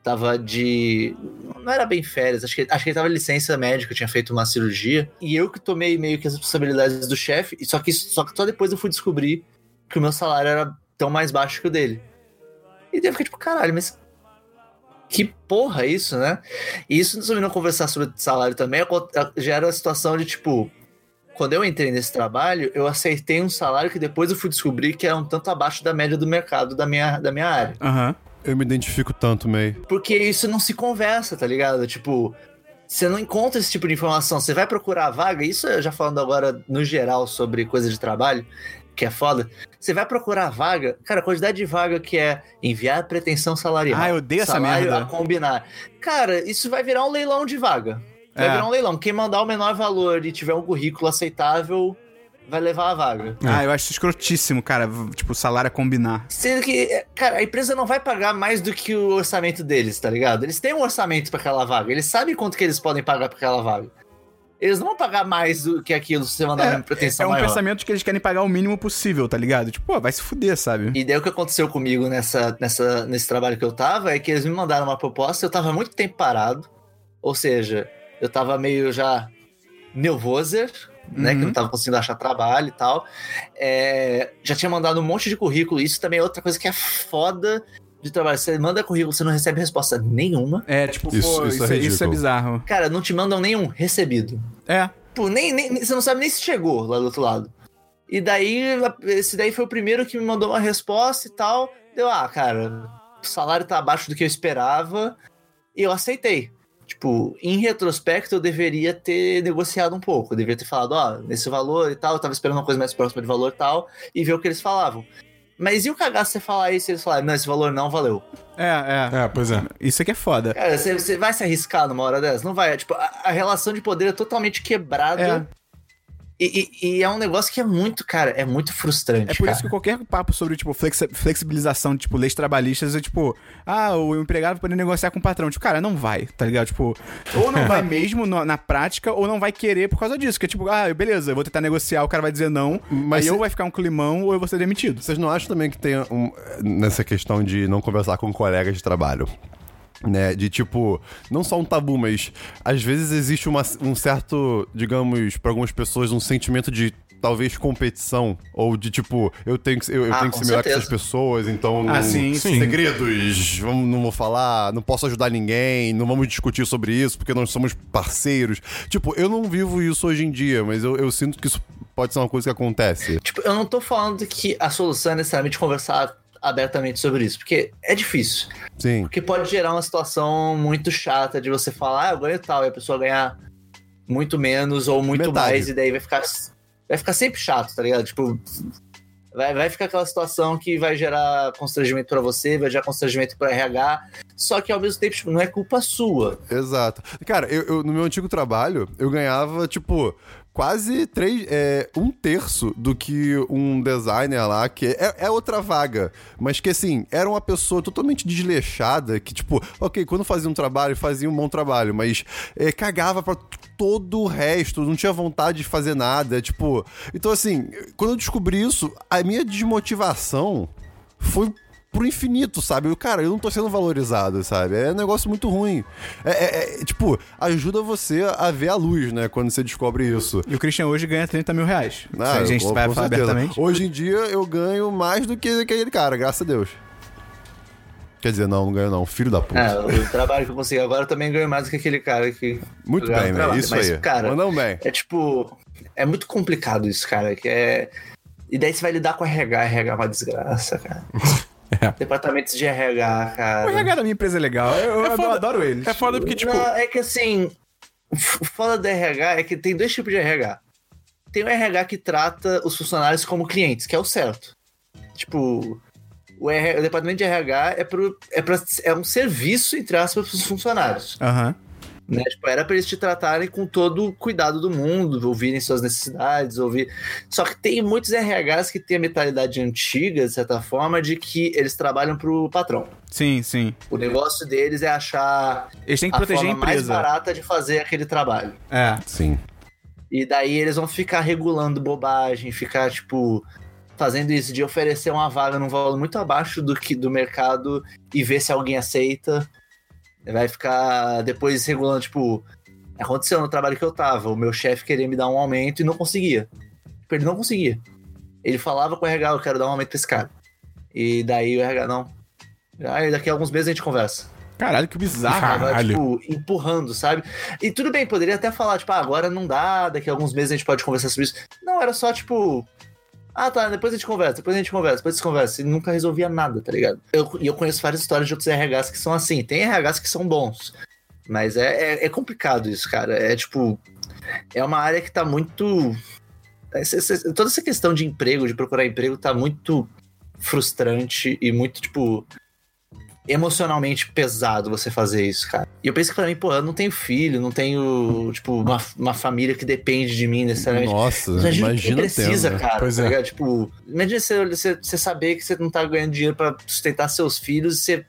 Speaker 1: Tava de. Não era bem férias, acho que, acho que ele tava de licença médica, tinha feito uma cirurgia. E eu que tomei meio que as responsabilidades do chefe, e só que, só que só depois eu fui descobrir que o meu salário era tão mais baixo que o dele. E daí eu fiquei tipo, caralho, mas. Que porra é isso, né? E isso, sobre não conversar sobre salário também, acon- gera a situação de tipo. Quando eu entrei nesse trabalho, eu aceitei um salário que depois eu fui descobrir que era um tanto abaixo da média do mercado da minha, da minha área.
Speaker 2: Aham.
Speaker 3: Eu me identifico tanto, May.
Speaker 1: Porque isso não se conversa, tá ligado? Tipo, você não encontra esse tipo de informação. Você vai procurar a vaga, isso eu já falando agora no geral sobre coisa de trabalho, que é foda. Você vai procurar a vaga, cara, a quantidade de vaga que é enviar pretensão salarial.
Speaker 2: Ah, eu odeio essa
Speaker 1: salário
Speaker 2: merda.
Speaker 1: a combinar. Cara, isso vai virar um leilão de vaga. Vai
Speaker 2: É.
Speaker 1: virar um leilão. Quem mandar o menor valor e tiver um currículo aceitável, vai levar a vaga.
Speaker 3: É.
Speaker 2: Ah, eu acho escrotíssimo, cara. v- Tipo, salário a combinar.
Speaker 1: Sendo que, é, cara, a empresa não vai pagar mais do que o orçamento deles, tá ligado? Eles têm um orçamento pra aquela vaga, eles sabem quanto que eles podem pagar pra aquela vaga. Eles não vão pagar mais do que aquilo se você mandar uma
Speaker 2: é
Speaker 1: pretensão
Speaker 2: um
Speaker 1: maior.
Speaker 2: pensamento que eles querem pagar o mínimo possível, tá ligado? Tipo, pô, vai se fuder, sabe?
Speaker 1: E daí o que aconteceu comigo nessa, nessa, nesse trabalho que eu tava é que eles me mandaram uma proposta, eu tava muito tempo parado, ou seja, eu tava meio já nervoser, né?
Speaker 2: Uhum.
Speaker 1: Que eu não tava conseguindo achar trabalho e tal. É, já tinha mandado um monte de currículo, isso também é outra coisa que é foda de trabalho. Você manda currículo, você não recebe resposta nenhuma.
Speaker 2: É, tipo, pô,
Speaker 3: Isso- isso é
Speaker 2: isso, é isso é
Speaker 3: ridículo.
Speaker 2: bizarro.
Speaker 1: Cara, não te mandam nenhum recebido.
Speaker 2: É.
Speaker 1: Pô, nem, nem- nem- você não sabe nem se chegou lá do outro lado. E daí, esse daí foi o primeiro que me mandou uma resposta e tal. Deu, ah, cara, o salário tá abaixo do que eu esperava. E eu aceitei. Tipo, em retrospecto, eu deveria ter negociado um pouco. Eu deveria ter falado, ó, nesse valor e tal. Eu tava esperando uma coisa mais próxima de valor e tal. E ver o que eles falavam. Mas e o cagaço você falar isso e eles falarem, não, esse valor não valeu.
Speaker 2: É, é.
Speaker 4: É, pois é.
Speaker 2: Isso aqui é foda.
Speaker 1: Cara, você, você vai se arriscar numa hora dessa? Não vai. É, Tipo, a, a relação de poder é totalmente quebrada.
Speaker 2: É.
Speaker 1: E, e- e é um negócio que é muito, cara, é muito frustrante.
Speaker 2: É por
Speaker 1: cara.
Speaker 2: isso que qualquer papo sobre, tipo, flexi- flexibilização, tipo, leis trabalhistas, é tipo, ah, o empregado pode negociar com o patrão. Tipo, cara, não vai, tá ligado? Tipo, ou não vai mesmo no- na prática, ou não vai querer por causa disso. Que é tipo, ah, beleza, eu vou tentar negociar, o cara vai dizer não,
Speaker 3: Mas
Speaker 2: mas aí
Speaker 3: se-
Speaker 2: ou vai ficar um climão, ou eu vou ser demitido.
Speaker 3: Vocês não acham também que tem um, nessa questão de não conversar com colegas de trabalho? Né, de tipo, não só um tabu, mas às vezes existe uma- um certo, digamos, para algumas pessoas, um sentimento de talvez competição, ou de tipo, eu tenho que, eu, eu
Speaker 1: Ah,
Speaker 3: tenho que
Speaker 1: com
Speaker 3: ser melhor que
Speaker 1: certeza.
Speaker 3: essas pessoas, então.
Speaker 2: Ah, sim,
Speaker 4: sim.
Speaker 3: Segredos, vamos, não vou falar, não posso ajudar ninguém, não vamos discutir sobre isso, porque nós somos parceiros. Tipo, eu não vivo isso hoje em dia, mas eu, eu sinto que isso pode ser uma coisa que acontece.
Speaker 1: Tipo, eu não tô falando que a solução é necessariamente conversar abertamente sobre isso, porque é difícil.
Speaker 3: Sim.
Speaker 1: Porque pode gerar uma situação muito chata de você falar, ah, eu ganho tal, e a pessoa ganhar muito menos ou muito
Speaker 3: Metade.
Speaker 1: mais, e daí vai ficar. Vai ficar sempre chato, tá ligado? Tipo. Vai, vai ficar aquela situação que vai gerar constrangimento pra você, vai gerar constrangimento pro RH. Só que ao mesmo tempo, tipo, não é culpa sua.
Speaker 3: Exato. Cara, eu, eu- no meu antigo trabalho, eu ganhava, tipo, quase três, é, um terço do que um designer lá, que é, é outra vaga, mas que, assim, era uma pessoa totalmente desleixada, que, tipo, ok, quando fazia um trabalho, fazia um bom trabalho, mas é, cagava pra t- todo o resto, não tinha vontade de fazer nada, tipo... Então, assim, quando eu descobri isso, a minha desmotivação foi pro infinito, sabe? Eu, cara, eu não tô sendo valorizado, sabe? É um negócio muito ruim. É, é- é, tipo, ajuda você a ver a luz, né? Quando você descobre isso.
Speaker 2: E o Christian hoje ganha 30 mil reais.
Speaker 3: Ah,
Speaker 2: Isso a gente
Speaker 3: com-
Speaker 2: vai
Speaker 3: com
Speaker 2: falar
Speaker 3: certeza.
Speaker 2: abertamente.
Speaker 3: Hoje em dia eu ganho mais do que aquele cara, graças a Deus. Quer dizer, não, não ganho não. Filho da puta.
Speaker 1: É, o trabalho que eu consegui agora eu também ganho mais do que aquele cara que.
Speaker 3: Muito
Speaker 1: jogava
Speaker 3: bem,
Speaker 1: pra lá.
Speaker 3: né? Isso
Speaker 1: Mas,
Speaker 3: aí.
Speaker 1: Cara,
Speaker 3: Mandou bem.
Speaker 1: é tipo. É muito complicado isso, cara. Que é... E daí você vai lidar com RH, RH é uma desgraça, cara.
Speaker 3: É.
Speaker 1: Departamentos de RH, cara.
Speaker 2: O RH da minha empresa é legal. Eu, eu
Speaker 4: foda.
Speaker 2: adoro eles.
Speaker 4: É foda porque, tipo.
Speaker 1: Não, é que assim, o foda do RH é que tem dois tipos de RH. Tem o RH que trata os funcionários como clientes, que é o certo. Tipo, o, RH o departamento de RH é, pro, é, pra, é um serviço, entre aspas, para os funcionários.
Speaker 2: Aham.
Speaker 1: Né? Tipo, era pra eles te tratarem com todo o cuidado do mundo, ouvirem suas necessidades, ouvir. Só que tem muitos RHs que têm a mentalidade antiga, de certa forma, de que eles trabalham pro patrão.
Speaker 2: Sim, sim.
Speaker 1: O negócio deles é achar
Speaker 2: Eles têm que
Speaker 1: a
Speaker 2: proteger a
Speaker 1: forma mais
Speaker 2: empresa.
Speaker 1: barata de fazer aquele trabalho.
Speaker 2: É.
Speaker 3: Sim.
Speaker 1: E daí eles vão ficar regulando bobagem, ficar, tipo, fazendo isso de oferecer uma vaga num valor muito abaixo do que do mercado e ver se alguém aceita. Vai ficar depois regulando, tipo, aconteceu no trabalho que eu tava, o meu chefe queria me dar um aumento e não conseguia. Tipo, Ele não conseguia. Ele falava com o RH, eu quero dar um aumento pra esse cara. E daí o RH, não. Aí daqui a alguns meses a gente conversa.
Speaker 2: Caralho, que bizarro.
Speaker 1: Tava,
Speaker 4: Caralho.
Speaker 1: tipo, empurrando, sabe? E tudo bem, poderia até falar, tipo, ah, agora não dá, daqui a alguns meses a gente pode conversar sobre isso. Não, era só, tipo. Ah, tá, depois a gente conversa, depois a gente conversa, depois a gente conversa. E nunca resolvia nada, tá ligado? Eu- E eu, conheço várias histórias de outros RHs que são assim. Tem RHs que são bons. Mas é, é, é complicado isso, cara. É tipo. É uma área que tá muito. essa- essa- toda essa questão de emprego, de procurar emprego, tá muito frustrante e muito, tipo emocionalmente pesado você fazer isso, cara. E eu penso que pra mim, pô, eu não tenho filho, não tenho, tipo, uma, uma família que depende de mim necessariamente.
Speaker 3: Nossa,
Speaker 1: imagina, o que
Speaker 3: imagina
Speaker 1: precisa,
Speaker 3: tendo.
Speaker 1: cara.
Speaker 4: Pois
Speaker 1: tá
Speaker 4: é.
Speaker 1: ligado? Tipo, imagina você, você, você saber que você não tá ganhando dinheiro pra sustentar seus filhos e você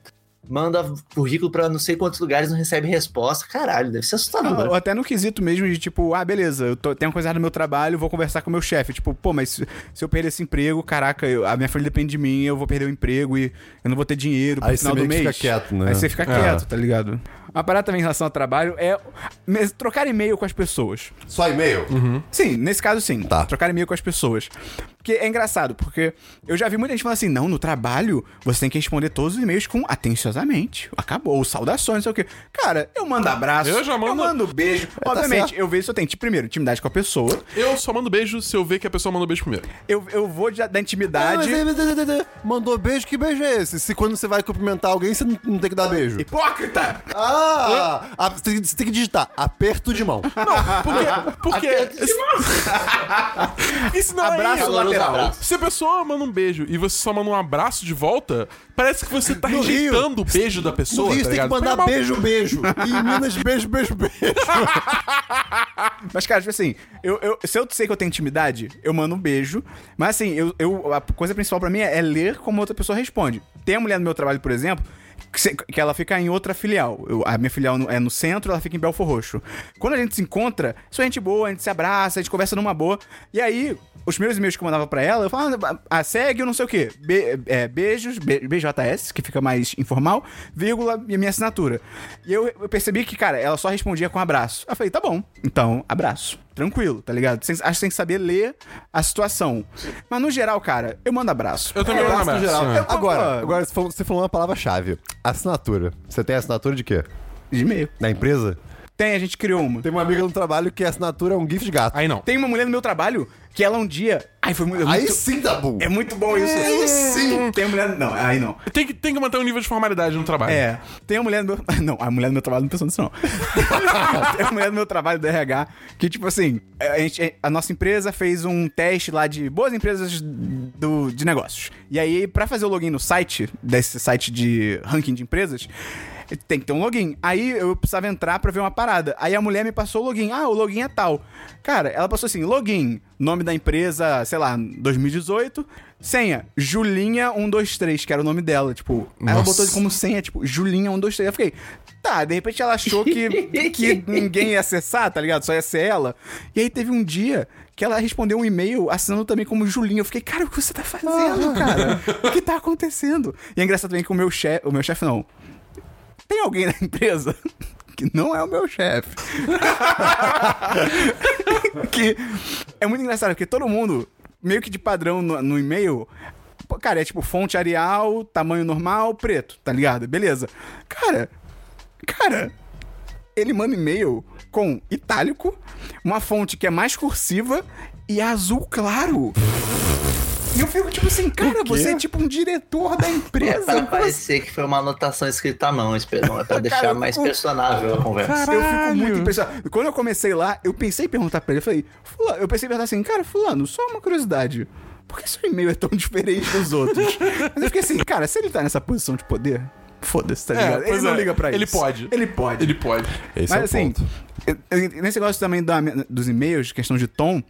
Speaker 1: manda currículo pra não sei quantos lugares e não recebe resposta. Caralho, deve ser assustador.
Speaker 2: Ou até no quesito mesmo de tipo, ah, beleza, eu tô, tenho uma coisa errada no meu trabalho, vou conversar com o meu chefe. Tipo, pô, mas se, se eu perder esse emprego, caraca, eu- a minha família depende de mim, eu vou perder o emprego e eu não vou ter dinheiro pro
Speaker 3: Aí
Speaker 2: final
Speaker 3: você
Speaker 2: do
Speaker 3: meio
Speaker 2: mês.
Speaker 3: que fica quieto, né?
Speaker 2: Aí você fica quieto, tá ligado? Uma parada também em relação ao trabalho é mes- trocar e-mail com as pessoas.
Speaker 3: né? Só e-mail?
Speaker 2: Uhum. Sim, nesse caso sim.
Speaker 3: Tá.
Speaker 2: Trocar e-mail com as pessoas. Porque é engraçado, porque eu já vi muita gente falando assim: não, no trabalho você tem que responder todos os e-mails com atenciosamente. Acabou, saudações, não sei o quê. Cara, eu mando abraço,
Speaker 4: Eu já mando-
Speaker 2: beijo.
Speaker 3: tá
Speaker 2: Obviamente,
Speaker 3: certo.
Speaker 2: eu vejo se eu tenho, tipo, primeiro, intimidade com a pessoa.
Speaker 4: Eu só mando beijo se eu ver que a pessoa mandou beijo primeiro.
Speaker 2: Eu, eu vou de- da
Speaker 3: Ah, mas-
Speaker 2: intimidade.
Speaker 3: Mandou beijo, que beijo é esse? Se quando você vai cumprimentar alguém, você não não tem que dar beijo.
Speaker 2: Hipócrita!
Speaker 3: Ah! a- você tem que- você tem que digitar aperto de mão. ah,
Speaker 4: Porque. Isso não
Speaker 2: Abraço
Speaker 4: é
Speaker 3: um
Speaker 1: Agora os
Speaker 2: lateral.
Speaker 1: abraços.
Speaker 4: Se a pessoa manda um beijo e você só manda um abraço de volta, parece que você tá
Speaker 3: No Rio.
Speaker 4: rejeitando o beijo da pessoa.
Speaker 3: Por isso
Speaker 4: tá
Speaker 3: tem que
Speaker 4: ligado?
Speaker 3: mandar
Speaker 4: Foi mal.
Speaker 3: beijo, beijo. E em Minas, beijo, beijo, beijo.
Speaker 2: Mas, cara, tipo assim, eu, eu- se eu sei que eu tenho intimidade, eu mando um beijo. Mas, assim, eu, eu- a coisa principal pra mim é, é ler como outra pessoa responde. Tem a mulher no meu trabalho, por exemplo, que, se- que ela fica em outra filial. Eu- a minha filial no- é no centro, ela fica em Belfor Roxo. Quando a gente se encontra, sou gente boa, a gente se abraça, a gente conversa numa boa. E aí, os meus e-mails que eu mandava pra ela, eu falava, ah, segue, eu não sei o quê. Be- é, beijos, be- BJS, que fica mais informal, vírgula, e a minha assinatura. E eu, eu percebi que, cara, ela só respondia com abraço. Aí Eu falei, tá bom, então abraço. Tranquilo, tá ligado? Sem- acho que tem que saber ler a situação. Mas no geral, cara, eu mando abraço.
Speaker 4: Eu também mando abraço. é.
Speaker 2: Eu-
Speaker 3: Agora, agora você falou, você falou uma palavra-chave. Assinatura. Você tem assinatura de quê?
Speaker 2: De e-mail.
Speaker 3: Da empresa?
Speaker 2: Tem, a gente criou uma.
Speaker 3: Tem uma amiga no trabalho que a assinatura é um gif de gato.
Speaker 4: Aí não.
Speaker 2: Tem uma mulher no meu trabalho que ela um dia. Ai, foi muito.
Speaker 3: Aí
Speaker 2: muito-
Speaker 3: sim dá bom.
Speaker 2: É muito bom isso.
Speaker 3: Aí sim.
Speaker 2: Tem mulher. Não, aí não.
Speaker 4: Tem que, tem que manter um nível de formalidade no trabalho.
Speaker 2: É, tem uma mulher do meu. Não, a mulher do meu trabalho não pensou nisso, não. tem uma mulher do meu trabalho do RH que, tipo assim, a, gente- a nossa empresa fez um teste lá de boas empresas do, de negócios. E aí, pra fazer o login no site, desse site de ranking de empresas. Tem que ter um login. Aí eu precisava entrar pra ver uma parada. Aí a mulher me passou o login. Ah, o login é tal. Cara, ela passou assim: login, nome da empresa, sei lá, 2018. Senha, Julinha123, que era o nome dela, tipo. aí Ela
Speaker 4: Nossa.
Speaker 2: botou como senha, tipo, Julinha123. Eu fiquei, tá, de repente ela achou que, que ninguém ia acessar, tá ligado? Só ia ser ela. E aí teve um dia que ela respondeu um e-mail assinando também como Julinha. Eu fiquei, cara, o que você tá fazendo, cara? O que tá acontecendo? E é engraçado também que o meu chefe. O meu chefe não. Tem alguém na empresa que não é o meu chefe. que é muito engraçado, porque todo mundo, meio que de padrão no, no e-mail, pô, cara, é tipo fonte Arial, tamanho normal, preto, tá ligado? Beleza. Cara, cara, ele manda e-mail com itálico, uma fonte que é mais cursiva e azul claro. E eu fico tipo assim, cara, você é tipo um diretor da
Speaker 1: Pra
Speaker 2: empresa.
Speaker 1: parecer que foi uma anotação escrita à mão, Esperão. É pra deixar
Speaker 2: Cara,
Speaker 1: mais
Speaker 2: o-
Speaker 1: personável a conversa.
Speaker 2: Eu fico muito
Speaker 4: Caralho.
Speaker 2: impressionado. Quando eu comecei lá, eu pensei em perguntar pra ele. Eu falei, fulano, eu pensei em perguntar assim, cara, fulano, só uma curiosidade. Por que seu e-mail é tão diferente dos outros? Mas eu fiquei assim, cara, se ele tá nessa posição de poder, foda-se, tá
Speaker 4: É,
Speaker 2: ligado? ele
Speaker 4: pois
Speaker 2: não
Speaker 4: é.
Speaker 2: liga pra
Speaker 4: Ele
Speaker 2: isso.
Speaker 4: pode.
Speaker 2: Ele pode.
Speaker 4: Ele pode.
Speaker 3: Esse
Speaker 2: Mas
Speaker 3: é o
Speaker 2: assim,
Speaker 3: ponto.
Speaker 2: eu- eu- nesse negócio também da- dos e-mails, questão de tom,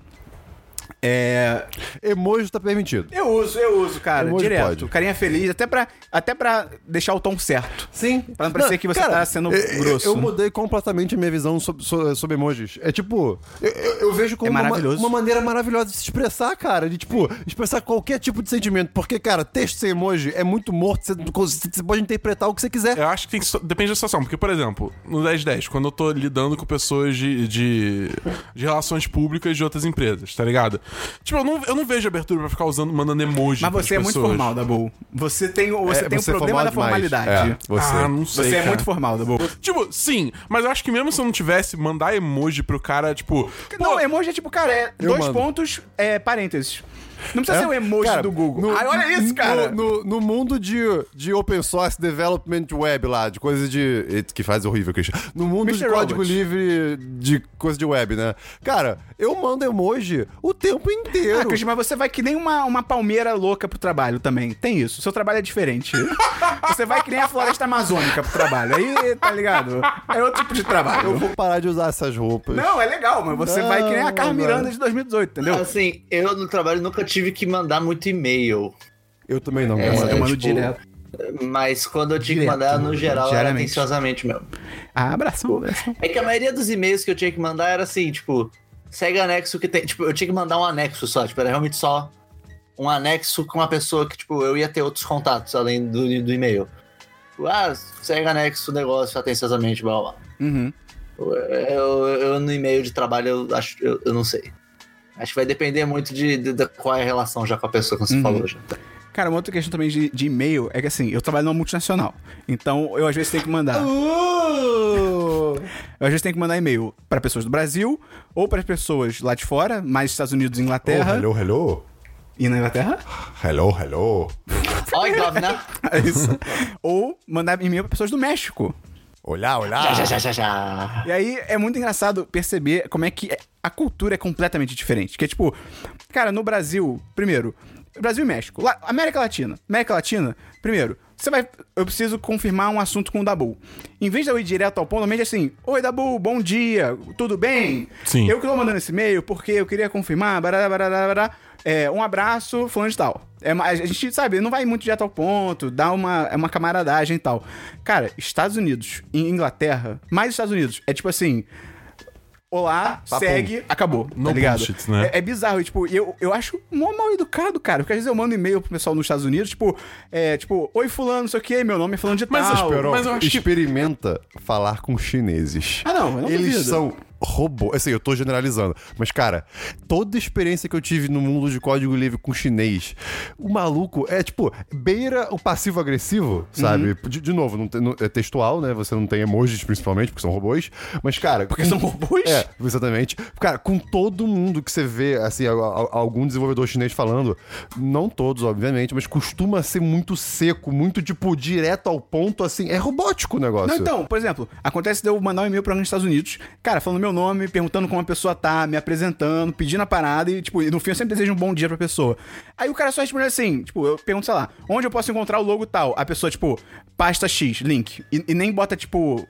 Speaker 2: é,
Speaker 3: Emoji tá permitido.
Speaker 2: eu uso, eu uso, cara,
Speaker 3: Emoji
Speaker 2: direto.
Speaker 3: pode.
Speaker 2: Carinha feliz, até pra, até pra deixar o tom certo.
Speaker 3: Sim.
Speaker 2: Pra não parecer que você tá sendo
Speaker 3: eu-
Speaker 2: grosso.
Speaker 3: Eu, mudei completamente a minha visão sobre, so- sobre emojis. É tipo, eu, eu- eu vejo como
Speaker 2: É
Speaker 3: uma-
Speaker 2: maravilhoso.
Speaker 3: Uma, maneira maravilhosa de se expressar, cara. De, tipo, expressar qualquer tipo de sentimento. Porque, cara, texto sem emoji é muito morto. Você, não cons- você pode interpretar o que você quiser.
Speaker 4: Eu acho que tem que so- depende da situação. Porque, por exemplo, no 1010, quando eu tô lidando com pessoas de, de, de relações públicas de outras empresas, tá ligado? Tipo, eu não, eu não vejo abertura pra ficar usando, mandando emoji
Speaker 2: Mas
Speaker 4: pras
Speaker 2: você é muito
Speaker 4: pessoas.
Speaker 2: formal, Dabu. Você tem, o-
Speaker 3: Tipo
Speaker 2: você
Speaker 3: É,
Speaker 2: tem o
Speaker 3: é
Speaker 2: problema da
Speaker 3: formal demais.
Speaker 2: formalidade.
Speaker 3: É, você.
Speaker 4: Ah, não sei.
Speaker 2: Você é
Speaker 4: cara.
Speaker 2: muito formal, Dabu.
Speaker 4: Tipo, sim, mas eu acho que mesmo se eu não tivesse, mandar emoji pro cara, tipo.
Speaker 2: Não, emoji é tipo, cara, é
Speaker 3: Eu
Speaker 2: dois
Speaker 3: mando.
Speaker 2: pontos, é, parênteses. Não precisa
Speaker 3: É?
Speaker 2: ser o emoji
Speaker 3: Cara,
Speaker 2: do Google.
Speaker 3: no-
Speaker 2: Ai, olha isso,
Speaker 3: no-
Speaker 2: cara.
Speaker 3: No, no mundo de, de open source development web lá, de coisa de. Eita, Que faz horrível, Christian. No mundo de
Speaker 2: Mr.
Speaker 3: código
Speaker 2: Robot.
Speaker 3: livre de coisa de web, né? Cara, eu mando emoji o tempo inteiro.
Speaker 2: Ah, Christian, mas você vai que nem uma, uma palmeira louca pro trabalho também. Tem isso. Seu trabalho é diferente. você vai que nem a floresta amazônica pro trabalho. Aí, tá ligado? É outro tipo de trabalho.
Speaker 3: Eu vou parar de usar essas roupas.
Speaker 2: Não, é legal, mas você
Speaker 3: Não,
Speaker 2: vai que nem a Carmen
Speaker 3: mano.
Speaker 2: Miranda de 2018, entendeu?
Speaker 1: Assim, eu no trabalho nunca tive que mandar muito e-mail.
Speaker 3: Eu também não,
Speaker 1: É,
Speaker 3: graças a
Speaker 2: eu
Speaker 3: Deus.
Speaker 2: mando
Speaker 1: tipo,
Speaker 2: direto.
Speaker 1: Mas quando eu tinha que
Speaker 2: Direto, né?
Speaker 1: mandar, no geral, era
Speaker 2: diariamente.
Speaker 1: atenciosamente mesmo.
Speaker 3: tipo-
Speaker 2: Ah, abração, abração.
Speaker 1: É que a maioria dos e-mails que eu tinha que mandar era assim, tipo, segue anexo que tem. Tipo, eu tinha que mandar um anexo só, tipo, era realmente só um anexo com uma pessoa que, tipo, eu ia ter outros contatos além do, do e-mail. Tipo, Ah, segue anexo o negócio atenciosamente, blá blá. blá.
Speaker 2: Uhum.
Speaker 1: Eu, eu no e-mail de trabalho, eu acho, eu, eu não sei. Acho que vai depender muito de, de- de qual é a relação já com a pessoa
Speaker 2: Uhum.
Speaker 1: que você falou já.
Speaker 2: Cara, uma outra questão também de, de e-mail é que assim, eu trabalho numa multinacional. Então eu às vezes tenho que mandar. Eu às vezes tenho que mandar e-mail pra pessoas do Brasil ou para pessoas lá de fora, mais Estados Unidos e Inglaterra.
Speaker 3: hello, hello.
Speaker 2: e na Inglaterra?
Speaker 3: Hello, hello.
Speaker 1: Oi, governor!
Speaker 2: É isso. ou mandar e-mail pra pessoas do México.
Speaker 3: Olá,
Speaker 2: Ah.
Speaker 1: Já, já,
Speaker 3: olá.
Speaker 1: já, já, já.
Speaker 2: E aí é muito engraçado perceber como é que a cultura é completamente diferente. Que é tipo, cara, no Brasil, primeiro, Brasil e México, lá- América Latina. América Latina, primeiro, você vai. Eu preciso confirmar um assunto com o Dabu. Em vez de eu ir direto ao ponto, eu mando assim: Oi, Dabu, bom dia, tudo bem?
Speaker 4: Sim.
Speaker 2: Eu que tô mandando esse e-mail porque eu queria confirmar, barará, barará, barará, é, um abraço, fulano de tal. É, ma- a gente, sabe, não vai muito direto ao ponto, dá uma, é uma camaradagem e tal. Cara, Estados Unidos e Inglaterra, mais Estados Unidos, é tipo assim... Olá, segue, acabou,
Speaker 4: No
Speaker 2: tá ligado?
Speaker 4: bullshit, né?
Speaker 2: é, é bizarro, e, tipo, eu, eu acho mó mal educado, cara, porque às vezes eu mando e-mail pro pessoal nos Estados Unidos, tipo, é, tipo, oi fulano, não sei o que, meu nome é fulano de
Speaker 4: Mas
Speaker 2: tal.
Speaker 4: esperou. Mas eu acho que-
Speaker 3: Experimenta falar com chineses.
Speaker 2: Ah, não, eu não
Speaker 3: Eles
Speaker 2: duvido.
Speaker 3: são robôs. Assim, eu tô generalizando. Mas, cara, toda experiência que eu tive no mundo de código livre com chinês, o maluco é, tipo, beira o passivo-agressivo, sabe? De, de novo, não tem- não- é textual, né? Você não tem emojis, principalmente, porque são robôs. Mas, cara...
Speaker 2: Porque são robôs?
Speaker 3: É, exatamente. Cara, com todo mundo que você vê, assim, a- a- algum desenvolvedor chinês falando, não todos, obviamente, mas costuma ser muito seco, muito, tipo, direto ao ponto, assim. É robótico o negócio.
Speaker 2: então, Não, então, por exemplo, acontece de eu mandar um e-mail pra alguém nos Estados Unidos, cara, falando, meu meu nome, perguntando como a pessoa tá, me apresentando, pedindo a parada e, tipo, e no fim eu sempre desejo um bom dia pra pessoa. Aí o cara só responde assim, tipo, eu pergunto, sei lá, onde eu posso encontrar o logo tal? A pessoa, tipo, pasta X, link. E, e nem bota, tipo,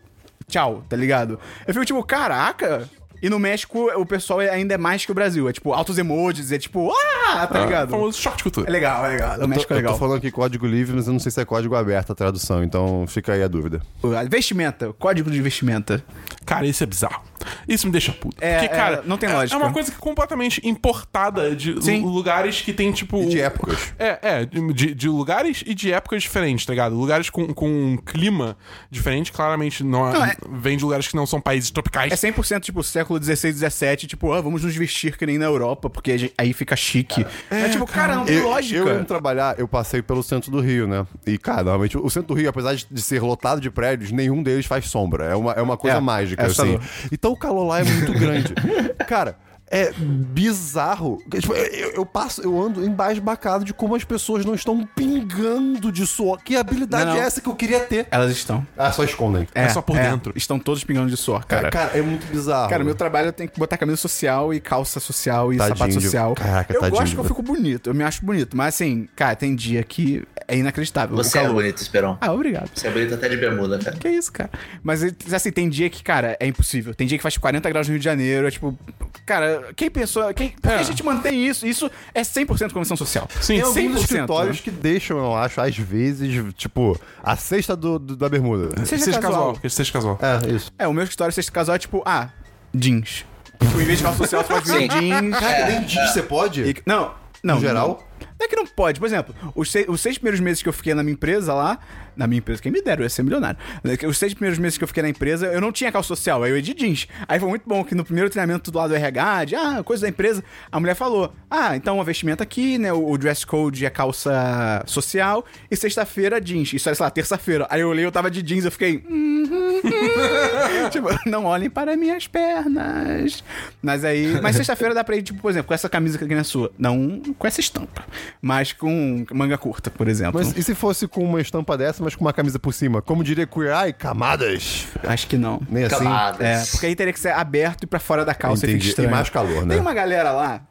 Speaker 2: tchau, tá ligado? Eu fico, tipo, caraca... E no México, o pessoal é- ainda é mais que o Brasil. É tipo, altos emojis, é tipo, ah, tá
Speaker 4: O
Speaker 2: ligado?
Speaker 4: famoso short cultura.
Speaker 2: É legal, é legal. O México é
Speaker 3: eu tô
Speaker 2: legal.
Speaker 3: falando aqui código livre, mas eu não sei se é código aberto a tradução, então fica aí a dúvida.
Speaker 2: Vestimenta, código de vestimenta.
Speaker 4: Cara, isso é bizarro. Isso me deixa puto.
Speaker 2: É,
Speaker 4: Porque,
Speaker 2: é,
Speaker 4: cara,
Speaker 2: não tem
Speaker 4: é-
Speaker 2: lógica.
Speaker 4: É uma coisa que é completamente importada de lu-
Speaker 2: Sim.
Speaker 4: lugares que tem, tipo.
Speaker 3: E de épocas.
Speaker 4: É, é, de, de lugares e de épocas diferentes, tá ligado? Lugares com, com um clima diferente, claramente não, é-
Speaker 2: Não, é-
Speaker 4: vem de lugares que não são países tropicais.
Speaker 2: É 100% tipo século XVI, XVII, tipo, ah, vamos nos vestir que nem na Europa, porque a gente- aí fica chique. É, tipo, cara, não tem
Speaker 3: Eu,
Speaker 2: lógica.
Speaker 3: eu indo trabalhar, eu passei pelo centro do Rio, né? E, cara, normalmente o centro do Rio, apesar de ser lotado de prédios, nenhum deles faz sombra. É uma, é uma coisa
Speaker 2: É,
Speaker 3: mágica,
Speaker 2: é
Speaker 3: assim.
Speaker 2: assustador.
Speaker 3: Então o calor lá é muito grande. Cara. É bizarro. Tipo, eu, eu passo, eu ando embasbacado de como as pessoas não estão pingando de suor. Que habilidade
Speaker 2: Não, não.
Speaker 3: é essa que eu queria ter?
Speaker 2: Elas estão.
Speaker 3: Ah, só escondem.
Speaker 4: É só por dentro.
Speaker 2: Estão todos pingando de suor, cara.
Speaker 3: Cara, é muito bizarro.
Speaker 2: Cara, meu trabalho eu tenho que botar camisa social e calça social e
Speaker 3: Tadinho
Speaker 2: sapato
Speaker 3: de-
Speaker 2: social.
Speaker 3: Caraca,
Speaker 2: eu
Speaker 3: tadinho
Speaker 2: gosto
Speaker 3: de
Speaker 2: que eu
Speaker 3: você.
Speaker 2: fico bonito, eu me acho bonito. Mas assim, cara, tem dia que é inacreditável.
Speaker 1: Você
Speaker 2: o
Speaker 1: é
Speaker 2: calor.
Speaker 1: bonito, Esperon.
Speaker 2: Ah, obrigado.
Speaker 1: Você é bonito até de bermuda, cara.
Speaker 2: Que isso, cara. Mas assim, tem dia que, cara, é impossível. Tem dia que faz 40 graus no Rio de Janeiro. É tipo, cara, quem pensou. Quem, por que
Speaker 4: É.
Speaker 2: a gente mantém isso? Isso é 100% convenção social.
Speaker 4: Sim,
Speaker 3: Tem alguns
Speaker 2: 100%,
Speaker 3: escritórios
Speaker 2: né?
Speaker 3: que deixam, eu acho, às vezes, tipo, a cesta do, do- da bermuda.
Speaker 2: Seja,
Speaker 4: Seja
Speaker 2: casual.
Speaker 4: casual. Seja casual.
Speaker 3: É, isso.
Speaker 2: É, o meu escritório, seja casual, é tipo, ah, jeans. Tipo, em vez de calça social, você pode vir
Speaker 1: Sim.
Speaker 2: jeans.
Speaker 3: Cara, nem diz que você pode.
Speaker 2: E- não, não.
Speaker 3: No geral?
Speaker 2: Não. Não é que não pode. Por exemplo, os seis, os seis primeiros meses que eu fiquei na minha empresa lá. Na minha empresa, quem me dera, eu ia ser milionário. Os seis primeiros meses que eu fiquei na empresa, eu não tinha calça social, aí eu ia de jeans. Aí foi muito bom que no primeiro treinamento do lado do RH, de ah, coisa da empresa, a mulher falou: ah, então a vestimenta aqui, né? O, o dress code é calça social e sexta-feira jeans. Isso era, sei lá, terça-feira. Aí eu olhei, eu tava de jeans, eu fiquei. "Hum, hum, hum." tipo, não olhem para minhas pernas. Mas aí. Mas sexta-feira dá pra ir, tipo, por exemplo, com essa camisa que aqui na sua. Não com essa estampa. Mas com manga curta, por exemplo.
Speaker 3: Mas e se fosse com uma estampa dessa, mas com uma camisa por cima? Como diria Queer Eye, camadas.
Speaker 2: Acho que não.
Speaker 3: Nem assim.
Speaker 2: É,
Speaker 1: Camadas.
Speaker 2: porque aí teria que ser aberto e pra fora da calça e
Speaker 3: Entendi.
Speaker 2: fica estranho.
Speaker 3: E mais calor, né?
Speaker 2: Tem uma galera lá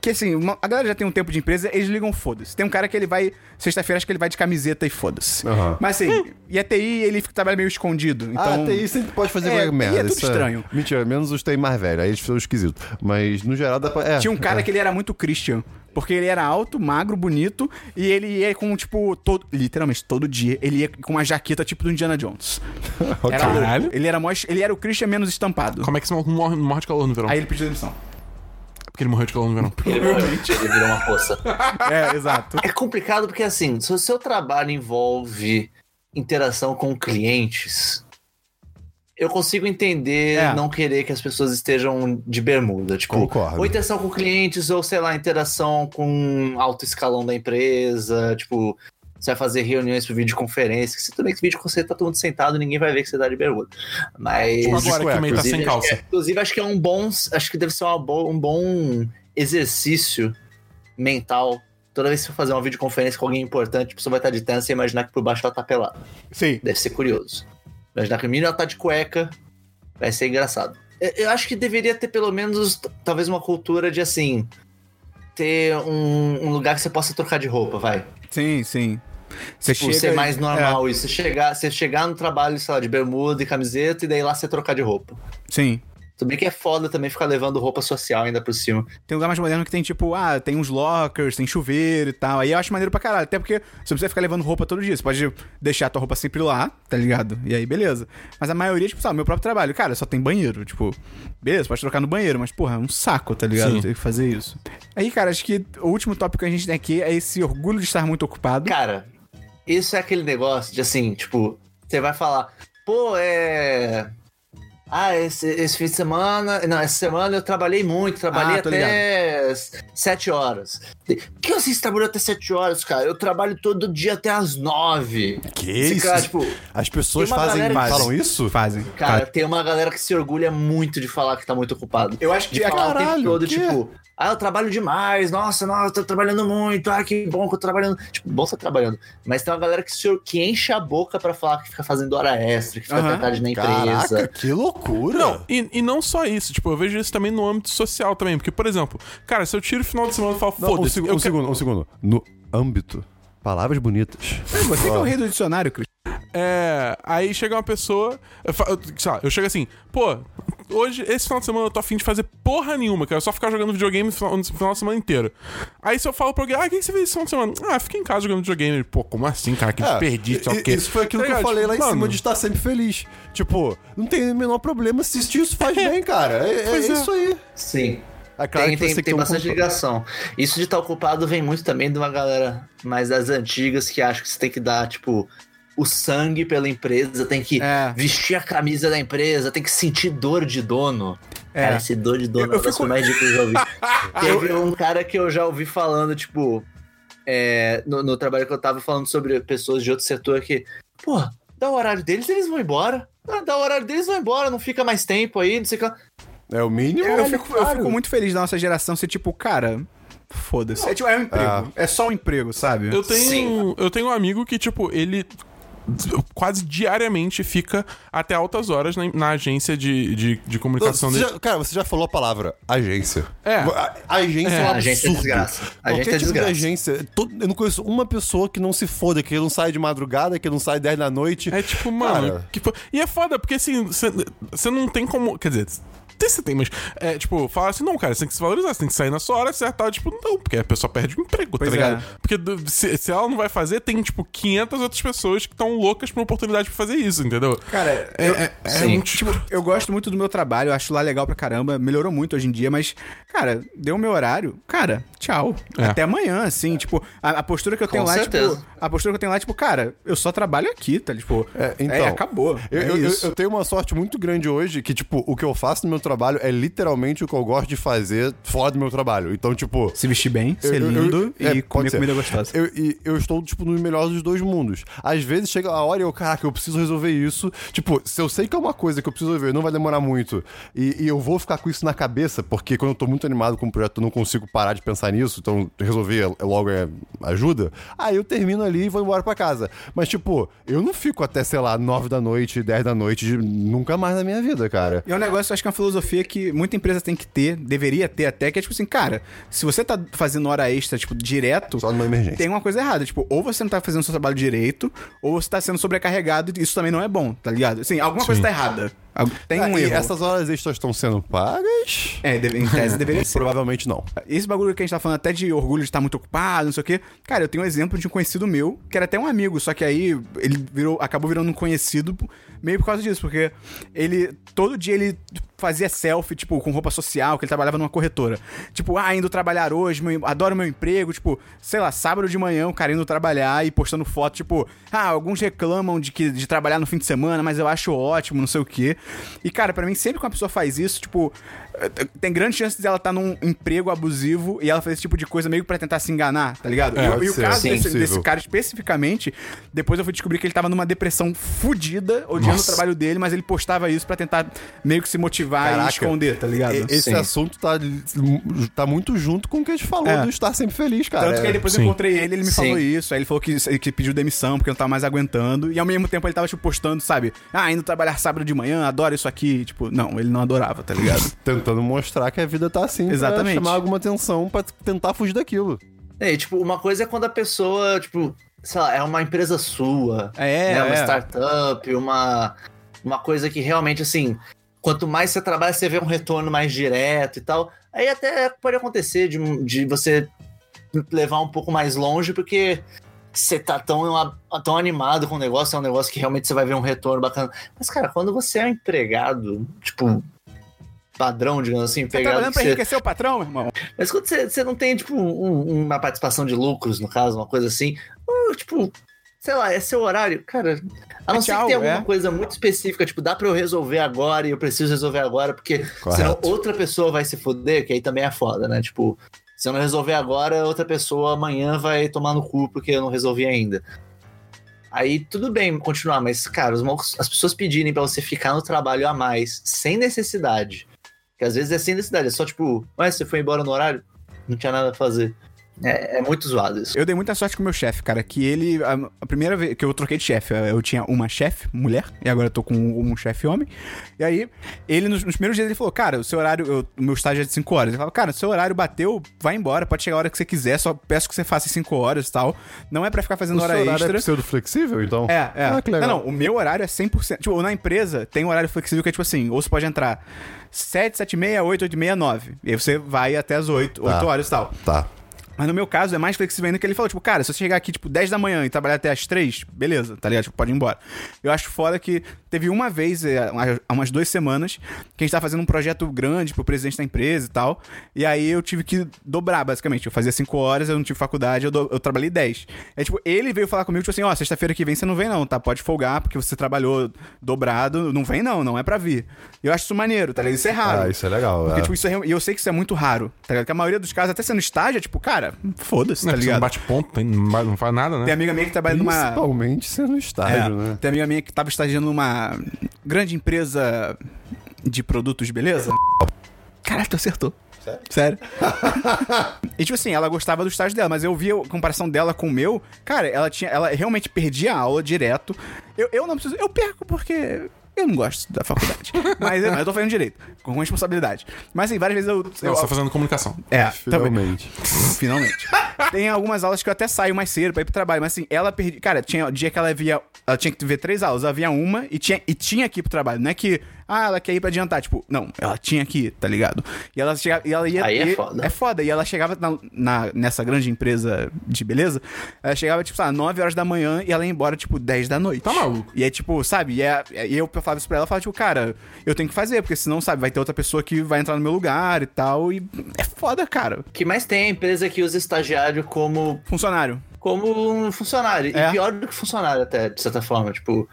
Speaker 2: que, assim, uma- a galera já tem um tempo de empresa, eles ligam foda-se. Tem um cara que ele vai, sexta-feira, acho que ele vai de camiseta e foda-se.
Speaker 3: Aham.
Speaker 2: Mas, assim, e a TI, ele fica- trabalha meio escondido. Então...
Speaker 3: Ah, TI sempre pode fazer
Speaker 2: É,
Speaker 3: qualquer
Speaker 2: TI é
Speaker 3: merda.
Speaker 2: tudo
Speaker 3: isso
Speaker 2: estranho.
Speaker 3: Mentira, menos os TI mais velhos. Aí eles são esquisitos. Mas no geral dá pra. É,
Speaker 2: Tinha um cara que ele era muito Christian. Porque ele era alto, magro, bonito, e ele ia com, tipo, todo. Literalmente, todo dia, ele ia com uma jaqueta tipo do Indiana Jones. Era louco.
Speaker 4: Caralho.
Speaker 2: Ele era, mó, ele era o Christian menos estampado.
Speaker 4: Como é que é você não morre, não morre de calor no verão?
Speaker 2: Aí ele pediu demissão.
Speaker 4: Porque ele morreu de calor no verão.
Speaker 1: Ele, provavelmente, ele virou uma poça.
Speaker 2: é, exato.
Speaker 1: É complicado porque, assim, se o seu trabalho envolve interação com clientes, eu consigo entender
Speaker 2: É.
Speaker 1: não querer que as pessoas estejam de bermuda. Tipo,
Speaker 3: Concordo.
Speaker 1: ou interação com clientes, ou sei lá, interação com alto escalão da empresa. Tipo, você vai fazer reuniões por videoconferência. Que se tudo bem que videoconferência tá todo mundo sentado, ninguém vai ver que você tá de bermuda. Mas.
Speaker 4: Tipo agora que o meio tá
Speaker 1: Inclusive,
Speaker 4: sem
Speaker 1: acho que
Speaker 4: calça.
Speaker 1: é- inclusive, acho que é um bom. Acho que deve ser uma bo- um bom exercício mental. Toda vez que você for fazer uma videoconferência com alguém importante, a pessoa vai estar de terno, você imaginar que por baixo ela tá pelada.
Speaker 2: Sim.
Speaker 1: Deve ser curioso. Imaginar que a menina ela tá de cueca, vai ser engraçado. Eu, eu acho que deveria ter pelo menos, t- talvez, uma cultura de assim. Ter um, um lugar que você possa trocar de roupa, vai.
Speaker 2: Sim, sim. Você
Speaker 1: Tipo,
Speaker 2: chega
Speaker 1: ser
Speaker 2: e-
Speaker 1: mais normal isso. Você chegar, você chegar no trabalho, sei lá, de bermuda e camiseta, e daí lá você trocar de roupa.
Speaker 2: É, sim.
Speaker 1: Tudo bem que é foda também ficar levando roupa social ainda por cima.
Speaker 2: Tem um lugar mais moderno que tem, tipo, ah, tem uns lockers, tem chuveiro e tal. Aí eu acho maneiro pra caralho. Até porque você não precisa ficar levando roupa todo dia. Você pode deixar a tua roupa sempre lá, tá ligado? E aí, beleza. Mas a maioria, tipo, sabe, meu próprio trabalho, cara, só tem banheiro. Tipo, beleza, pode trocar no banheiro, mas, porra, é um saco, tá ligado?
Speaker 4: Sim.
Speaker 2: Tem que fazer isso. Aí, cara, acho que o último tópico que a gente tem aqui é esse orgulho de estar muito ocupado.
Speaker 1: Cara, isso é aquele negócio de assim, tipo, você vai falar, pô, é. Ah, esse, esse fim de semana. Não, essa semana eu trabalhei muito, trabalhei
Speaker 2: Ah, tô
Speaker 1: até s- sete horas. Por que vocês trabalham até sete horas, cara? Eu trabalho todo dia até as nove.
Speaker 3: Que
Speaker 1: Esse
Speaker 3: isso?
Speaker 1: cara, tipo,
Speaker 3: As pessoas
Speaker 1: Tem uma
Speaker 3: fazem,
Speaker 1: galera que-
Speaker 3: falam isso?
Speaker 2: Fazem.
Speaker 1: cara, tem uma galera que se orgulha muito de falar que tá muito ocupado.
Speaker 2: eu acho
Speaker 1: De falar o tempo todo, tipo, Ah, eu trabalho demais, nossa, nossa, eu tô trabalhando muito, ah, que bom que eu tô trabalhando. Tipo, bom você tá trabalhando. Mas tem uma galera que, se- que enche a boca pra falar que fica fazendo hora extra, que fica
Speaker 2: Aham.
Speaker 1: até tarde na empresa.
Speaker 3: Caraca, que loucura!
Speaker 4: Não, e, e não só isso, tipo, eu vejo isso também no âmbito social também. Porque, por exemplo, cara, se eu tiro o final de semana e falo,
Speaker 3: Não, um,
Speaker 4: foda-se,
Speaker 3: segu-
Speaker 4: eu
Speaker 3: um
Speaker 4: quero-
Speaker 3: segundo, um segundo. No âmbito. Palavras bonitas.
Speaker 2: Você que é o rei do dicionário, Christian.
Speaker 4: É. Aí chega uma pessoa. Eu, fa- eu- sei lá, eu chego assim, pô, hoje, esse final de semana eu tô afim de fazer porra nenhuma, cara. Eu só ficar jogando videogame no final, no final de semana inteiro. Aí se eu falo pra alguém, ah, o que que você fez esse final de semana? Ah, fiquei em casa jogando videogame. Pô, como assim, cara? Que
Speaker 3: É,
Speaker 4: desperdício, sei lá
Speaker 3: i-
Speaker 4: o quê.
Speaker 3: Isso foi aquilo
Speaker 4: Tá
Speaker 3: que eu
Speaker 4: ligado?
Speaker 3: falei lá em
Speaker 4: Mano,
Speaker 3: cima de estar sempre feliz. Tipo, não tem o menor problema se isso faz bem, cara. É, é
Speaker 4: Pois é.
Speaker 3: isso aí.
Speaker 1: Sim.
Speaker 3: É
Speaker 1: Tem,
Speaker 3: que
Speaker 1: tem,
Speaker 3: você
Speaker 1: tem
Speaker 3: um
Speaker 1: bastante
Speaker 3: controle.
Speaker 1: ligação. Isso de estar ocupado vem muito também de uma galera mais das antigas que acha que você tem que dar, tipo, o sangue pela empresa, tem que
Speaker 2: É.
Speaker 1: vestir a camisa da empresa, tem que sentir dor de dono.
Speaker 2: É.
Speaker 1: Cara, esse dor de dono é uma das coisas mais dicas que eu já ouvi. Teve um cara que eu já ouvi falando, tipo, é, no, no trabalho que eu tava falando sobre pessoas de outro setor que, pô, dá o horário deles, eles vão embora. Ah, Dá o horário deles, vão embora, não fica mais tempo aí, não sei o que. lá.
Speaker 3: É o mínimo.
Speaker 2: Eu, fico, eu
Speaker 1: claro.
Speaker 2: fico muito feliz da nossa geração ser tipo, cara, foda-se. É, tipo, é um emprego. É. só um emprego, sabe?
Speaker 4: Eu tenho,
Speaker 1: Sim.
Speaker 4: eu tenho um amigo que, tipo, ele quase diariamente fica até altas horas na, na agência de, de, de comunicação
Speaker 3: Você
Speaker 4: dele.
Speaker 3: já- cara, você já falou a palavra agência.
Speaker 4: É.
Speaker 3: A- a- agência é, um
Speaker 1: A gente é
Speaker 3: absurdo.
Speaker 1: desgraça. A
Speaker 3: Qualquer
Speaker 1: gente é
Speaker 3: tipo de
Speaker 1: desgraça.
Speaker 3: agência, todo- eu não conheço uma pessoa que não se foda, que não sai de madrugada, que não sai 10 da noite.
Speaker 4: É tipo, mano.
Speaker 3: Cara.
Speaker 4: que fo- e é foda, porque assim, você não tem como. Quer dizer. até Você tem, mas é tipo, fala assim, não, cara, você tem que se valorizar, você tem que sair na sua hora certa, tal. tipo, não, porque a pessoa perde o emprego,
Speaker 2: Pois
Speaker 4: tá ligado?
Speaker 2: é.
Speaker 4: Porque do- se, se ela não vai fazer, tem, tipo, 500 outras pessoas que estão loucas por uma oportunidade pra fazer isso, entendeu?
Speaker 2: Cara,
Speaker 4: é, é, é muito, tipo,
Speaker 2: eu gosto muito do meu trabalho, eu acho lá legal pra caramba, melhorou muito hoje em dia, mas, cara, deu o meu horário, cara, tchau.
Speaker 4: É.
Speaker 2: Até amanhã, assim, tipo, a, a postura que eu tenho lá,
Speaker 1: certeza.
Speaker 2: tipo, a postura que eu tenho lá, tipo, cara, eu só trabalho aqui, tá? Tipo,
Speaker 3: É,
Speaker 2: é,
Speaker 3: então.
Speaker 2: acabou.
Speaker 3: Eu,
Speaker 2: é
Speaker 3: eu- eu-
Speaker 2: isso.
Speaker 3: eu tenho uma sorte muito grande hoje que, tipo, o que eu faço no meu trabalho é literalmente o que eu gosto de fazer fora do meu trabalho. Então, tipo.
Speaker 2: Se vestir bem, ser
Speaker 3: eu- eu-
Speaker 2: lindo
Speaker 3: é, pode
Speaker 2: e comer
Speaker 3: ser.
Speaker 2: comida gostosa.
Speaker 3: Eu, e eu estou, tipo, no melhor dos dois mundos. Às vezes chega a hora e eu, caraca, eu preciso resolver isso. Tipo, se eu sei que é uma coisa que eu preciso resolver, não vai demorar muito. E, e eu vou ficar com isso na cabeça, porque quando eu tô muito animado com um projeto, eu não consigo parar de pensar nisso. Então, resolver é- logo é ajuda. Aí eu termino ali e vou embora pra casa. Mas, tipo, eu não fico até, sei lá, nove da noite, dez da noite, de- nunca mais na minha vida, cara.
Speaker 2: E é um negócio, acho que é uma filosofia que muita empresa tem que ter, deveria ter até, que é tipo assim, cara, se você tá fazendo hora extra, tipo, direto,
Speaker 3: Só numa emergência.
Speaker 2: tem uma coisa errada. Tipo, ou você não tá fazendo o seu trabalho direito, ou você tá sendo sobrecarregado e isso também não é bom, tá ligado? Assim, alguma coisa tá errada. Algu- Tem um
Speaker 3: Ah, e
Speaker 2: erro.
Speaker 3: essas horas extras estão sendo pagas?
Speaker 2: É, deve- em tese deveria ser.
Speaker 3: Provavelmente não.
Speaker 2: Esse bagulho que a gente tá falando até de orgulho de estar muito ocupado, não sei o quê. Cara, eu tenho um exemplo de um conhecido meu, que era até um amigo, só que aí ele virou, acabou virando um conhecido meio por causa disso, porque ele todo dia ele fazia selfie, tipo, com roupa social, que ele trabalhava numa corretora. Tipo, ah, indo trabalhar hoje, meu- adoro meu emprego, tipo, sei lá, sábado de manhã, o cara indo trabalhar e postando foto, tipo, ah, alguns reclamam de que de trabalhar no fim de semana, mas eu acho ótimo, não sei o quê. E cara, pra mim sempre que uma pessoa faz isso, tipo, eh, tem grande chance dela estar num emprego abusivo e ela fazer esse tipo de coisa meio pra tentar se enganar, tá ligado?
Speaker 3: É,
Speaker 2: E o- e
Speaker 3: pode
Speaker 2: o
Speaker 3: ser.
Speaker 2: caso
Speaker 3: Sim,
Speaker 2: desse,
Speaker 3: possível.
Speaker 2: desse cara especificamente, depois eu fui descobrir que ele tava numa depressão fudida, odiando o trabalho dele, mas ele postava isso pra tentar meio que se motivar e
Speaker 3: Caraca.
Speaker 2: esconder, tá ligado?
Speaker 3: E- Esse
Speaker 1: Sim.
Speaker 3: assunto tá, tá muito junto com o que a gente falou
Speaker 2: É.
Speaker 3: do estar sempre feliz, cara. É,
Speaker 2: Tanto que aí depois
Speaker 4: Sim.
Speaker 2: eu encontrei ele, ele me
Speaker 1: Sim.
Speaker 2: falou isso. Aí ele falou que, que pediu demissão porque não tava mais aguentando. E ao mesmo tempo ele tava, tipo, postando, sabe? Ah, indo trabalhar sábado de manhã, adoro isso aqui. Tipo, não, ele não adorava, tá ligado?
Speaker 3: Tentando mostrar que a vida tá assim pra
Speaker 2: Exatamente.
Speaker 3: chamar alguma atenção, pra tentar fugir daquilo.
Speaker 1: É, e, tipo, uma coisa é quando a pessoa, tipo, sei lá, é uma empresa sua,
Speaker 2: É,
Speaker 1: né? Uma
Speaker 2: é.
Speaker 1: startup, uma, uma coisa que realmente, assim, quanto mais você trabalha, você vê um retorno mais direto e tal. Aí até pode acontecer de, de você levar um pouco mais longe, porque você tá tão, tão animado com o negócio, é um negócio que realmente você vai ver um retorno bacana. Mas, cara, quando você é um empregado, tipo, padrão, digamos assim,
Speaker 2: Tá
Speaker 1: empregado.
Speaker 2: trabalhando
Speaker 1: que
Speaker 2: pra
Speaker 1: você-
Speaker 2: enriquecer o patrão, meu irmão?
Speaker 1: mas quando você, você não tem, tipo, um- uma participação de lucros, no caso, uma coisa assim, ou, tipo, sei lá, é seu horário, cara. A não ser
Speaker 2: tchau,
Speaker 1: que tenha alguma
Speaker 2: é.
Speaker 1: coisa muito específica, tipo, dá pra eu resolver agora e eu preciso resolver agora, porque senão outra pessoa vai se foder, que aí também é foda, né? Tipo, se eu não resolver agora, outra pessoa amanhã vai tomar no cu porque eu não resolvi ainda. Aí tudo bem continuar, mas, cara, os malucos- as pessoas pedirem pra você ficar no trabalho a mais, sem necessidade. Que Que às vezes é sem necessidade, é só tipo, mas você foi embora no horário? Não tinha nada a fazer. É, é muito zoado isso.
Speaker 2: Eu dei muita sorte com o meu chefe, cara, que ele. A, a primeira vez que eu troquei de chefe, eu tinha uma chefe, mulher, e agora eu tô com um, um chefe homem. E aí, ele, nos, nos primeiros dias, ele falou: Cara, o seu horário, eu- o meu estágio é de 5 horas. Ele falou: Cara, o seu horário bateu, vai embora, pode chegar a hora que você quiser, só peço que você faça 5 horas e tal. Não é pra ficar fazendo
Speaker 3: O seu
Speaker 2: hora
Speaker 3: horário
Speaker 2: extra.
Speaker 3: é pseudo flexível, então?
Speaker 2: É, é.
Speaker 3: Ah, que legal.
Speaker 2: Não, não, o meu horário é 100%. Tipo, na empresa tem um horário flexível que é tipo assim, ou você pode entrar 7, 7 e meia, 8, 8 e meia, 9. E aí você vai até as 8, 8 horas e tal.
Speaker 3: Tá.
Speaker 2: Mas no meu caso é mais flexível ainda que ele falou, tipo, cara, se você chegar aqui, tipo, 10 da manhã e trabalhar até as 3, beleza, tá ligado? Tipo, pode ir embora. Eu acho foda que teve uma vez, é, uma- há umas duas semanas, que a gente tava fazendo um projeto grande pro presidente da empresa e tal. E aí eu tive que dobrar, basicamente. Eu fazia 5 horas, eu não tive faculdade, eu, do- eu trabalhei 10. É tipo, ele veio falar comigo, tipo assim, ó, sexta-feira que vem você não vem, não, tá? Pode folgar, porque você trabalhou dobrado. Não vem, não, não é pra vir. Eu acho isso maneiro, tá ligado? Isso é raro.
Speaker 3: Ah, isso é legal.
Speaker 2: Porque,
Speaker 3: é.
Speaker 2: tipo, isso é, real- e eu sei que isso é muito raro, tá ligado? Que a maioria dos casos, até sendo estágio, é tipo, cara, foda-se,
Speaker 4: Não,
Speaker 2: tá
Speaker 4: porque né, você não
Speaker 2: ligado?
Speaker 4: bate ponto, tem- não vai- não faz nada, né?
Speaker 2: Tem amiga minha que trabalha é numa.
Speaker 3: Principalmente sendo estágio,
Speaker 2: é,
Speaker 3: né?
Speaker 2: Tem amiga minha que tava estagiando numa grande empresa de produtos, beleza? Caralho, tu acertou. Sério? Sério. e tipo assim, ela gostava do estágio dela, mas eu via a comparação dela com o meu. Cara, ela tinha. Ela realmente perdia a aula direto. Eu, eu não preciso. Eu perco porque. Eu não gosto da faculdade. mas, eu, mas eu tô fazendo direito, com responsabilidade. Mas assim, várias vezes eu.
Speaker 4: Não,
Speaker 2: eu
Speaker 4: você tá fazendo comunicação.
Speaker 2: é, também.
Speaker 3: Finalmente.
Speaker 2: Finalmente. Tem algumas aulas que eu até saio mais cedo pra ir pro trabalho, mas assim, ela perdi. Cara, tinha dia que ela via. Ela tinha que ver três aulas, ela via uma e tinha, e tinha que ir pro trabalho. Não é que, ah, ela quer ir pra adiantar. Tipo, não, ela tinha que ir, tá ligado? E ela chegava. E ela ia.
Speaker 1: Aí é
Speaker 2: e-
Speaker 1: foda.
Speaker 2: É foda. E ela chegava na, na- nessa grande empresa de beleza, ela chegava, tipo, sei lá, 9 horas da manhã e ela ia embora, tipo, 10 da noite.
Speaker 4: Tá maluco.
Speaker 2: E é tipo, sabe? E, é- e eu falava isso pra ela, eu falava, tipo, cara, eu tenho que fazer, porque senão, sabe, vai ter outra pessoa que vai entrar no meu lugar e tal. E é foda, cara.
Speaker 1: O que mais tem é a empresa que usa estagiário como
Speaker 2: Funcionário.
Speaker 1: como um funcionário.
Speaker 2: É.
Speaker 1: E pior do que funcionário, até, de certa forma. Tipo,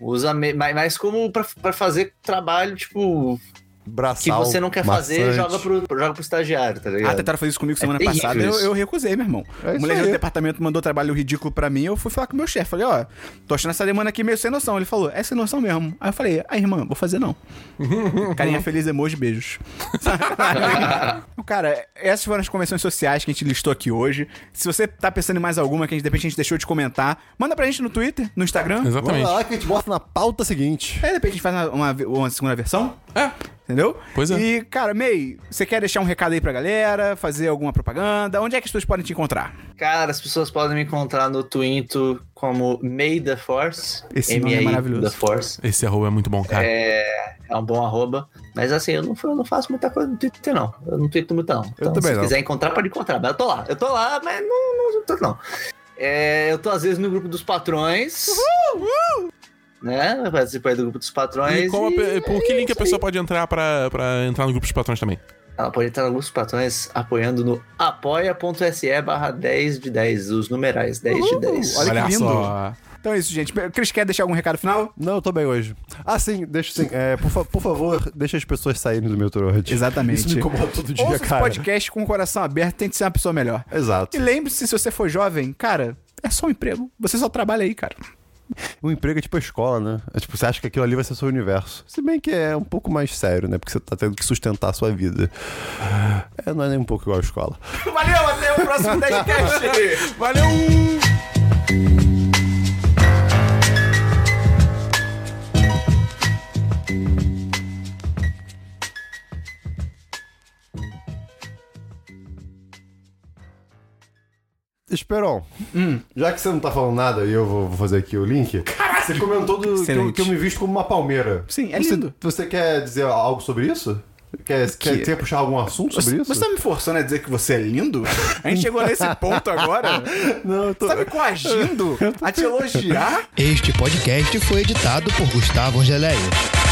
Speaker 1: usa me- ma- mais como pra, pra fazer trabalho, tipo,
Speaker 3: Braçal,
Speaker 1: que você não quer fazer,
Speaker 3: maçante.
Speaker 1: joga pro, joga pro estagiário, tá
Speaker 2: Ah,
Speaker 1: ligado?
Speaker 2: tentaram fazer isso comigo
Speaker 1: É
Speaker 2: semana
Speaker 1: terrível
Speaker 2: passada. Eu,
Speaker 1: isso.
Speaker 2: eu recusei, meu irmão.
Speaker 3: É
Speaker 2: O
Speaker 3: isso
Speaker 2: Mulher do
Speaker 3: aí.
Speaker 2: departamento mandou trabalho ridículo pra mim. Eu fui falar com o meu chefe. Falei, ó, tô achando essa demanda aqui meio sem noção. Ele falou, é sem noção mesmo. Aí eu falei, ah, irmã, vou fazer não. Carinha feliz, emoji, beijos. Cara, essas foram as convenções sociais que a gente listou aqui hoje. Se você tá pensando em mais alguma que a gente, de repente a gente deixou de comentar, manda pra gente no Twitter, no Instagram.
Speaker 3: Vamos
Speaker 4: Exatamente.
Speaker 3: lá que a gente bota na pauta seguinte.
Speaker 2: Aí de repente a gente faz uma, uma ve- uma segunda versão.
Speaker 4: É.
Speaker 2: Entendeu?
Speaker 4: Pois é.
Speaker 2: E, cara, May, você quer deixar um recado aí pra galera, fazer alguma propaganda? Onde é que as pessoas podem te encontrar?
Speaker 1: Cara, as pessoas podem me encontrar no Twinto como May the Force.
Speaker 2: Esse nome é
Speaker 1: MAI
Speaker 2: maravilhoso.
Speaker 1: The Force.
Speaker 4: Esse arroba é muito bom, cara.
Speaker 1: É, é um bom arroba. Mas assim, eu não, fa- eu não faço muita coisa no Twitter, não. Eu não twito muito, não. Então,
Speaker 3: também
Speaker 1: se
Speaker 3: não.
Speaker 1: quiser encontrar, pode encontrar. Mas eu tô lá. Eu tô lá, mas não, não, não tô, não. É, eu tô às vezes no grupo dos patrões. Uhul! Né? Eu participo aí do grupo dos patrões.
Speaker 4: E qual a pe-
Speaker 1: e
Speaker 4: por que link a pessoa pode entrar pra, pra entrar no grupo dos patrões também?
Speaker 1: Ela Ah, pode entrar no grupo dos patrões apoiando no apoia.se barra 10 de 10, os numerais 10 de 10.
Speaker 2: Olha que lindo.
Speaker 4: só.
Speaker 2: Então é isso, gente. Cris, quer deixar algum recado final?
Speaker 3: Não, eu tô bem hoje. Ah, sim, deixa sim. É, por, fa- por favor, deixa as pessoas saírem do meu Metroid.
Speaker 2: Exatamente.
Speaker 3: Isso me incomoda todo dia,
Speaker 2: Ouça esse
Speaker 3: cara.
Speaker 2: podcast com o coração aberto, tente ser uma pessoa melhor.
Speaker 3: Exato.
Speaker 2: E lembre-se, se você for jovem, cara, é só um emprego. Você só trabalha aí, cara.
Speaker 3: O emprego é tipo a escola, né? É tipo, você acha que aquilo ali vai ser seu universo. Se bem que é um pouco mais sério, né? Porque você tá tendo que sustentar a sua vida. É, não é nem um pouco igual a escola.
Speaker 2: Valeu, até o próximo 10
Speaker 4: Valeu!
Speaker 3: Esperon,
Speaker 2: Hum.
Speaker 3: já que você não tá falando nada e eu vou vou fazer aqui o link, você comentou do, que, eu,
Speaker 2: Excelente.
Speaker 3: que eu me visto como uma palmeira.
Speaker 2: Sim, é
Speaker 3: você,
Speaker 2: lindo.
Speaker 3: Você quer dizer algo sobre isso? Quer, quer, quer puxar algum assunto sobre isso?
Speaker 2: Você tá me forçando a dizer que você é lindo? A gente chegou nesse ponto agora.
Speaker 3: Não, eu tô...
Speaker 2: Você tá me coagindo a te elogiar?
Speaker 5: Este podcast foi editado por Gustavo Angeléia.